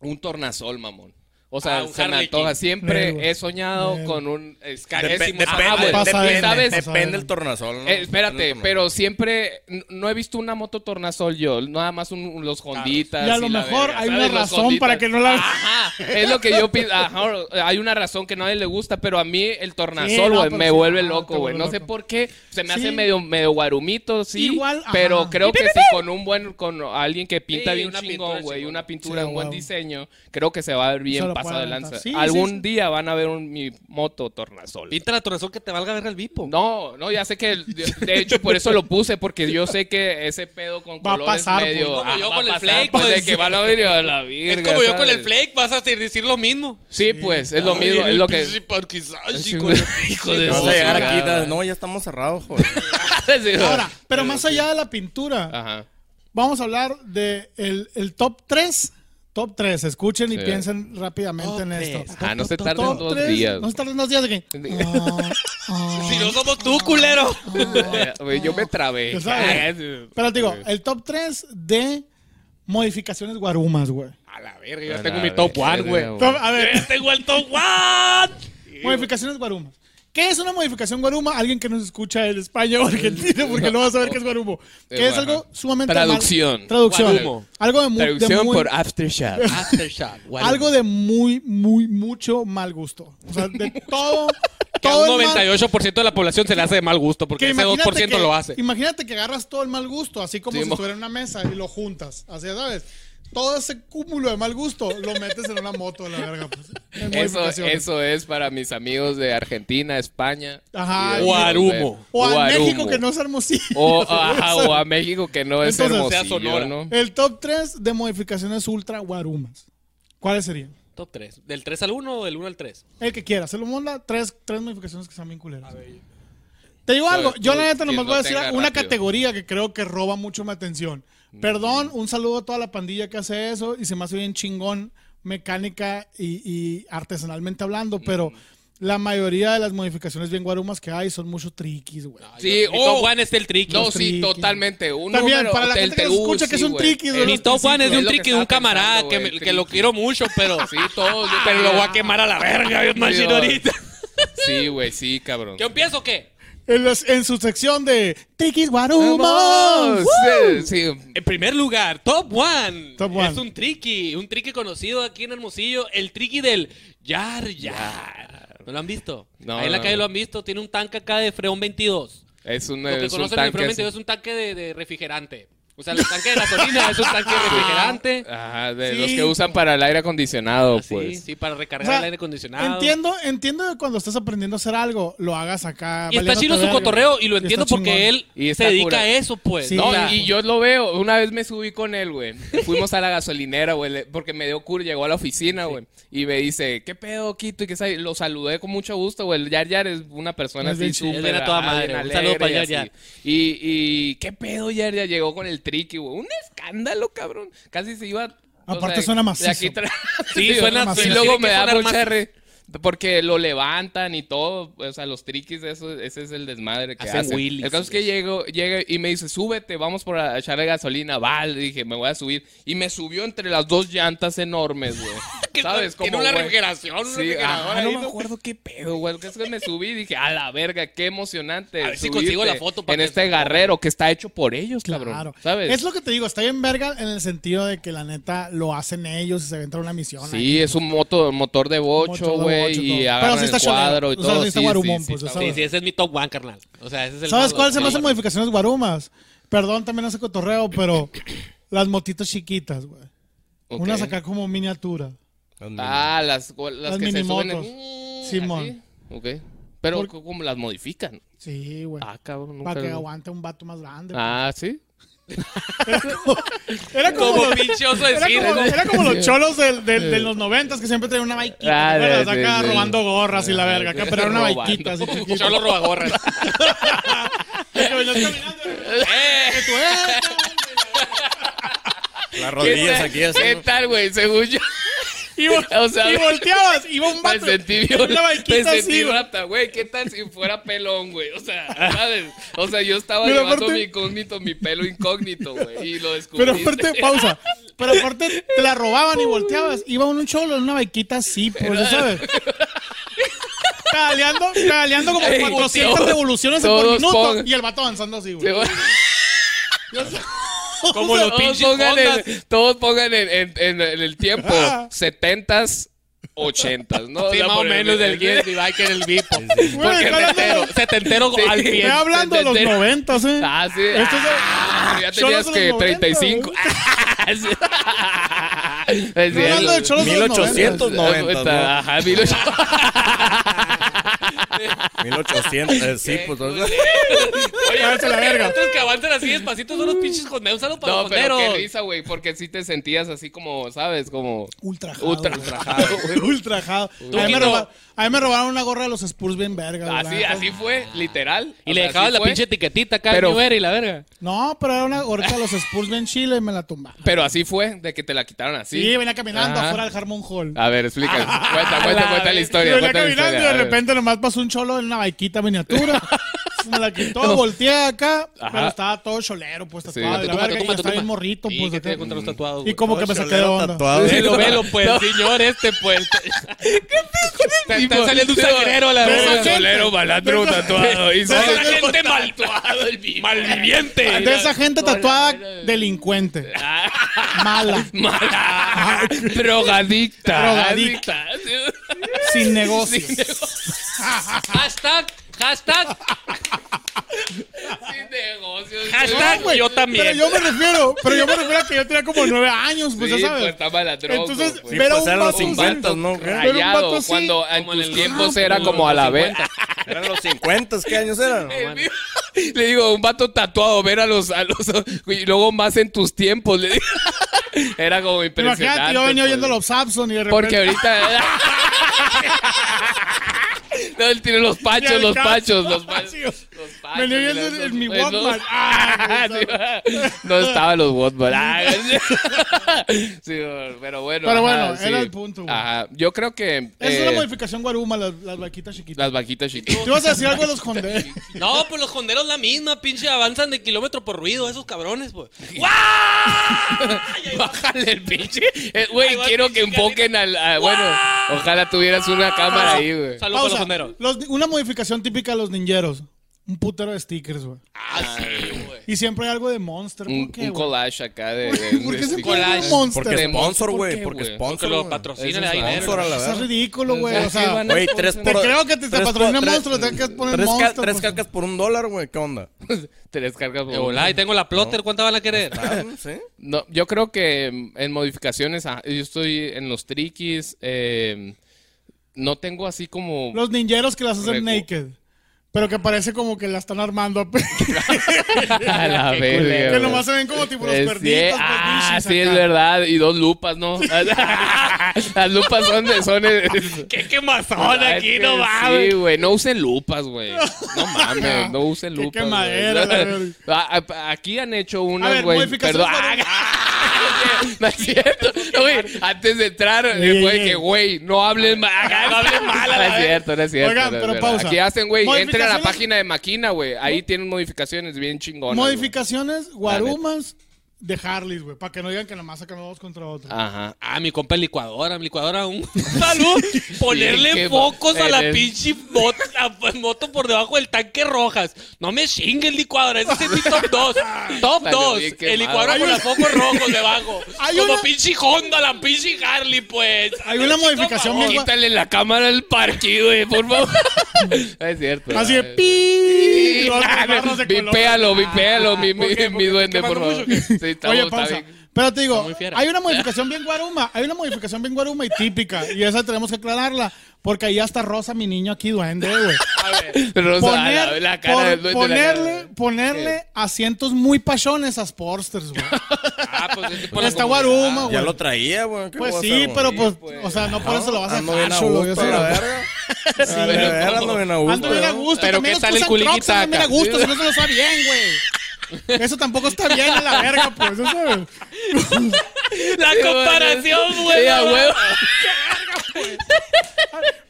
[SPEAKER 1] un tornasol, mamón. O sea,
[SPEAKER 3] Ah, un
[SPEAKER 1] se me
[SPEAKER 3] Harley
[SPEAKER 1] antoja.
[SPEAKER 3] Quinn.
[SPEAKER 1] Siempre
[SPEAKER 2] Verga.
[SPEAKER 1] he soñado
[SPEAKER 2] Verga.
[SPEAKER 1] con un... Es
[SPEAKER 4] Depe-
[SPEAKER 1] carísimo.
[SPEAKER 4] depende,
[SPEAKER 1] Ah, güey.
[SPEAKER 2] pasa de-
[SPEAKER 4] depende,
[SPEAKER 1] ¿Sabes?
[SPEAKER 4] depende el tornasol. ¿no?
[SPEAKER 1] Eh, espérate,
[SPEAKER 4] Depende del
[SPEAKER 1] pero siempre n- no he visto una moto tornasol yo, nada más un- un- los honditas.
[SPEAKER 2] Y a lo
[SPEAKER 1] la
[SPEAKER 2] mejor hay una
[SPEAKER 1] ¿sabes? Los
[SPEAKER 2] razón
[SPEAKER 1] Honditas.
[SPEAKER 2] para que no la-
[SPEAKER 1] Ajá, es lo que yo pienso. Ajá, hay una razón que a nadie le gusta, pero a mí el
[SPEAKER 2] Sí,
[SPEAKER 1] tornasol,
[SPEAKER 2] no,
[SPEAKER 1] güey,
[SPEAKER 2] pero
[SPEAKER 1] me
[SPEAKER 2] sí,
[SPEAKER 1] vuelve
[SPEAKER 2] ajá,
[SPEAKER 1] loco,
[SPEAKER 2] te
[SPEAKER 1] güey.
[SPEAKER 2] vuelve
[SPEAKER 1] No sé
[SPEAKER 2] loco.
[SPEAKER 1] por qué, se me
[SPEAKER 2] Sí.
[SPEAKER 1] hace medio, medio guarumito, sí.
[SPEAKER 2] Igual, ajá.
[SPEAKER 1] pero creo que sí, con un buen, con alguien que pinta
[SPEAKER 3] Sí,
[SPEAKER 1] bien
[SPEAKER 3] una
[SPEAKER 1] chingón,
[SPEAKER 3] pintura
[SPEAKER 1] güey,
[SPEAKER 3] chingona.
[SPEAKER 1] una pintura,
[SPEAKER 2] Sí,
[SPEAKER 1] un buen
[SPEAKER 2] huevo.
[SPEAKER 1] diseño, creo que se va a ver
[SPEAKER 2] Se
[SPEAKER 1] bien
[SPEAKER 2] lo
[SPEAKER 1] pasado
[SPEAKER 2] puede
[SPEAKER 1] de
[SPEAKER 2] aventar.
[SPEAKER 1] lanza.
[SPEAKER 2] Sí, sí,
[SPEAKER 1] Algún
[SPEAKER 2] sí.
[SPEAKER 1] día van a ver un- mi moto tornasol.
[SPEAKER 3] Pinta la torrazón que te valga verga el bipo.
[SPEAKER 1] No, no, ya sé que de, de hecho por eso lo puse porque yo sé que ese pedo con
[SPEAKER 2] Va a
[SPEAKER 1] colores
[SPEAKER 2] pasar,
[SPEAKER 1] medio
[SPEAKER 2] pues.
[SPEAKER 3] Como
[SPEAKER 1] ah,
[SPEAKER 3] yo
[SPEAKER 1] va
[SPEAKER 3] con
[SPEAKER 1] a
[SPEAKER 3] el
[SPEAKER 1] pasar,
[SPEAKER 3] flake,
[SPEAKER 1] pues, de
[SPEAKER 3] pues.
[SPEAKER 1] que va a la verga, a la
[SPEAKER 3] Es
[SPEAKER 1] virga,
[SPEAKER 3] como yo con
[SPEAKER 1] ¿sabes?
[SPEAKER 3] el flake, vas a decir decir lo mismo.
[SPEAKER 1] Sí, pues es lo
[SPEAKER 2] Ah,
[SPEAKER 3] Ay,
[SPEAKER 1] mismo,
[SPEAKER 3] el
[SPEAKER 1] es lo que
[SPEAKER 3] pinche Parkisashi,
[SPEAKER 1] Sí,
[SPEAKER 3] con el-
[SPEAKER 1] [laughs] hijo
[SPEAKER 4] tornasol.
[SPEAKER 1] de
[SPEAKER 4] Vas
[SPEAKER 1] su
[SPEAKER 4] a llegar
[SPEAKER 1] madre.
[SPEAKER 4] aquí, das- no, ya estamos cerrados, joder.
[SPEAKER 1] [laughs] Sí, güey.
[SPEAKER 2] Ahora, pero más allá de la pintura,
[SPEAKER 1] Ajá.
[SPEAKER 2] Vamos a hablar de el, el top 3. Top 3, escuchen y
[SPEAKER 1] Sí.
[SPEAKER 2] piensen rápidamente en esto.
[SPEAKER 1] Ah, no se
[SPEAKER 2] Top-
[SPEAKER 1] tarden
[SPEAKER 2] top
[SPEAKER 1] dos
[SPEAKER 2] tres,
[SPEAKER 1] días.
[SPEAKER 2] No se tarden dos días de que. Ah, ah,
[SPEAKER 3] Si no somos tú, culero.
[SPEAKER 1] Eh, [laughs] güey, Yo me trabé.
[SPEAKER 2] Ya
[SPEAKER 1] Ah,
[SPEAKER 2] sabes.
[SPEAKER 1] sí.
[SPEAKER 2] Pero te digo, el top 3 de modificaciones guarumas, güey.
[SPEAKER 3] A la verga, yo
[SPEAKER 1] A
[SPEAKER 3] ya tengo
[SPEAKER 1] la
[SPEAKER 3] mi top
[SPEAKER 1] verga,
[SPEAKER 3] one, güey.
[SPEAKER 1] güey.
[SPEAKER 2] Top- A
[SPEAKER 3] [laughs]
[SPEAKER 2] ver,
[SPEAKER 3] Ya tengo el top one.
[SPEAKER 2] [laughs] modificaciones guarumas. ¿Qué es una modificación guaruma? Alguien que nos escucha en España o
[SPEAKER 3] [laughs]
[SPEAKER 2] Argentina, porque no va a saber qué es guarumo.
[SPEAKER 1] Eh,
[SPEAKER 2] Que es
[SPEAKER 1] ajá.
[SPEAKER 2] algo sumamente. mal-
[SPEAKER 1] Traducción.
[SPEAKER 2] Traducción.
[SPEAKER 3] Guarumo.
[SPEAKER 2] Algo de, mu- de
[SPEAKER 1] Traducción
[SPEAKER 2] muy-
[SPEAKER 1] por aftershock.
[SPEAKER 2] [laughs]
[SPEAKER 3] Aftershock.
[SPEAKER 2] Algo de muy, muy, mucho mal gusto. O sea,
[SPEAKER 3] [laughs]
[SPEAKER 2] de todo.
[SPEAKER 3] Que a
[SPEAKER 2] todo
[SPEAKER 3] un
[SPEAKER 2] el mal-
[SPEAKER 3] 98% de la población se le hace de mal gusto, porque
[SPEAKER 2] que
[SPEAKER 3] ese
[SPEAKER 2] imagínate
[SPEAKER 3] 2%
[SPEAKER 2] que-
[SPEAKER 3] lo hace.
[SPEAKER 2] Imagínate que agarras todo el mal gusto, así como
[SPEAKER 1] Sí,
[SPEAKER 2] si
[SPEAKER 1] mo-
[SPEAKER 2] estuviera en una mesa y lo juntas. Así, ¿sabes? Todo ese cúmulo de mal gusto lo metes en una moto, la verga.
[SPEAKER 3] [laughs]
[SPEAKER 2] Pues, en
[SPEAKER 1] Eso,
[SPEAKER 2] modificaciones.
[SPEAKER 1] eso es para mis amigos de Argentina, España.
[SPEAKER 2] Ajá.
[SPEAKER 1] y de-
[SPEAKER 3] Guarumo.
[SPEAKER 2] O a
[SPEAKER 1] Guarumo.
[SPEAKER 2] México que no es hermosillo.
[SPEAKER 1] [laughs]
[SPEAKER 2] [laughs]
[SPEAKER 1] O, ajá, o a México que no es
[SPEAKER 2] Entonces, Eh,
[SPEAKER 3] sea
[SPEAKER 1] hermosillo,
[SPEAKER 3] Sonora.
[SPEAKER 1] ¿no?
[SPEAKER 2] El top 3 de modificaciones ultra guarumas. ¿Cuáles serían?
[SPEAKER 3] Top 3. ¿Del 3 al 1 o del 1 al 3?
[SPEAKER 2] El que quiera, se lo manda tres, tres modificaciones que están bien culeras. Te digo algo, yo la neta
[SPEAKER 1] Quien Pues,
[SPEAKER 2] nomás
[SPEAKER 1] lo
[SPEAKER 2] voy a decir
[SPEAKER 1] tenga
[SPEAKER 2] una
[SPEAKER 1] rápido. Mm.
[SPEAKER 2] categoría que creo que roba mucho mi atención. Perdón, un saludo a toda la pandilla que hace eso y se me hace bien chingón mecánica y, y artesanalmente hablando,
[SPEAKER 1] Mm.
[SPEAKER 2] pero la mayoría de las modificaciones bien guarumas que hay son mucho triquis, güey.
[SPEAKER 1] Sí,
[SPEAKER 3] Mi
[SPEAKER 1] oh.
[SPEAKER 3] top 1 es el tricky.
[SPEAKER 1] No,
[SPEAKER 2] Los
[SPEAKER 1] sí,
[SPEAKER 2] triquis.
[SPEAKER 1] totalmente. Un
[SPEAKER 2] También,
[SPEAKER 1] número,
[SPEAKER 2] para la
[SPEAKER 1] del
[SPEAKER 2] gente que nos escucha, que es un
[SPEAKER 1] güey.
[SPEAKER 2] triquis, güey.
[SPEAKER 3] Mi top 1 es de
[SPEAKER 1] Es
[SPEAKER 3] un
[SPEAKER 1] lo que
[SPEAKER 3] tricky de un
[SPEAKER 1] estaba
[SPEAKER 3] camarada
[SPEAKER 1] pensando,
[SPEAKER 3] que,
[SPEAKER 1] güey,
[SPEAKER 3] me- que lo
[SPEAKER 1] tricky.
[SPEAKER 3] quiero mucho, pero.
[SPEAKER 1] Sí, todos. yo-
[SPEAKER 3] Pero lo voy a quemar a la verga, bien machino ahorita.
[SPEAKER 1] Sí, güey, sí, cabrón.
[SPEAKER 3] ¿Yo empiezo o qué?
[SPEAKER 2] En, las- en su sección de triquis
[SPEAKER 1] ¡Vamos!
[SPEAKER 2] guarumas.
[SPEAKER 1] Sí, sí.
[SPEAKER 3] En primer lugar, Top One.
[SPEAKER 2] Top One.
[SPEAKER 3] Es un tricky, un tricky conocido aquí en Hermosillo, el tricky del Yar Yar. ¿No lo han visto?
[SPEAKER 1] No,
[SPEAKER 3] Ahí en la
[SPEAKER 1] no,
[SPEAKER 3] calle
[SPEAKER 1] no.
[SPEAKER 3] lo han visto, tiene un tanque acá de Freón 22.
[SPEAKER 1] Es un,
[SPEAKER 3] Lo que
[SPEAKER 1] es un
[SPEAKER 3] conocen el Freón
[SPEAKER 1] tanque.
[SPEAKER 3] 22
[SPEAKER 1] así.
[SPEAKER 3] es un tanque de, de refrigerante. O sea, el tanque de gasolina es un tanque de refrigerante.
[SPEAKER 1] Ah, Ajá, de
[SPEAKER 2] Sí.
[SPEAKER 1] los que usan para el aire acondicionado,
[SPEAKER 3] Ah, Sí,
[SPEAKER 1] pues.
[SPEAKER 3] sí, para recargar
[SPEAKER 2] O sea,
[SPEAKER 3] el aire acondicionado.
[SPEAKER 2] Entiendo, entiendo que cuando estás aprendiendo a hacer algo, lo hagas acá.
[SPEAKER 3] Y está
[SPEAKER 2] valiéndote
[SPEAKER 3] chido su
[SPEAKER 2] verga.
[SPEAKER 3] cotorreo y lo
[SPEAKER 2] Y está
[SPEAKER 3] entiendo
[SPEAKER 2] chingón.
[SPEAKER 3] porque él
[SPEAKER 1] Y
[SPEAKER 3] se
[SPEAKER 1] está
[SPEAKER 3] dedica
[SPEAKER 1] cura.
[SPEAKER 3] a eso, pues.
[SPEAKER 2] Sí,
[SPEAKER 1] No,
[SPEAKER 2] claro.
[SPEAKER 1] y yo lo veo. Una vez me subí con él, güey. Fuimos a la gasolinera, güey, le- porque me dio cur, llegó a la oficina, güey. Y me dice, ¿qué pedo, Quito? ¿Y qué sabe? Lo saludé con mucho gusto, güey. El Yar Yar es una persona
[SPEAKER 2] Es
[SPEAKER 1] así
[SPEAKER 2] bien chido.
[SPEAKER 1] súper.
[SPEAKER 3] Él era toda
[SPEAKER 1] ajá,
[SPEAKER 3] madre,
[SPEAKER 1] bien
[SPEAKER 3] un saludo
[SPEAKER 1] alegre
[SPEAKER 3] para el
[SPEAKER 1] y
[SPEAKER 3] Yar
[SPEAKER 1] así. Y, y, ¿qué pedo, Yar Yar? Llegó con el triqui, güey. Un escándalo, cabrón. Casi se iba
[SPEAKER 2] Aparte suena macizo.
[SPEAKER 1] de aquí tra- [laughs]
[SPEAKER 3] Sí, suena-
[SPEAKER 1] y
[SPEAKER 2] macizo.
[SPEAKER 1] luego
[SPEAKER 3] Tiene
[SPEAKER 1] me
[SPEAKER 3] que
[SPEAKER 1] da
[SPEAKER 3] sonar
[SPEAKER 1] mucha
[SPEAKER 3] macizo.
[SPEAKER 1] re- porque lo levantan y todo, o sea, los triquis, eso, ese es el desmadre que
[SPEAKER 3] Hacen
[SPEAKER 1] hacen.
[SPEAKER 3] wheelies,
[SPEAKER 1] el caso es que
[SPEAKER 3] güey.
[SPEAKER 1] llego, llega y me dice, súbete, vamos por a echarle gasolina, va, le dije, me voy a subir. Y me subió entre las dos llantas enormes, güey. ¿Sabes?
[SPEAKER 3] Tiene
[SPEAKER 1] Como,
[SPEAKER 3] una
[SPEAKER 1] güey.
[SPEAKER 3] refrigeración, una
[SPEAKER 1] Sí,
[SPEAKER 3] refrigeradora
[SPEAKER 1] ajá,
[SPEAKER 3] ahí,
[SPEAKER 1] no me
[SPEAKER 3] ¿no?
[SPEAKER 1] acuerdo qué pedo, güey. El caso es que me subí y dije, a la verga, qué emocionante.
[SPEAKER 3] A ver si consigo
[SPEAKER 1] subirte
[SPEAKER 3] la foto para
[SPEAKER 1] En
[SPEAKER 3] que-
[SPEAKER 1] este garrero que está hecho por ellos, cabrón.
[SPEAKER 2] Claro.
[SPEAKER 1] ¿Sabes?
[SPEAKER 2] Es lo que te digo, está bien verga en el sentido de que la neta lo hacen ellos y se aventan una misión. ahí.
[SPEAKER 1] Sí, es un moto, motor de bocho,
[SPEAKER 2] Motor de
[SPEAKER 1] güey,
[SPEAKER 2] bocho,
[SPEAKER 1] y
[SPEAKER 2] todo.
[SPEAKER 1] agarran
[SPEAKER 2] Pero sí está
[SPEAKER 1] el cuadro y
[SPEAKER 2] cholero. O sea,
[SPEAKER 1] todo.
[SPEAKER 2] sí está
[SPEAKER 1] sí,
[SPEAKER 2] guarumón,
[SPEAKER 1] sí,
[SPEAKER 2] pues,
[SPEAKER 1] sí,
[SPEAKER 2] o sea,
[SPEAKER 3] Sí, sí, ese es mi top one, carnal. O sea, ese es el
[SPEAKER 2] ¿Sabes
[SPEAKER 3] más-
[SPEAKER 2] cuál se me
[SPEAKER 3] más
[SPEAKER 2] hacen
[SPEAKER 3] bueno.
[SPEAKER 2] modificaciones guarumas? Perdón, también hace cotorreo, pero [coughs] las motitas chiquitas, güey.
[SPEAKER 1] ok.
[SPEAKER 2] Unas acá como miniatura.
[SPEAKER 1] Ah, las, las,
[SPEAKER 2] Las
[SPEAKER 1] que se suben.
[SPEAKER 2] minimotos.
[SPEAKER 1] en-
[SPEAKER 2] Simón.
[SPEAKER 1] así, Ok. Pero ¿cómo las modifican?
[SPEAKER 2] Sí, güey.
[SPEAKER 1] Ah, cabrón. Nunca
[SPEAKER 2] Para que
[SPEAKER 1] lo-
[SPEAKER 2] aguante un vato más grande.
[SPEAKER 1] Ah, sí.
[SPEAKER 2] Era como, [laughs]
[SPEAKER 3] Como
[SPEAKER 2] los,
[SPEAKER 3] pinche oso de
[SPEAKER 2] era
[SPEAKER 3] circo.
[SPEAKER 2] como- era como los cholos del- del- de los noventas que siempre traían una
[SPEAKER 1] Ah,
[SPEAKER 2] vaquita. ¿te acuerdas?
[SPEAKER 1] sí,
[SPEAKER 2] acá
[SPEAKER 1] sí. Ah,
[SPEAKER 2] robando gorras y la verga. Acá, pero era una
[SPEAKER 1] Robando.
[SPEAKER 2] vaquita. Así, chiquita.
[SPEAKER 3] Cholo robagorras.
[SPEAKER 2] Que venías caminando,
[SPEAKER 3] ¡Eh!
[SPEAKER 2] tú, "Eh,
[SPEAKER 4] Las rodillas
[SPEAKER 1] tal-
[SPEAKER 4] aquí así.
[SPEAKER 1] ¿Qué
[SPEAKER 4] ¿no?
[SPEAKER 1] tal, güey? Según yo.
[SPEAKER 2] Y, vol-
[SPEAKER 1] [laughs] O sea,
[SPEAKER 2] y volteabas, iba un
[SPEAKER 1] Me
[SPEAKER 2] vato.
[SPEAKER 1] sentí
[SPEAKER 2] una
[SPEAKER 1] viol-
[SPEAKER 2] vaquita
[SPEAKER 1] me
[SPEAKER 2] así,
[SPEAKER 1] sentí
[SPEAKER 2] güey.
[SPEAKER 1] rata, güey. ¿Qué tal si fuera pelón, güey? O sea, ¿sabes? O sea, yo estaba
[SPEAKER 2] Pero
[SPEAKER 1] llevando
[SPEAKER 2] aparte-
[SPEAKER 1] mi incógnito, mi pelo incógnito, güey. Y lo descubrí.
[SPEAKER 2] Pero
[SPEAKER 1] [laughs]
[SPEAKER 2] aparte, pausa. Pero aparte, te la robaban y volteabas. Iba un cholo en una vaquita así, pues, ya ¿sabes? Cabaleando, cabaleando como
[SPEAKER 1] Ey,
[SPEAKER 2] 400
[SPEAKER 1] todos-
[SPEAKER 2] revoluciones por
[SPEAKER 1] todos
[SPEAKER 2] minuto.
[SPEAKER 1] pongan-
[SPEAKER 2] Y el vato avanzando así, güey.
[SPEAKER 1] Se va-
[SPEAKER 3] Como los
[SPEAKER 1] todos
[SPEAKER 3] pinches
[SPEAKER 1] pongan,
[SPEAKER 3] Hondas.
[SPEAKER 1] en, todos pongan en, en- en- en el
[SPEAKER 2] [laughs]
[SPEAKER 1] tiempo 70s, 80s, ¿no?
[SPEAKER 3] Sí,
[SPEAKER 1] O sea,
[SPEAKER 3] más o
[SPEAKER 1] por el-
[SPEAKER 3] menos del
[SPEAKER 1] el-
[SPEAKER 3] 10 que el bipo.
[SPEAKER 2] Güey,
[SPEAKER 1] Porque
[SPEAKER 2] está hablando de
[SPEAKER 3] Setentero,
[SPEAKER 2] los-
[SPEAKER 3] setentero
[SPEAKER 1] Sí.
[SPEAKER 3] al
[SPEAKER 2] está
[SPEAKER 3] pie.
[SPEAKER 2] hablando de los
[SPEAKER 1] setentero.
[SPEAKER 2] noventas, ¿eh?
[SPEAKER 1] Ah, sí.
[SPEAKER 2] Esto es de-
[SPEAKER 1] Ah, ya tenías
[SPEAKER 2] Cholos de
[SPEAKER 1] que
[SPEAKER 2] los
[SPEAKER 1] 35.
[SPEAKER 2] 90,
[SPEAKER 1] Sí. Ah,
[SPEAKER 2] [laughs] Está hablando de cholos de los
[SPEAKER 4] 1800,
[SPEAKER 2] noventas.
[SPEAKER 4] no. 90s,
[SPEAKER 1] Ajá,
[SPEAKER 2] [laughs]
[SPEAKER 1] 1800.
[SPEAKER 4] 1800. eh, sí, pues. entonces-
[SPEAKER 3] Oye,
[SPEAKER 2] Cállate la verga.
[SPEAKER 3] Otros que avanzan así despacito son los pinches conderos. Un saludo para
[SPEAKER 1] No,
[SPEAKER 3] los
[SPEAKER 1] pero qué
[SPEAKER 3] conderos.
[SPEAKER 1] risa, güey, porque sí te sentías así como, ¿sabes? Como...
[SPEAKER 2] Ultrajado.
[SPEAKER 1] Ultra-
[SPEAKER 2] güey. [laughs] Ultrajado. A mí, me
[SPEAKER 3] Quito.
[SPEAKER 2] roba- a mí me robaron una gorra de los Spurs bien verga. güey, la
[SPEAKER 1] Así,
[SPEAKER 2] neta.
[SPEAKER 1] así fue, literal.
[SPEAKER 3] Y
[SPEAKER 1] O
[SPEAKER 3] le
[SPEAKER 1] sea,
[SPEAKER 3] dejaban
[SPEAKER 1] así
[SPEAKER 3] la
[SPEAKER 1] fue.
[SPEAKER 3] pinche etiquetita acá
[SPEAKER 1] Pero-
[SPEAKER 3] pero... y la verga.
[SPEAKER 2] No, pero era una gorra de los Spurs bien chile y me la tumbaron.
[SPEAKER 1] Pero así fue, de que te la quitaron así.
[SPEAKER 2] Sí, venía caminando
[SPEAKER 1] Ajá.
[SPEAKER 2] afuera del Harmon Hall.
[SPEAKER 1] A ver, explícame. Cuenta, cuenta, cuenta la
[SPEAKER 2] Y
[SPEAKER 1] historia.
[SPEAKER 2] venía
[SPEAKER 1] cuenta la
[SPEAKER 2] caminando
[SPEAKER 1] historia,
[SPEAKER 2] y de
[SPEAKER 1] a ver.
[SPEAKER 2] repente nomás pasó un cholo en una
[SPEAKER 1] [laughs]
[SPEAKER 2] vaquita miniatura. Me la quitó, volteé acá, pero estaba todo cholero, pues
[SPEAKER 1] Sí.
[SPEAKER 2] tatuado. y la
[SPEAKER 1] Toma,
[SPEAKER 3] Tómate,
[SPEAKER 2] verga, y
[SPEAKER 3] tómate,
[SPEAKER 2] estaba bien
[SPEAKER 3] tómate.
[SPEAKER 2] morrito,
[SPEAKER 3] Sí,
[SPEAKER 2] pues.
[SPEAKER 3] que
[SPEAKER 2] acá.
[SPEAKER 3] tiene contra los tatuados,
[SPEAKER 2] Y
[SPEAKER 3] güey.
[SPEAKER 2] como que me saqué de
[SPEAKER 4] Cholero
[SPEAKER 2] onda.
[SPEAKER 4] tatuado.
[SPEAKER 3] Velo, velo, pues, señor, este, pues. Te
[SPEAKER 2] pues,
[SPEAKER 3] está
[SPEAKER 1] pues,
[SPEAKER 3] saliendo un sangrero a la
[SPEAKER 2] Pero-
[SPEAKER 3] verga.
[SPEAKER 1] Solero, balandro, tatuado. Y
[SPEAKER 3] Toda
[SPEAKER 1] solo-
[SPEAKER 3] la gente maltuada, malviviente.
[SPEAKER 2] Ah, De esa gente tatuada, delincuente.
[SPEAKER 1] Ah,
[SPEAKER 2] Mala.
[SPEAKER 1] Mala. Drogadicta.
[SPEAKER 2] Drogadicta. Sin negocio.
[SPEAKER 3] Hashtag, hashtag,
[SPEAKER 1] Sin negocios.
[SPEAKER 3] hashtag,
[SPEAKER 2] No, güey,
[SPEAKER 3] yo también.
[SPEAKER 2] Pero yo me refiero, pero yo me refiero a que yo tenía como nueve años, pues
[SPEAKER 1] Sí,
[SPEAKER 2] ya
[SPEAKER 1] pues
[SPEAKER 2] sabes.
[SPEAKER 1] está malandro.
[SPEAKER 2] Entonces,
[SPEAKER 1] pues.
[SPEAKER 2] ver a
[SPEAKER 4] pues,
[SPEAKER 2] un
[SPEAKER 4] eran los
[SPEAKER 2] vato así-
[SPEAKER 4] 50, ¿no?
[SPEAKER 2] ver a un vato
[SPEAKER 1] Rayado,
[SPEAKER 2] así-
[SPEAKER 1] cuando en
[SPEAKER 3] como en
[SPEAKER 1] tus
[SPEAKER 3] el-
[SPEAKER 1] tiempos
[SPEAKER 3] Ah,
[SPEAKER 1] era
[SPEAKER 3] como
[SPEAKER 1] como a la
[SPEAKER 3] los
[SPEAKER 1] vez.
[SPEAKER 3] 50.
[SPEAKER 4] Eran los 50, ¿qué años eran?
[SPEAKER 1] [laughs] Le digo, un vato tatuado, ver a los, a los- Y luego más en tus tiempos. le digo. [laughs] Era como impresionante.
[SPEAKER 2] Imagínate, yo venía
[SPEAKER 1] pues.
[SPEAKER 2] oyendo los Sapson y de repente. [laughs]
[SPEAKER 1] Porque ahorita. [laughs] no, él tiene los
[SPEAKER 2] Y
[SPEAKER 1] pachos,
[SPEAKER 2] al
[SPEAKER 1] los
[SPEAKER 2] caso-
[SPEAKER 1] pachos, los pachos. Los pachos,
[SPEAKER 2] Venía
[SPEAKER 1] mira,
[SPEAKER 2] viendo en-
[SPEAKER 1] esos-
[SPEAKER 2] en mi
[SPEAKER 1] pues, no-
[SPEAKER 2] Walkman. Ah,
[SPEAKER 1] [laughs] Sí, no estaban los Walkman. Ah, [laughs] sí, pero bueno.
[SPEAKER 2] Pero
[SPEAKER 1] ajá,
[SPEAKER 2] bueno, era el punto, güey.
[SPEAKER 1] Ajá, yo creo que.
[SPEAKER 2] Esa es
[SPEAKER 1] eh,
[SPEAKER 2] una modificación guaruma, las, las vaquitas chiquitas.
[SPEAKER 1] las vaquitas chiquitas.
[SPEAKER 2] ¿Te ibas a decir algo de los
[SPEAKER 1] [laughs]
[SPEAKER 2] conderos?
[SPEAKER 3] [laughs] No, pues los jonderos la misma, pinche, avanzan de kilómetro por ruido, esos cabrones, pues.
[SPEAKER 1] [laughs] Bájale el pinche. Eh, Güey,
[SPEAKER 3] Ahí va el Ah,
[SPEAKER 1] quiero que
[SPEAKER 3] pinche
[SPEAKER 1] enfoquen al. a- bueno, ojalá tuvieras una cámara ahí, güey.
[SPEAKER 3] Saludos para los
[SPEAKER 2] Pausa.
[SPEAKER 3] jonderos.
[SPEAKER 2] Los- una modificación típica de los ninjeros. Un putero de stickers, güey.
[SPEAKER 3] Ah, sí, güey.
[SPEAKER 2] Y siempre hay algo de Monster.
[SPEAKER 1] Un,
[SPEAKER 2] ¿Por qué,
[SPEAKER 1] un
[SPEAKER 2] güey?
[SPEAKER 1] collage acá de. de-
[SPEAKER 2] ¿Por
[SPEAKER 1] de
[SPEAKER 2] qué siempre
[SPEAKER 1] stickers.
[SPEAKER 2] hay algo de
[SPEAKER 3] collage?
[SPEAKER 2] Monster?
[SPEAKER 4] Porque
[SPEAKER 1] Monster.
[SPEAKER 4] sponsor,
[SPEAKER 1] ¿Por
[SPEAKER 4] güey.
[SPEAKER 1] qué,
[SPEAKER 4] Porque
[SPEAKER 1] güey?
[SPEAKER 3] Porque
[SPEAKER 4] sponsor.
[SPEAKER 3] lo
[SPEAKER 4] güey.
[SPEAKER 3] patrocina,
[SPEAKER 4] Es
[SPEAKER 3] le da dinero.
[SPEAKER 4] Sponsor a la
[SPEAKER 2] Eso es
[SPEAKER 4] verdad.
[SPEAKER 2] ridículo, güey. O sea,
[SPEAKER 1] van a
[SPEAKER 4] Güey, tres
[SPEAKER 2] te
[SPEAKER 4] por-
[SPEAKER 2] creo que te, te
[SPEAKER 4] tres
[SPEAKER 2] patrocina
[SPEAKER 4] por- tres-
[SPEAKER 2] Monster, te tienes que poner
[SPEAKER 4] tres ca-
[SPEAKER 2] Monster.
[SPEAKER 4] Tres
[SPEAKER 2] pues.
[SPEAKER 4] cacas por un dólar, güey. ¿Qué onda?
[SPEAKER 1] [laughs] Te descargas por-
[SPEAKER 3] Eh, hola, y tengo la plotter, ¿cuánta van a querer?
[SPEAKER 4] Ah, ¿Sí?
[SPEAKER 1] No, yo creo que mm, en modificaciones, ah, yo estoy en los triquis, eh, no tengo así como...
[SPEAKER 2] Los ninjeros que las
[SPEAKER 1] Recu-
[SPEAKER 2] hacen naked. Pero que parece como que la están armando. [laughs]
[SPEAKER 1] [laughs] A la verga,
[SPEAKER 2] que
[SPEAKER 1] güey.
[SPEAKER 2] nomás se ven como tipo los
[SPEAKER 1] Es
[SPEAKER 2] perditos.
[SPEAKER 1] cier-
[SPEAKER 2] los
[SPEAKER 1] Ah,
[SPEAKER 2] bichis
[SPEAKER 1] sí, es
[SPEAKER 2] acá.
[SPEAKER 1] verdad. Y dos lupas,
[SPEAKER 2] [laughs]
[SPEAKER 1] ¿no? [laughs] Las lupas son... de- son
[SPEAKER 3] ¿Qué quemazón
[SPEAKER 1] Es que Sí, güey. No usen lupas, güey.
[SPEAKER 2] [laughs]
[SPEAKER 1] No mames, no usen
[SPEAKER 2] Qué
[SPEAKER 1] lupas.
[SPEAKER 2] quemadera,
[SPEAKER 1] güey.
[SPEAKER 2] la verga.
[SPEAKER 1] [laughs] Ah, ah, Aquí han hecho
[SPEAKER 2] A
[SPEAKER 1] unas,
[SPEAKER 2] ver,
[SPEAKER 1] güey.
[SPEAKER 2] modificaciones
[SPEAKER 1] Perdón. [laughs]
[SPEAKER 2] guarumas.
[SPEAKER 1] No es cierto. Güey, antes de entrar,
[SPEAKER 2] Ey,
[SPEAKER 1] fue
[SPEAKER 2] ey,
[SPEAKER 1] de
[SPEAKER 2] ey.
[SPEAKER 1] que, güey, no hablen
[SPEAKER 2] [laughs]
[SPEAKER 1] mal. No hablen mal. No es cierto, no es cierto.
[SPEAKER 2] Oigan,
[SPEAKER 1] no es
[SPEAKER 2] pero
[SPEAKER 1] verdad.
[SPEAKER 2] pausa.
[SPEAKER 1] Aquí hacen, güey, entren a la
[SPEAKER 2] Modificaciones-
[SPEAKER 1] página de Maquina, güey. Ahí tienen modificaciones bien chingonas. güey.
[SPEAKER 2] Modificaciones, guarumas de Harleys, güey. Para que no digan que nomás acabamos contra otro.
[SPEAKER 1] Ajá.
[SPEAKER 3] Ah, mi compa licuadora, mi licuadora,
[SPEAKER 1] [laughs]
[SPEAKER 3] un salud. Ponerle
[SPEAKER 1] qué va-
[SPEAKER 3] focos a la
[SPEAKER 1] eres-
[SPEAKER 3] pinche mot- a- moto por debajo del tanque rojas. No me chingues, licuadora, ese es mi
[SPEAKER 1] [laughs]
[SPEAKER 3] top 2. Top
[SPEAKER 1] Salió
[SPEAKER 3] 2.
[SPEAKER 1] bien quemado.
[SPEAKER 3] El licuadora
[SPEAKER 1] Hay
[SPEAKER 3] con los focos
[SPEAKER 1] [laughs]
[SPEAKER 3] rojos debajo.
[SPEAKER 2] Hay
[SPEAKER 3] Como
[SPEAKER 2] una-
[SPEAKER 3] pinche Honda, la pinche Harley, pues.
[SPEAKER 2] Hay una
[SPEAKER 3] Chico,
[SPEAKER 2] modificación
[SPEAKER 3] por favor.
[SPEAKER 2] bien gua-
[SPEAKER 1] Quítale la cámara al parque, güey, por favor. No [laughs] es cierto.
[SPEAKER 2] Así de
[SPEAKER 1] Ay,
[SPEAKER 2] pi. y
[SPEAKER 1] Sí, [laughs] Ah,
[SPEAKER 2] luego las barras de color.
[SPEAKER 1] Vipéalo, vipéalo, mi, mi,
[SPEAKER 4] ¿por qué?
[SPEAKER 1] mi duende, por
[SPEAKER 4] ¿Quemando
[SPEAKER 1] favor.
[SPEAKER 4] mucho o qué?
[SPEAKER 1] Sí, está-
[SPEAKER 2] Oye,
[SPEAKER 1] está
[SPEAKER 2] pausa.
[SPEAKER 1] bien.
[SPEAKER 2] Pero te digo,
[SPEAKER 3] muy fiera.
[SPEAKER 2] hay una modificación bien guaruma, hay una modificación bien guaruma y típica, y esa tenemos que aclararla, porque ahí hasta Rosa, mi niño aquí duende,
[SPEAKER 1] [laughs]
[SPEAKER 2] güey.
[SPEAKER 1] Rosa,
[SPEAKER 2] Poner-
[SPEAKER 1] la, la cara
[SPEAKER 2] pon-
[SPEAKER 1] del duende. la cara del-
[SPEAKER 2] ponerle, ponerle asientos muy pachones a
[SPEAKER 1] [laughs]
[SPEAKER 2] Sportsters, güey.
[SPEAKER 3] Ah, pues es que
[SPEAKER 1] este
[SPEAKER 3] por la
[SPEAKER 2] Está
[SPEAKER 3] comunidad.
[SPEAKER 1] ah,
[SPEAKER 2] guaruma, güey.
[SPEAKER 4] Ya lo traía, güey. ¿qué
[SPEAKER 2] Pues
[SPEAKER 4] puedo
[SPEAKER 2] sí,
[SPEAKER 4] hacer,
[SPEAKER 2] pero
[SPEAKER 4] güey?
[SPEAKER 2] pues, o sea, no por eso lo vas a
[SPEAKER 4] Ando bien a
[SPEAKER 2] hacer, güey,
[SPEAKER 4] gusto,
[SPEAKER 2] eso
[SPEAKER 4] la
[SPEAKER 2] lo-
[SPEAKER 4] verga. A la
[SPEAKER 2] pero
[SPEAKER 4] verga, ando bien a gusto.
[SPEAKER 2] Ando bien a
[SPEAKER 4] ¿no?
[SPEAKER 2] gusto.
[SPEAKER 1] Pero
[SPEAKER 2] también
[SPEAKER 1] ¿qué
[SPEAKER 2] los
[SPEAKER 1] tal
[SPEAKER 2] que
[SPEAKER 1] el
[SPEAKER 2] usan
[SPEAKER 1] culiqui
[SPEAKER 2] Crocs andan bien a
[SPEAKER 1] taca?
[SPEAKER 2] gusto, si no se los va bien, güey. Eso tampoco está bien a la verga, pues. Eso,
[SPEAKER 3] La comparación, güey.
[SPEAKER 1] Sí, a huevo.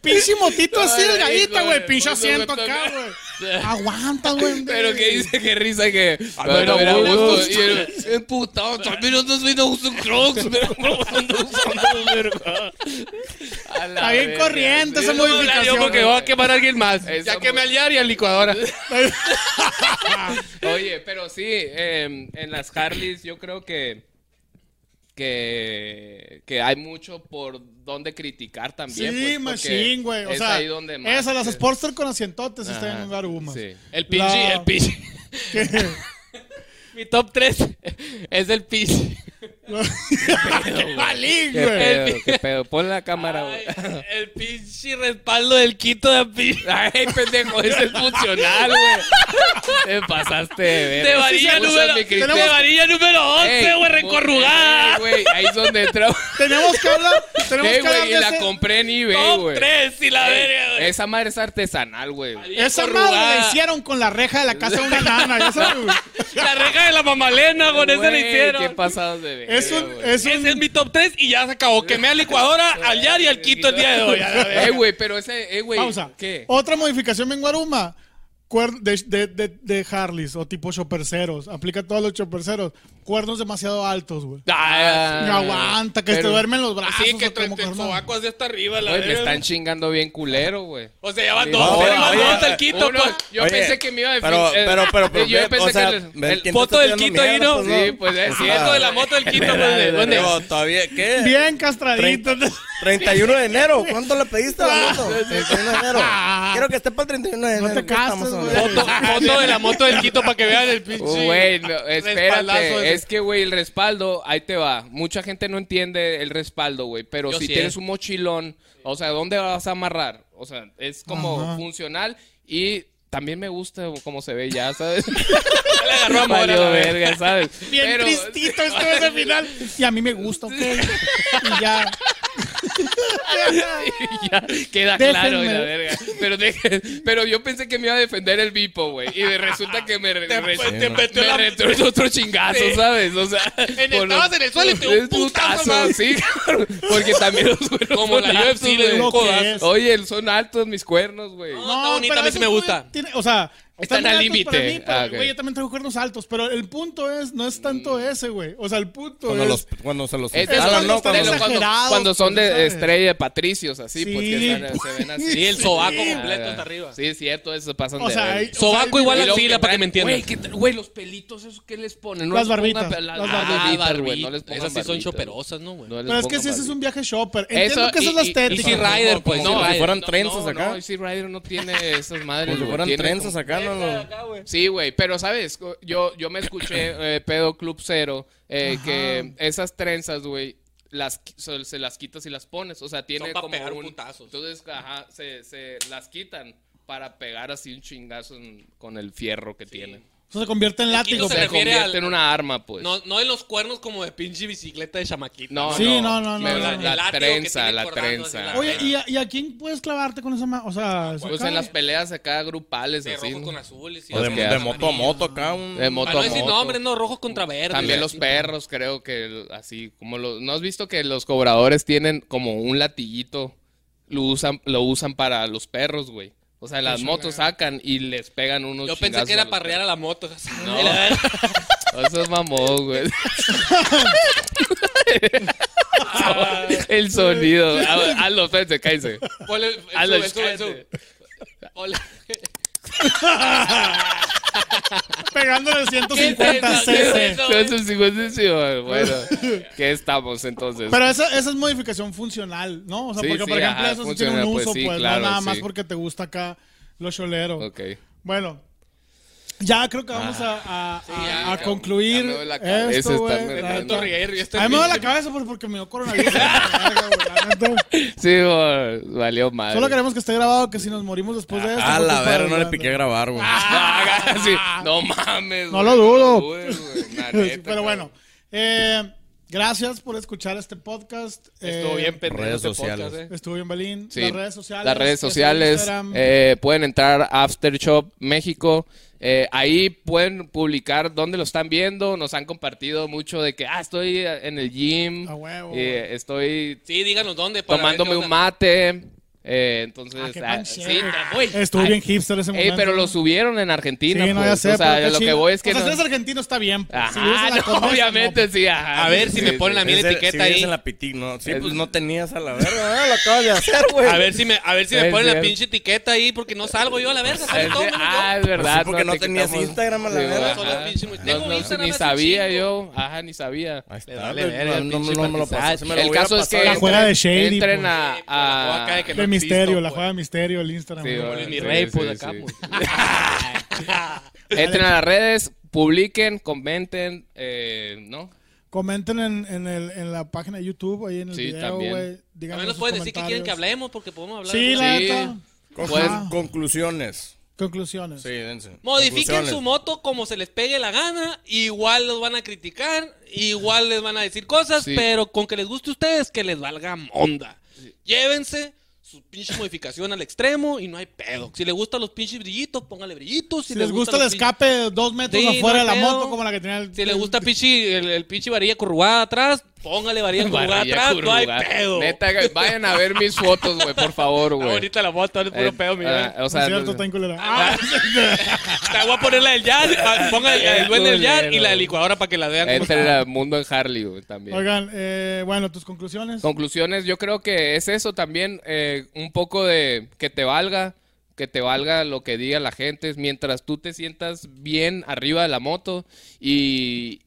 [SPEAKER 2] pinche motito así
[SPEAKER 1] Ay,
[SPEAKER 2] delgadita,
[SPEAKER 1] hijo de
[SPEAKER 2] güey. Pinche
[SPEAKER 1] puta,
[SPEAKER 2] asiento
[SPEAKER 1] güey,
[SPEAKER 2] acá,
[SPEAKER 1] toca.
[SPEAKER 2] güey. Aguanta, güey.
[SPEAKER 1] Pero que dice que risa que.
[SPEAKER 4] Ah,
[SPEAKER 1] Pero
[SPEAKER 4] pero
[SPEAKER 1] era
[SPEAKER 4] bueno,
[SPEAKER 1] gusto.
[SPEAKER 4] gusto.
[SPEAKER 1] Y el. eh, Puta, también no estoy de gusto en Crocs. Pero no ando usando verga. [laughs] A la
[SPEAKER 2] Está bien
[SPEAKER 1] verga.
[SPEAKER 2] corriente esa
[SPEAKER 1] Eso me la dio
[SPEAKER 2] modificación,
[SPEAKER 1] Porque
[SPEAKER 2] güey.
[SPEAKER 1] voy a quemar a alguien más. ya quemé al Yari y al licuadora. [laughs] Oye, pero sí, eh, en las Harleys yo creo que. Que, que hay mucho por donde criticar también.
[SPEAKER 2] Sí,
[SPEAKER 1] pues, porque
[SPEAKER 2] machín, güey. O
[SPEAKER 1] es
[SPEAKER 2] sea,
[SPEAKER 1] ahí donde más
[SPEAKER 2] esa, las
[SPEAKER 1] es-
[SPEAKER 2] Sportster con asientotes
[SPEAKER 1] Ajá,
[SPEAKER 2] está en un garuma.
[SPEAKER 1] sí.
[SPEAKER 3] El pinche,
[SPEAKER 2] La-
[SPEAKER 3] el pinche. Mi top 3 es el pinche.
[SPEAKER 2] ¡Qué malín,
[SPEAKER 1] ¿Qué
[SPEAKER 2] güey!
[SPEAKER 1] pedo? ¿Qué pedo? Pon la cámara,
[SPEAKER 3] Ay,
[SPEAKER 1] güey.
[SPEAKER 3] el pinche respaldo del quito de pinche.
[SPEAKER 1] Ay, pendejo, ese es funcional, güey. Te pasaste de ver.
[SPEAKER 3] De varilla número, de varilla número 11, güey, recorrugada.
[SPEAKER 1] Güey, ahí es donde entró.
[SPEAKER 2] Tenemos
[SPEAKER 1] [laughs]
[SPEAKER 2] que hablar. Tenemos
[SPEAKER 1] Ey,
[SPEAKER 2] que hablar
[SPEAKER 1] güey, y
[SPEAKER 2] de
[SPEAKER 1] la
[SPEAKER 2] ese-
[SPEAKER 1] compré en eBay,
[SPEAKER 3] Top
[SPEAKER 1] güey.
[SPEAKER 3] 3 y la verga, güey.
[SPEAKER 1] Esa madre es artesanal, güey.
[SPEAKER 2] Esa madre la hicieron con la reja de la casa de una nana, ya
[SPEAKER 1] [laughs]
[SPEAKER 2] sabes. güey.
[SPEAKER 3] La reja de la mamalena, con eso la
[SPEAKER 1] Güey,
[SPEAKER 3] hicieron.
[SPEAKER 1] Qué pasados de ver.
[SPEAKER 2] Es un, eh, es un
[SPEAKER 3] Ese es mi top 3 y ya se acabó. Quemé a licuadora, al Yar y al Quito el día de hoy. a la verga.
[SPEAKER 1] Ey, güey, pero ese, eh, güey.
[SPEAKER 2] pausa. Oh,
[SPEAKER 1] ¿Qué?
[SPEAKER 2] Otra modificación en Guaruma. cuer- De, de, de, de Harleys o tipo choperceros. Aplica a todos los choperceros. Cuernos demasiado altos, güey.
[SPEAKER 1] Ah,
[SPEAKER 2] No aguanta, que
[SPEAKER 1] pero-
[SPEAKER 2] te duermen los brazos.
[SPEAKER 3] Sí, que
[SPEAKER 2] o sea,
[SPEAKER 3] te
[SPEAKER 2] como
[SPEAKER 3] te
[SPEAKER 2] que no.
[SPEAKER 3] sobaco así hasta arriba, la
[SPEAKER 1] Güey, me
[SPEAKER 3] verga.
[SPEAKER 1] están chingando bien culero, güey.
[SPEAKER 3] O sea, ya van
[SPEAKER 1] No,
[SPEAKER 3] dos, pero van
[SPEAKER 4] oye,
[SPEAKER 3] dos del Quito,
[SPEAKER 1] Uno,
[SPEAKER 3] pues.
[SPEAKER 1] Yo
[SPEAKER 4] Oye,
[SPEAKER 1] pensé que me iba a defender.
[SPEAKER 4] Pero, pero, pero, pero.
[SPEAKER 1] [laughs] yo
[SPEAKER 4] ve,
[SPEAKER 1] pensé
[SPEAKER 4] o sea,
[SPEAKER 1] que.
[SPEAKER 4] ve
[SPEAKER 1] el-
[SPEAKER 4] quién te
[SPEAKER 3] foto
[SPEAKER 4] está
[SPEAKER 3] del
[SPEAKER 4] tirando
[SPEAKER 3] Quito ahí,
[SPEAKER 4] mierda,
[SPEAKER 3] ¿no?
[SPEAKER 1] sí, pues es cierto.
[SPEAKER 3] Foto de la moto del Quito, pues. ¿Dónde?
[SPEAKER 4] [laughs] Digo, todavía, ¿qué?
[SPEAKER 2] Bien castradito.
[SPEAKER 4] Tre- 31 de enero, ¿cuánto le pediste a la moto? 31 de enero. Quiero que esté para el 31 de enero.
[SPEAKER 2] No te
[SPEAKER 4] ¿qué estamos
[SPEAKER 2] cases,
[SPEAKER 4] hablando?
[SPEAKER 2] güey.
[SPEAKER 3] Foto, foto de la moto del Quito para que vean el pinche.
[SPEAKER 1] Oh, Güey, no,
[SPEAKER 3] Respaldazo
[SPEAKER 1] espérate.
[SPEAKER 3] ese.
[SPEAKER 1] Es que, güey, el respaldo, ahí te va. Mucha gente no entiende el respaldo, güey. Pero
[SPEAKER 3] Yo
[SPEAKER 1] si
[SPEAKER 3] sí,
[SPEAKER 1] tienes
[SPEAKER 3] eh.
[SPEAKER 1] un mochilón, o sea, ¿dónde vas a amarrar? O sea, es como funcional y también me gusta cómo se ve ya, [laughs] ¿sabes?
[SPEAKER 3] Le agarró amor a la
[SPEAKER 1] Valió
[SPEAKER 3] verga.
[SPEAKER 1] verga, ¿sabes?
[SPEAKER 2] Bien
[SPEAKER 1] Pero-
[SPEAKER 2] tristito esto es el final. Y a mí me gusta, ok. Y
[SPEAKER 3] [laughs]
[SPEAKER 2] ya.
[SPEAKER 1] Y ya queda claro y la verga. Pero, deje- pero yo pensé que me iba a defender el Bipo, güey. Y de- resulta que me, re, re-
[SPEAKER 3] pues, te
[SPEAKER 1] me
[SPEAKER 3] metió la-
[SPEAKER 1] retorció otro chingazo,
[SPEAKER 3] Sí.
[SPEAKER 1] ¿sabes? O sea,
[SPEAKER 3] En-
[SPEAKER 1] por
[SPEAKER 3] estabas
[SPEAKER 1] los-
[SPEAKER 3] en el suelo y te dio un
[SPEAKER 1] es
[SPEAKER 3] putazo más.
[SPEAKER 1] sí, cabrón, Porque también los cuernos
[SPEAKER 3] Como
[SPEAKER 1] son
[SPEAKER 3] la
[SPEAKER 1] altos,
[SPEAKER 3] UFC le dio un
[SPEAKER 1] güey.
[SPEAKER 2] codazo.
[SPEAKER 1] Oye, son altos mis cuernos, güey.
[SPEAKER 3] No, está bonita,
[SPEAKER 2] pero
[SPEAKER 3] a mí sí
[SPEAKER 2] esos
[SPEAKER 3] me
[SPEAKER 2] güey
[SPEAKER 3] gusta.
[SPEAKER 2] tiene- o sea,
[SPEAKER 1] Están
[SPEAKER 2] muy
[SPEAKER 1] al
[SPEAKER 2] altos para
[SPEAKER 1] límite.
[SPEAKER 2] mí, pero,
[SPEAKER 1] Ah, ok.
[SPEAKER 2] Güey, yo también tengo cuernos altos, pero el punto es, no es
[SPEAKER 3] Mm.
[SPEAKER 2] tanto ese, güey. O sea, el punto
[SPEAKER 4] Cuando,
[SPEAKER 2] es...
[SPEAKER 4] los- cuando se los
[SPEAKER 1] Es-
[SPEAKER 2] Esos
[SPEAKER 4] instalan,
[SPEAKER 2] cuando
[SPEAKER 4] ¿no?
[SPEAKER 2] están
[SPEAKER 4] Cuando-
[SPEAKER 2] exagerados,
[SPEAKER 1] cuando, cuando son
[SPEAKER 2] pues,
[SPEAKER 1] de
[SPEAKER 2] ¿sabes?
[SPEAKER 1] estrella de patricios, así, pues
[SPEAKER 2] Sí.
[SPEAKER 1] que están- se ven así.
[SPEAKER 3] Sí, el sobaco
[SPEAKER 1] Ah,
[SPEAKER 3] completo hasta arriba.
[SPEAKER 1] Sí, es cierto, eso pasan
[SPEAKER 2] O
[SPEAKER 1] de
[SPEAKER 2] sea,
[SPEAKER 1] verga.
[SPEAKER 2] hay-
[SPEAKER 3] Sobaco
[SPEAKER 2] o sea,
[SPEAKER 3] igual
[SPEAKER 1] Y
[SPEAKER 3] a
[SPEAKER 1] luego
[SPEAKER 3] axila,
[SPEAKER 1] que
[SPEAKER 3] para que
[SPEAKER 1] traen-
[SPEAKER 3] me entiendan.
[SPEAKER 1] Güey, ¿qué tra- güey, los pelitos, ¿esos qué les ponen? No
[SPEAKER 2] Las
[SPEAKER 1] les pongan
[SPEAKER 2] barbitas,
[SPEAKER 1] pe- la-
[SPEAKER 2] las
[SPEAKER 1] ah,
[SPEAKER 2] barbitas.
[SPEAKER 1] güey, no les pongan
[SPEAKER 3] Esas sí son
[SPEAKER 1] barbitas.
[SPEAKER 3] choperosas, ¿no, güey?
[SPEAKER 1] No les
[SPEAKER 2] Pero es que
[SPEAKER 1] pongan
[SPEAKER 2] si ese es
[SPEAKER 1] barbitas.
[SPEAKER 2] un viaje shopper. Entiendo
[SPEAKER 1] Eso,
[SPEAKER 2] que esa es
[SPEAKER 1] y-
[SPEAKER 2] la
[SPEAKER 1] y-
[SPEAKER 2] estética.
[SPEAKER 3] Easy
[SPEAKER 2] ¿no?
[SPEAKER 3] Rider,
[SPEAKER 1] Como-
[SPEAKER 3] pues,
[SPEAKER 1] como
[SPEAKER 3] no,
[SPEAKER 1] si
[SPEAKER 3] Rider.
[SPEAKER 1] fueran
[SPEAKER 4] No, trenzas acá.
[SPEAKER 1] No, Easy Rider no tiene esas madres.
[SPEAKER 4] Como si
[SPEAKER 1] güey,
[SPEAKER 4] fueran
[SPEAKER 1] tiene
[SPEAKER 4] trenzas acá,
[SPEAKER 3] güey.
[SPEAKER 4] ¿no?
[SPEAKER 1] Sí, güey, pero sabes, yo, yo me
[SPEAKER 3] [clears throat]
[SPEAKER 1] escuché eh, Pedo Club Cero, eh, que esas trenzas, güey, las, qui- se, se las quitas y las pones. O sea, tiene
[SPEAKER 3] Son pa'
[SPEAKER 1] como
[SPEAKER 3] pegar
[SPEAKER 1] un...
[SPEAKER 3] putazos.
[SPEAKER 1] Entonces, ajá, se, se las quitan para pegar así un chingazo en- con el fierro que tiene.
[SPEAKER 2] Eso se convierte en
[SPEAKER 3] Aquí no
[SPEAKER 2] látigo.
[SPEAKER 1] Se
[SPEAKER 3] se
[SPEAKER 2] pues.
[SPEAKER 3] refiere
[SPEAKER 1] convierte
[SPEAKER 3] al-
[SPEAKER 1] en una arma, pues.
[SPEAKER 3] No, no en los cuernos como de pinche bicicleta de chamaquito.
[SPEAKER 1] No,
[SPEAKER 2] Sí,
[SPEAKER 1] no,
[SPEAKER 2] no, no,
[SPEAKER 1] me-
[SPEAKER 2] no,
[SPEAKER 1] la,
[SPEAKER 2] no.
[SPEAKER 1] la
[SPEAKER 3] El látigo que
[SPEAKER 1] trenza,
[SPEAKER 3] tiene
[SPEAKER 1] la
[SPEAKER 3] colgando
[SPEAKER 1] trenza.
[SPEAKER 3] así la-
[SPEAKER 2] Oye, ¿y a, y a quién puedes clavarte con esa mano? O sea, se
[SPEAKER 1] pues
[SPEAKER 2] acaba.
[SPEAKER 1] en las peleas acá grupales,
[SPEAKER 3] De
[SPEAKER 1] así.
[SPEAKER 3] rojo
[SPEAKER 1] ¿no?
[SPEAKER 3] con azul. y sí,
[SPEAKER 1] O
[SPEAKER 4] de,
[SPEAKER 1] que
[SPEAKER 4] de
[SPEAKER 1] hacen
[SPEAKER 4] moto a moto acá. Un...
[SPEAKER 1] De moto
[SPEAKER 3] Para Ah, no
[SPEAKER 1] a
[SPEAKER 3] decir
[SPEAKER 1] moto.
[SPEAKER 3] nombres, no, rojos contra verdes.
[SPEAKER 1] También los perros, creo que el- así, como los... ¿No has visto que los cobradores tienen como un latiguito? Lo usan, lo usan para los perros, güey. O sea, las motos sacan y les pegan unos
[SPEAKER 3] Yo pensé que era parrear a
[SPEAKER 1] parrear
[SPEAKER 3] la moto. [laughs]
[SPEAKER 1] No. Eso es mamón, güey. [laughs] el
[SPEAKER 3] [laughs]
[SPEAKER 1] sonido. Hazlo, hazlo, espérense, cállense. Ah, [laughs]
[SPEAKER 3] Ponle el- el
[SPEAKER 1] A la
[SPEAKER 3] sub, el sub, el
[SPEAKER 1] escándalo.
[SPEAKER 3] sub. Ponle-
[SPEAKER 2] Pegándole
[SPEAKER 3] ¿Qué
[SPEAKER 2] 150
[SPEAKER 3] es [laughs] eso? ¿Qué es
[SPEAKER 2] cc.
[SPEAKER 3] eso?
[SPEAKER 1] Entonces, sí, güey, sí, sí, güey. Ah, Bueno,
[SPEAKER 3] [laughs]
[SPEAKER 1] ¿qué estamos entonces?
[SPEAKER 2] Pero esa, esa es modificación funcional, ¿no? O sea,
[SPEAKER 1] Sí,
[SPEAKER 2] porque
[SPEAKER 1] sí,
[SPEAKER 2] por ejemplo
[SPEAKER 1] ajá,
[SPEAKER 2] eso sí
[SPEAKER 1] funciona,
[SPEAKER 2] tiene un
[SPEAKER 1] pues,
[SPEAKER 2] uso, pues,
[SPEAKER 1] sí,
[SPEAKER 2] no
[SPEAKER 1] claro,
[SPEAKER 2] nada
[SPEAKER 1] sí.
[SPEAKER 2] más porque te gusta acá lo cholero.
[SPEAKER 1] Ok. Ah.
[SPEAKER 2] Bueno, ya creo que vamos a, a- a-
[SPEAKER 3] ya,
[SPEAKER 2] a
[SPEAKER 3] ya
[SPEAKER 2] concluir.
[SPEAKER 1] me duele la cabeza,
[SPEAKER 2] esto, güey.
[SPEAKER 1] están
[SPEAKER 2] La
[SPEAKER 1] mermando.
[SPEAKER 2] neta.
[SPEAKER 3] Puto reguero, yo estoy
[SPEAKER 2] A mí me duele la
[SPEAKER 3] pinche-
[SPEAKER 2] cabeza por- porque me
[SPEAKER 1] [laughs]
[SPEAKER 2] dio coronavirus. Verga, güey, la neta.
[SPEAKER 1] Sí, güey, valió madre.
[SPEAKER 2] Solo queremos que esté grabado que si nos morimos después de esto. pues,
[SPEAKER 4] A
[SPEAKER 2] fue
[SPEAKER 4] la
[SPEAKER 2] culpa
[SPEAKER 4] verga,
[SPEAKER 2] de
[SPEAKER 4] no le
[SPEAKER 2] Orlando.
[SPEAKER 4] piqué a grabar, güey.
[SPEAKER 1] Ah, sí. No mames.
[SPEAKER 2] No
[SPEAKER 1] güey,
[SPEAKER 2] lo dudo. [laughs]
[SPEAKER 1] dudes, güey, la neta,
[SPEAKER 2] Sí, Pero
[SPEAKER 1] cabrón.
[SPEAKER 2] bueno, eh, gracias por escuchar este podcast. Eh,
[SPEAKER 3] Estuvo bien pendejo
[SPEAKER 4] redes
[SPEAKER 3] este
[SPEAKER 4] sociales.
[SPEAKER 3] podcast, eh.
[SPEAKER 2] Estuvo bien, Belín.
[SPEAKER 1] Sí.
[SPEAKER 2] Las redes sociales.
[SPEAKER 1] Las redes
[SPEAKER 2] que es
[SPEAKER 1] sociales.
[SPEAKER 2] Instagram.
[SPEAKER 1] eh, pueden entrar a After Shop México. Eh, ahí pueden publicar dónde lo están viendo. Nos han compartido mucho de que, ah, estoy en el gym.
[SPEAKER 2] A huevo,
[SPEAKER 1] eh, estoy
[SPEAKER 3] Sí, díganos dónde. para
[SPEAKER 1] tomándome
[SPEAKER 3] ver qué
[SPEAKER 1] un
[SPEAKER 3] onda.
[SPEAKER 1] mate. eh, entonces,
[SPEAKER 2] Ah, qué
[SPEAKER 1] ah,
[SPEAKER 2] pan
[SPEAKER 1] sí,
[SPEAKER 2] chévere.
[SPEAKER 1] te- uy,
[SPEAKER 2] Estuvo
[SPEAKER 1] ay,
[SPEAKER 2] bien hipster ese
[SPEAKER 1] Ey,
[SPEAKER 2] momento.
[SPEAKER 1] pero lo
[SPEAKER 2] Sí,
[SPEAKER 1] subieron en Argentina.
[SPEAKER 2] no,
[SPEAKER 1] pues.
[SPEAKER 2] ya sé.
[SPEAKER 1] O sea,
[SPEAKER 2] pero qué
[SPEAKER 1] lo que
[SPEAKER 2] chido.
[SPEAKER 1] voy es que.
[SPEAKER 2] O sea,
[SPEAKER 1] no-
[SPEAKER 2] si eres argentino está bien. pues. Si vives
[SPEAKER 1] Ajá,
[SPEAKER 2] en
[SPEAKER 1] [laughs]
[SPEAKER 2] la
[SPEAKER 1] no,
[SPEAKER 2] Condesa,
[SPEAKER 1] obviamente
[SPEAKER 2] no,
[SPEAKER 1] sí. ajá.
[SPEAKER 3] A ver si
[SPEAKER 1] Sí,
[SPEAKER 3] me
[SPEAKER 1] sí,
[SPEAKER 3] ponen a mí
[SPEAKER 4] Es
[SPEAKER 3] la
[SPEAKER 4] el-
[SPEAKER 3] etiqueta
[SPEAKER 4] si vives
[SPEAKER 3] ahí.
[SPEAKER 4] en la pitic, no. Sí,
[SPEAKER 1] Es-
[SPEAKER 4] pues no tenías a la verga. ¿no? Lo acabas de hacer, güey.
[SPEAKER 3] A ver si me, a ver si me
[SPEAKER 1] Es
[SPEAKER 3] ponen la
[SPEAKER 1] cierto.
[SPEAKER 3] pinche etiqueta ahí, porque no salgo yo a la verga.
[SPEAKER 1] Ah,
[SPEAKER 3] Sale
[SPEAKER 1] es
[SPEAKER 3] todo
[SPEAKER 1] que-
[SPEAKER 3] menos yo.
[SPEAKER 1] ah, es verdad.
[SPEAKER 4] sí, porque no tenías
[SPEAKER 1] etiquetamos.
[SPEAKER 4] Instagram a la verga.
[SPEAKER 1] ajá.
[SPEAKER 3] Solo el pinche muy-
[SPEAKER 1] No,
[SPEAKER 3] Tengo
[SPEAKER 1] no,
[SPEAKER 3] Instagram
[SPEAKER 1] ni
[SPEAKER 3] hace
[SPEAKER 1] sabía
[SPEAKER 3] chingo.
[SPEAKER 1] yo. Ajá, ni sabía.
[SPEAKER 4] Ahí está,
[SPEAKER 3] Le vale
[SPEAKER 4] güey,
[SPEAKER 3] verga,
[SPEAKER 4] no, no,
[SPEAKER 3] pinche
[SPEAKER 4] no me lo
[SPEAKER 3] partizan.
[SPEAKER 4] pasé, me lo
[SPEAKER 1] el
[SPEAKER 4] hubiera
[SPEAKER 1] caso es que
[SPEAKER 4] pasado.
[SPEAKER 2] La juega de Shady,
[SPEAKER 1] entren
[SPEAKER 2] pues.
[SPEAKER 1] a,
[SPEAKER 3] Sí, pues, la juega
[SPEAKER 1] a
[SPEAKER 3] que
[SPEAKER 2] De
[SPEAKER 3] no
[SPEAKER 2] misterio,
[SPEAKER 3] existo,
[SPEAKER 2] la
[SPEAKER 3] pues.
[SPEAKER 2] juega de misterio, el Instagram.
[SPEAKER 1] Sí,
[SPEAKER 2] güey.
[SPEAKER 1] bueno.
[SPEAKER 3] Ni
[SPEAKER 1] Sí,
[SPEAKER 3] rey, pues
[SPEAKER 1] sí,
[SPEAKER 3] acá,
[SPEAKER 1] sí.
[SPEAKER 3] pues.
[SPEAKER 1] entren a las redes, publiquen, comenten, eh, ¿no?
[SPEAKER 2] Comenten en, en, el, en la página de YouTube, ahí en el
[SPEAKER 1] Sí,
[SPEAKER 2] video,
[SPEAKER 1] también.
[SPEAKER 2] güey. Díganos
[SPEAKER 3] También nos
[SPEAKER 2] sus
[SPEAKER 3] pueden decir que quieren que
[SPEAKER 2] comentarios.
[SPEAKER 3] hablemos, porque podemos hablar.
[SPEAKER 2] Sí,
[SPEAKER 3] de-
[SPEAKER 2] la
[SPEAKER 1] Sí.
[SPEAKER 2] neta.
[SPEAKER 4] Conclu-
[SPEAKER 2] Pues-
[SPEAKER 4] conclusiones.
[SPEAKER 2] Conclusiones.
[SPEAKER 4] Sí, dense.
[SPEAKER 3] Modifiquen
[SPEAKER 4] Conclusiones.
[SPEAKER 3] su moto como se les pegue la gana, igual los van a criticar, igual les van a decir cosas,
[SPEAKER 1] Sí.
[SPEAKER 3] pero con que les guste a ustedes, que les valga onda. Llévense su pinche modificación al extremo y no hay pedo. Si les gustan los pinches brillitos, póngale brillitos.
[SPEAKER 2] Si les gusta el
[SPEAKER 3] los pinches-
[SPEAKER 2] escape dos metros
[SPEAKER 3] Sí,
[SPEAKER 2] afuera de
[SPEAKER 3] no
[SPEAKER 2] la
[SPEAKER 3] hay pedo.
[SPEAKER 2] moto, como la que tenía el.
[SPEAKER 3] Si les gusta pinche- el, el pinche varilla currugada atrás, póngale varilla currugada
[SPEAKER 1] Varilla
[SPEAKER 3] atrás, no hay
[SPEAKER 1] currugada.
[SPEAKER 3] pedo.
[SPEAKER 1] Neta, güey, vayan a ver mis fotos, güey, por
[SPEAKER 3] [laughs]
[SPEAKER 1] favor,
[SPEAKER 3] Está
[SPEAKER 1] güey.
[SPEAKER 3] bonita la moto, es puro
[SPEAKER 1] Eh,
[SPEAKER 3] pedo, mi
[SPEAKER 1] ah,
[SPEAKER 3] güey.
[SPEAKER 1] o sea,
[SPEAKER 2] es cierto,
[SPEAKER 1] no-
[SPEAKER 2] está en culera. Ah,
[SPEAKER 3] Te voy a poner la del jazz, pa- ponga el, el duende del jazz y la
[SPEAKER 1] culero.
[SPEAKER 3] licuadora para que la vean. como-
[SPEAKER 1] entren al mundo en Harley, güey, también.
[SPEAKER 2] Oigan, eh, bueno, tus conclusiones.
[SPEAKER 1] Conclusiones, yo creo que es eso también, eh, un poco de que te valga, que te valga lo que diga la gente, mientras tú te sientas bien arriba de la moto y,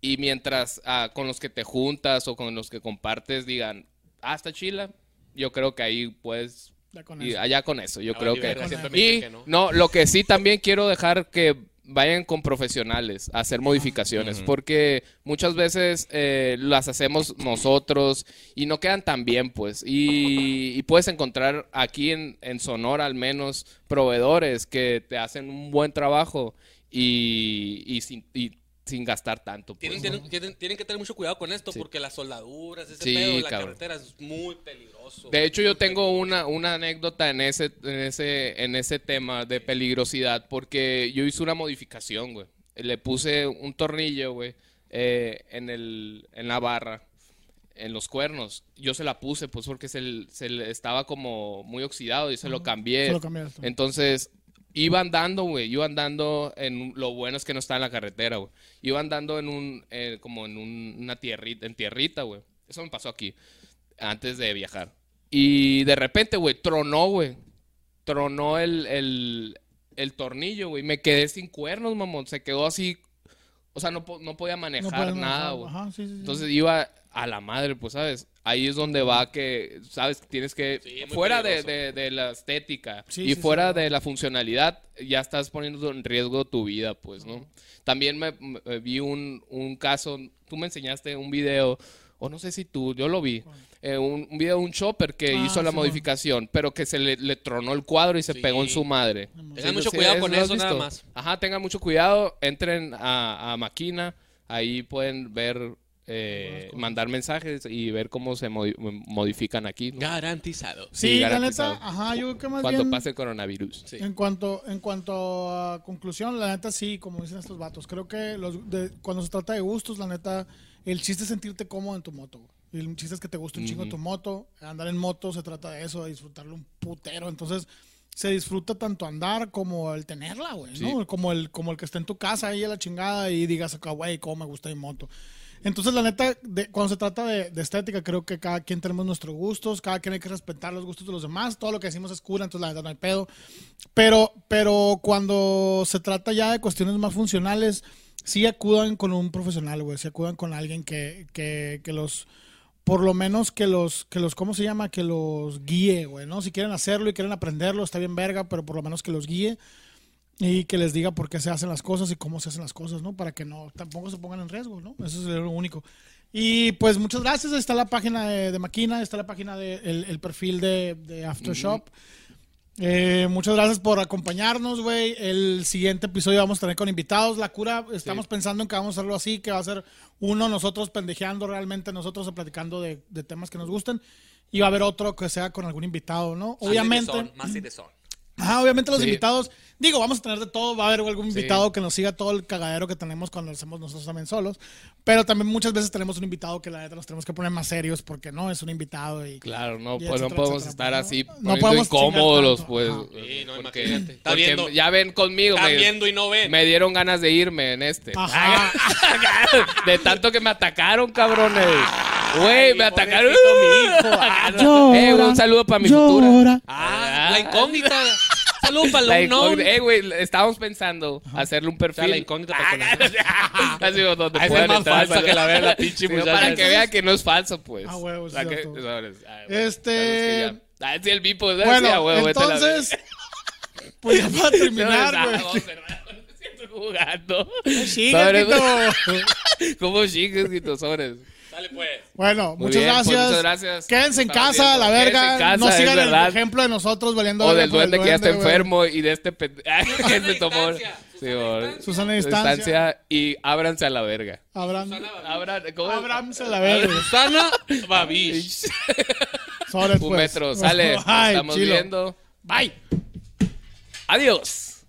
[SPEAKER 1] y mientras ah, con los que te juntas o con los que compartes digan, hasta Chila, yo creo que ahí puedes
[SPEAKER 2] Ya con
[SPEAKER 1] y
[SPEAKER 2] eso.
[SPEAKER 1] allá con eso, yo
[SPEAKER 3] Ah,
[SPEAKER 1] creo
[SPEAKER 3] Olivera
[SPEAKER 1] que...
[SPEAKER 3] siempre me dice
[SPEAKER 1] Y
[SPEAKER 3] que no.
[SPEAKER 1] no, lo que sí también quiero dejar que vayan con profesionales a hacer modificaciones, porque muchas veces eh, las hacemos nosotros y no quedan tan bien, pues. Y, y puedes encontrar aquí en, en Sonora al menos proveedores que te hacen un buen trabajo y, y sin, y sin gastar tanto. pues,
[SPEAKER 3] Tienen,
[SPEAKER 1] ¿no?
[SPEAKER 3] tienen, tienen, tienen que tener mucho cuidado con esto porque las soldaduras, ese
[SPEAKER 1] Sí,
[SPEAKER 3] pedo, la
[SPEAKER 1] cabrón.
[SPEAKER 3] carretera es muy peligroso.
[SPEAKER 1] De hecho, yo
[SPEAKER 3] Muy
[SPEAKER 1] tengo
[SPEAKER 3] peligroso.
[SPEAKER 1] una, una anécdota en ese, en ese, en ese tema de peligrosidad, porque yo hice una modificación, güey. Le puse un tornillo, güey, eh, en el, en la barra, en los cuernos. Yo se la puse, pues, porque se, le- se le estaba como muy oxidado y se lo cambié.
[SPEAKER 2] Se lo cambiaste.
[SPEAKER 1] Entonces, iba andando, güey, iba andando en un- lo bueno es que no está en la carretera, güey. Iba andando en un eh, como en un- una tierrita, en tierrita, güey. Eso me pasó aquí antes de viajar. Y de repente, güey, tronó, güey. Tronó el, el, el tornillo, güey. Me quedé sin cuernos, mamón. Se quedó así. O sea, no, po- no podía
[SPEAKER 2] No
[SPEAKER 1] manejar
[SPEAKER 2] puedes
[SPEAKER 1] nada,
[SPEAKER 2] manejar.
[SPEAKER 1] güey.
[SPEAKER 2] Ajá, sí, sí, sí.
[SPEAKER 1] Entonces iba a la madre, pues, ¿sabes? Ahí es donde va que, ¿sabes? Tienes que...
[SPEAKER 3] Sí, es muy
[SPEAKER 1] fuera de,
[SPEAKER 3] peligroso.
[SPEAKER 1] de- de la estética
[SPEAKER 2] Sí,
[SPEAKER 1] y
[SPEAKER 2] sí, sí,
[SPEAKER 1] fuera
[SPEAKER 2] claro.
[SPEAKER 1] de la funcionalidad, ya estás poniendo en riesgo tu vida, pues, ¿no? También me, me- vi un, un caso, tú me enseñaste un video o no sé si tú, yo lo vi, eh, un, un video de un chopper que
[SPEAKER 2] Ah,
[SPEAKER 1] hizo la
[SPEAKER 2] Simón.
[SPEAKER 1] modificación, pero que se le, le tronó el cuadro y se
[SPEAKER 3] Sí.
[SPEAKER 1] pegó en su madre.
[SPEAKER 3] Tengan
[SPEAKER 1] Sí,
[SPEAKER 3] mucho
[SPEAKER 1] sí,
[SPEAKER 3] cuidado
[SPEAKER 1] ¿lo
[SPEAKER 3] con
[SPEAKER 1] has
[SPEAKER 3] eso, nada
[SPEAKER 1] visto?
[SPEAKER 3] más.
[SPEAKER 1] Ajá, tengan mucho cuidado, entren a, a Maquina, ahí pueden ver, eh, mandar mensajes y ver cómo se modi- modifican aquí. ¿no?
[SPEAKER 3] Garantizado.
[SPEAKER 2] Sí, la
[SPEAKER 1] garantizado.
[SPEAKER 2] neta, ajá, yo creo que más
[SPEAKER 1] Cuando
[SPEAKER 2] bien.
[SPEAKER 1] pase el coronavirus.
[SPEAKER 3] Sí.
[SPEAKER 2] En cuanto, en cuanto a conclusión, la neta sí, como dicen estos vatos, creo que los de- cuando se trata de gustos, la neta, el chiste es sentirte cómodo en tu moto. güey. El chiste es que te guste un chingo tu moto, andar en moto se trata de eso, de disfrutarlo un putero. Entonces, se disfruta tanto andar como el tenerla, güey, ¿no? Como el, como el que está en tu casa ahí a la chingada y digas, acá, güey, cómo me gusta mi moto. Entonces, la neta, de- cuando se trata de, de estética, creo que cada quien tenemos nuestros gustos, cada quien hay que respetar los gustos de los demás, todo lo que decimos es cura, entonces la neta no hay pedo. Pero, pero cuando se trata ya de cuestiones más funcionales, sí acudan con un profesional, güey, sí acudan con alguien que, que, que los, por lo menos que los, que los, ¿cómo se llama? Que los guíe, güey, ¿no? Si quieren hacerlo y quieren aprenderlo, está bien verga, pero por lo menos que los guíe y que les diga por qué se hacen las cosas y cómo se hacen las cosas, ¿no? Para que no tampoco se pongan en riesgo, ¿no? Eso es lo único. Y pues muchas gracias. Ahí Está la página de, de Maquina, ahí está la página de el, el perfil de, de Aftershop. Eh, muchas gracias por acompañarnos, güey. El siguiente episodio vamos a tener con invitados. La cura, estamos pensando en que vamos a hacerlo así, que va a ser uno nosotros pendejeando realmente, nosotros platicando de, de temas que nos gusten. Y va a haber otro que sea con algún invitado, ¿no? Obviamente.
[SPEAKER 3] Más de son.
[SPEAKER 2] Ajá, obviamente los
[SPEAKER 1] Sí.
[SPEAKER 2] invitados. Digo, vamos a tener de todo. Va a haber algún
[SPEAKER 1] Sí.
[SPEAKER 2] invitado que nos siga todo el cagadero que tenemos cuando lo hacemos nosotros también solos. Pero también muchas veces tenemos un invitado que la neta nos tenemos que poner más serios porque no es un invitado y.
[SPEAKER 1] Claro, no,
[SPEAKER 2] Y
[SPEAKER 1] pues no
[SPEAKER 2] etcétera,
[SPEAKER 1] podemos
[SPEAKER 2] etcétera,
[SPEAKER 1] estar
[SPEAKER 2] ¿no?
[SPEAKER 1] así
[SPEAKER 2] No
[SPEAKER 1] poniendo
[SPEAKER 2] podemos
[SPEAKER 1] incómodos,
[SPEAKER 2] chingar tanto.
[SPEAKER 1] pues.
[SPEAKER 2] Ajá.
[SPEAKER 3] Sí, no,
[SPEAKER 1] porque-
[SPEAKER 3] imagínate. Está
[SPEAKER 1] porque
[SPEAKER 3] viendo.
[SPEAKER 1] ya ven conmigo.
[SPEAKER 3] Está
[SPEAKER 1] me-
[SPEAKER 3] viendo y no ven.
[SPEAKER 1] Me dieron ganas de irme en este.
[SPEAKER 2] Ah. Ajá.
[SPEAKER 1] [laughs] De tanto que me atacaron, cabrones. Güey, me atacaron. [laughs] Eh, un saludo para mi futura.
[SPEAKER 3] Ah,
[SPEAKER 1] [laughs]
[SPEAKER 3] la incógnita. Saludos para
[SPEAKER 1] La
[SPEAKER 3] el unknown.
[SPEAKER 1] incógnita- Eh, güey, estábamos pensando hacerle un
[SPEAKER 3] O sea, la
[SPEAKER 1] perfil.
[SPEAKER 3] incógnita
[SPEAKER 2] Ah,
[SPEAKER 3] para con el-
[SPEAKER 1] [laughs] Así como donde
[SPEAKER 3] Ah, esa
[SPEAKER 1] puedan
[SPEAKER 3] es más
[SPEAKER 1] entrar,
[SPEAKER 3] falsa
[SPEAKER 1] para-
[SPEAKER 3] que la vea la
[SPEAKER 1] [laughs]
[SPEAKER 3] pinche
[SPEAKER 1] Sí,
[SPEAKER 3] muchacha.
[SPEAKER 1] Para que vea que no es falso, pues.
[SPEAKER 2] Ah, huevo, sí,
[SPEAKER 1] Para que-
[SPEAKER 2] cierto.
[SPEAKER 1] sabes, ah, bueno,
[SPEAKER 2] Este-
[SPEAKER 1] sabes que ya- Ah, sí, el bipo. ¿verdad? Sí, ah,
[SPEAKER 2] Bueno,
[SPEAKER 1] huevo, vete a la verga.
[SPEAKER 2] entonces. Pues ya
[SPEAKER 1] [laughs]
[SPEAKER 2] para terminar,
[SPEAKER 1] Sabes, ah,
[SPEAKER 2] güey.
[SPEAKER 1] vamos, hermano, [laughs] siento jugando.
[SPEAKER 2] Sí,
[SPEAKER 1] Sobres, [laughs]
[SPEAKER 2] gatito.
[SPEAKER 1] ¿Cómo chingas, Quito? Sobres.
[SPEAKER 3] Dale, pues.
[SPEAKER 2] Bueno,
[SPEAKER 1] Muy
[SPEAKER 2] muchas,
[SPEAKER 1] bien, pues,
[SPEAKER 2] gracias.
[SPEAKER 1] muchas gracias.
[SPEAKER 2] Quédense en
[SPEAKER 1] Estamos
[SPEAKER 2] casa,
[SPEAKER 1] viendo.
[SPEAKER 2] la verga.
[SPEAKER 1] Quédense en
[SPEAKER 2] no
[SPEAKER 1] casa,
[SPEAKER 2] sigan
[SPEAKER 1] es
[SPEAKER 2] el
[SPEAKER 1] verdad.
[SPEAKER 2] ejemplo de nosotros valiendo
[SPEAKER 1] O
[SPEAKER 2] verga
[SPEAKER 1] del
[SPEAKER 2] por el
[SPEAKER 1] duende que ya está
[SPEAKER 2] duende, güey.
[SPEAKER 1] enfermo y de este [laughs] pendejo
[SPEAKER 2] [laughs]
[SPEAKER 1] que se tomó.
[SPEAKER 3] distancia,
[SPEAKER 1] Sí, por-
[SPEAKER 2] Susana distancia.
[SPEAKER 1] Y ábranse a la verga.
[SPEAKER 2] Abraham.
[SPEAKER 1] Abran, ¿cómo?
[SPEAKER 2] Abraham se la
[SPEAKER 1] [laughs]
[SPEAKER 2] verga.
[SPEAKER 3] Sana Babish.
[SPEAKER 2] Sobres,
[SPEAKER 1] Un
[SPEAKER 2] pues.
[SPEAKER 1] metro. Sale. Nos
[SPEAKER 2] [laughs] Ay,
[SPEAKER 1] estamos
[SPEAKER 2] chilo.
[SPEAKER 1] viendo. Bye. Adiós.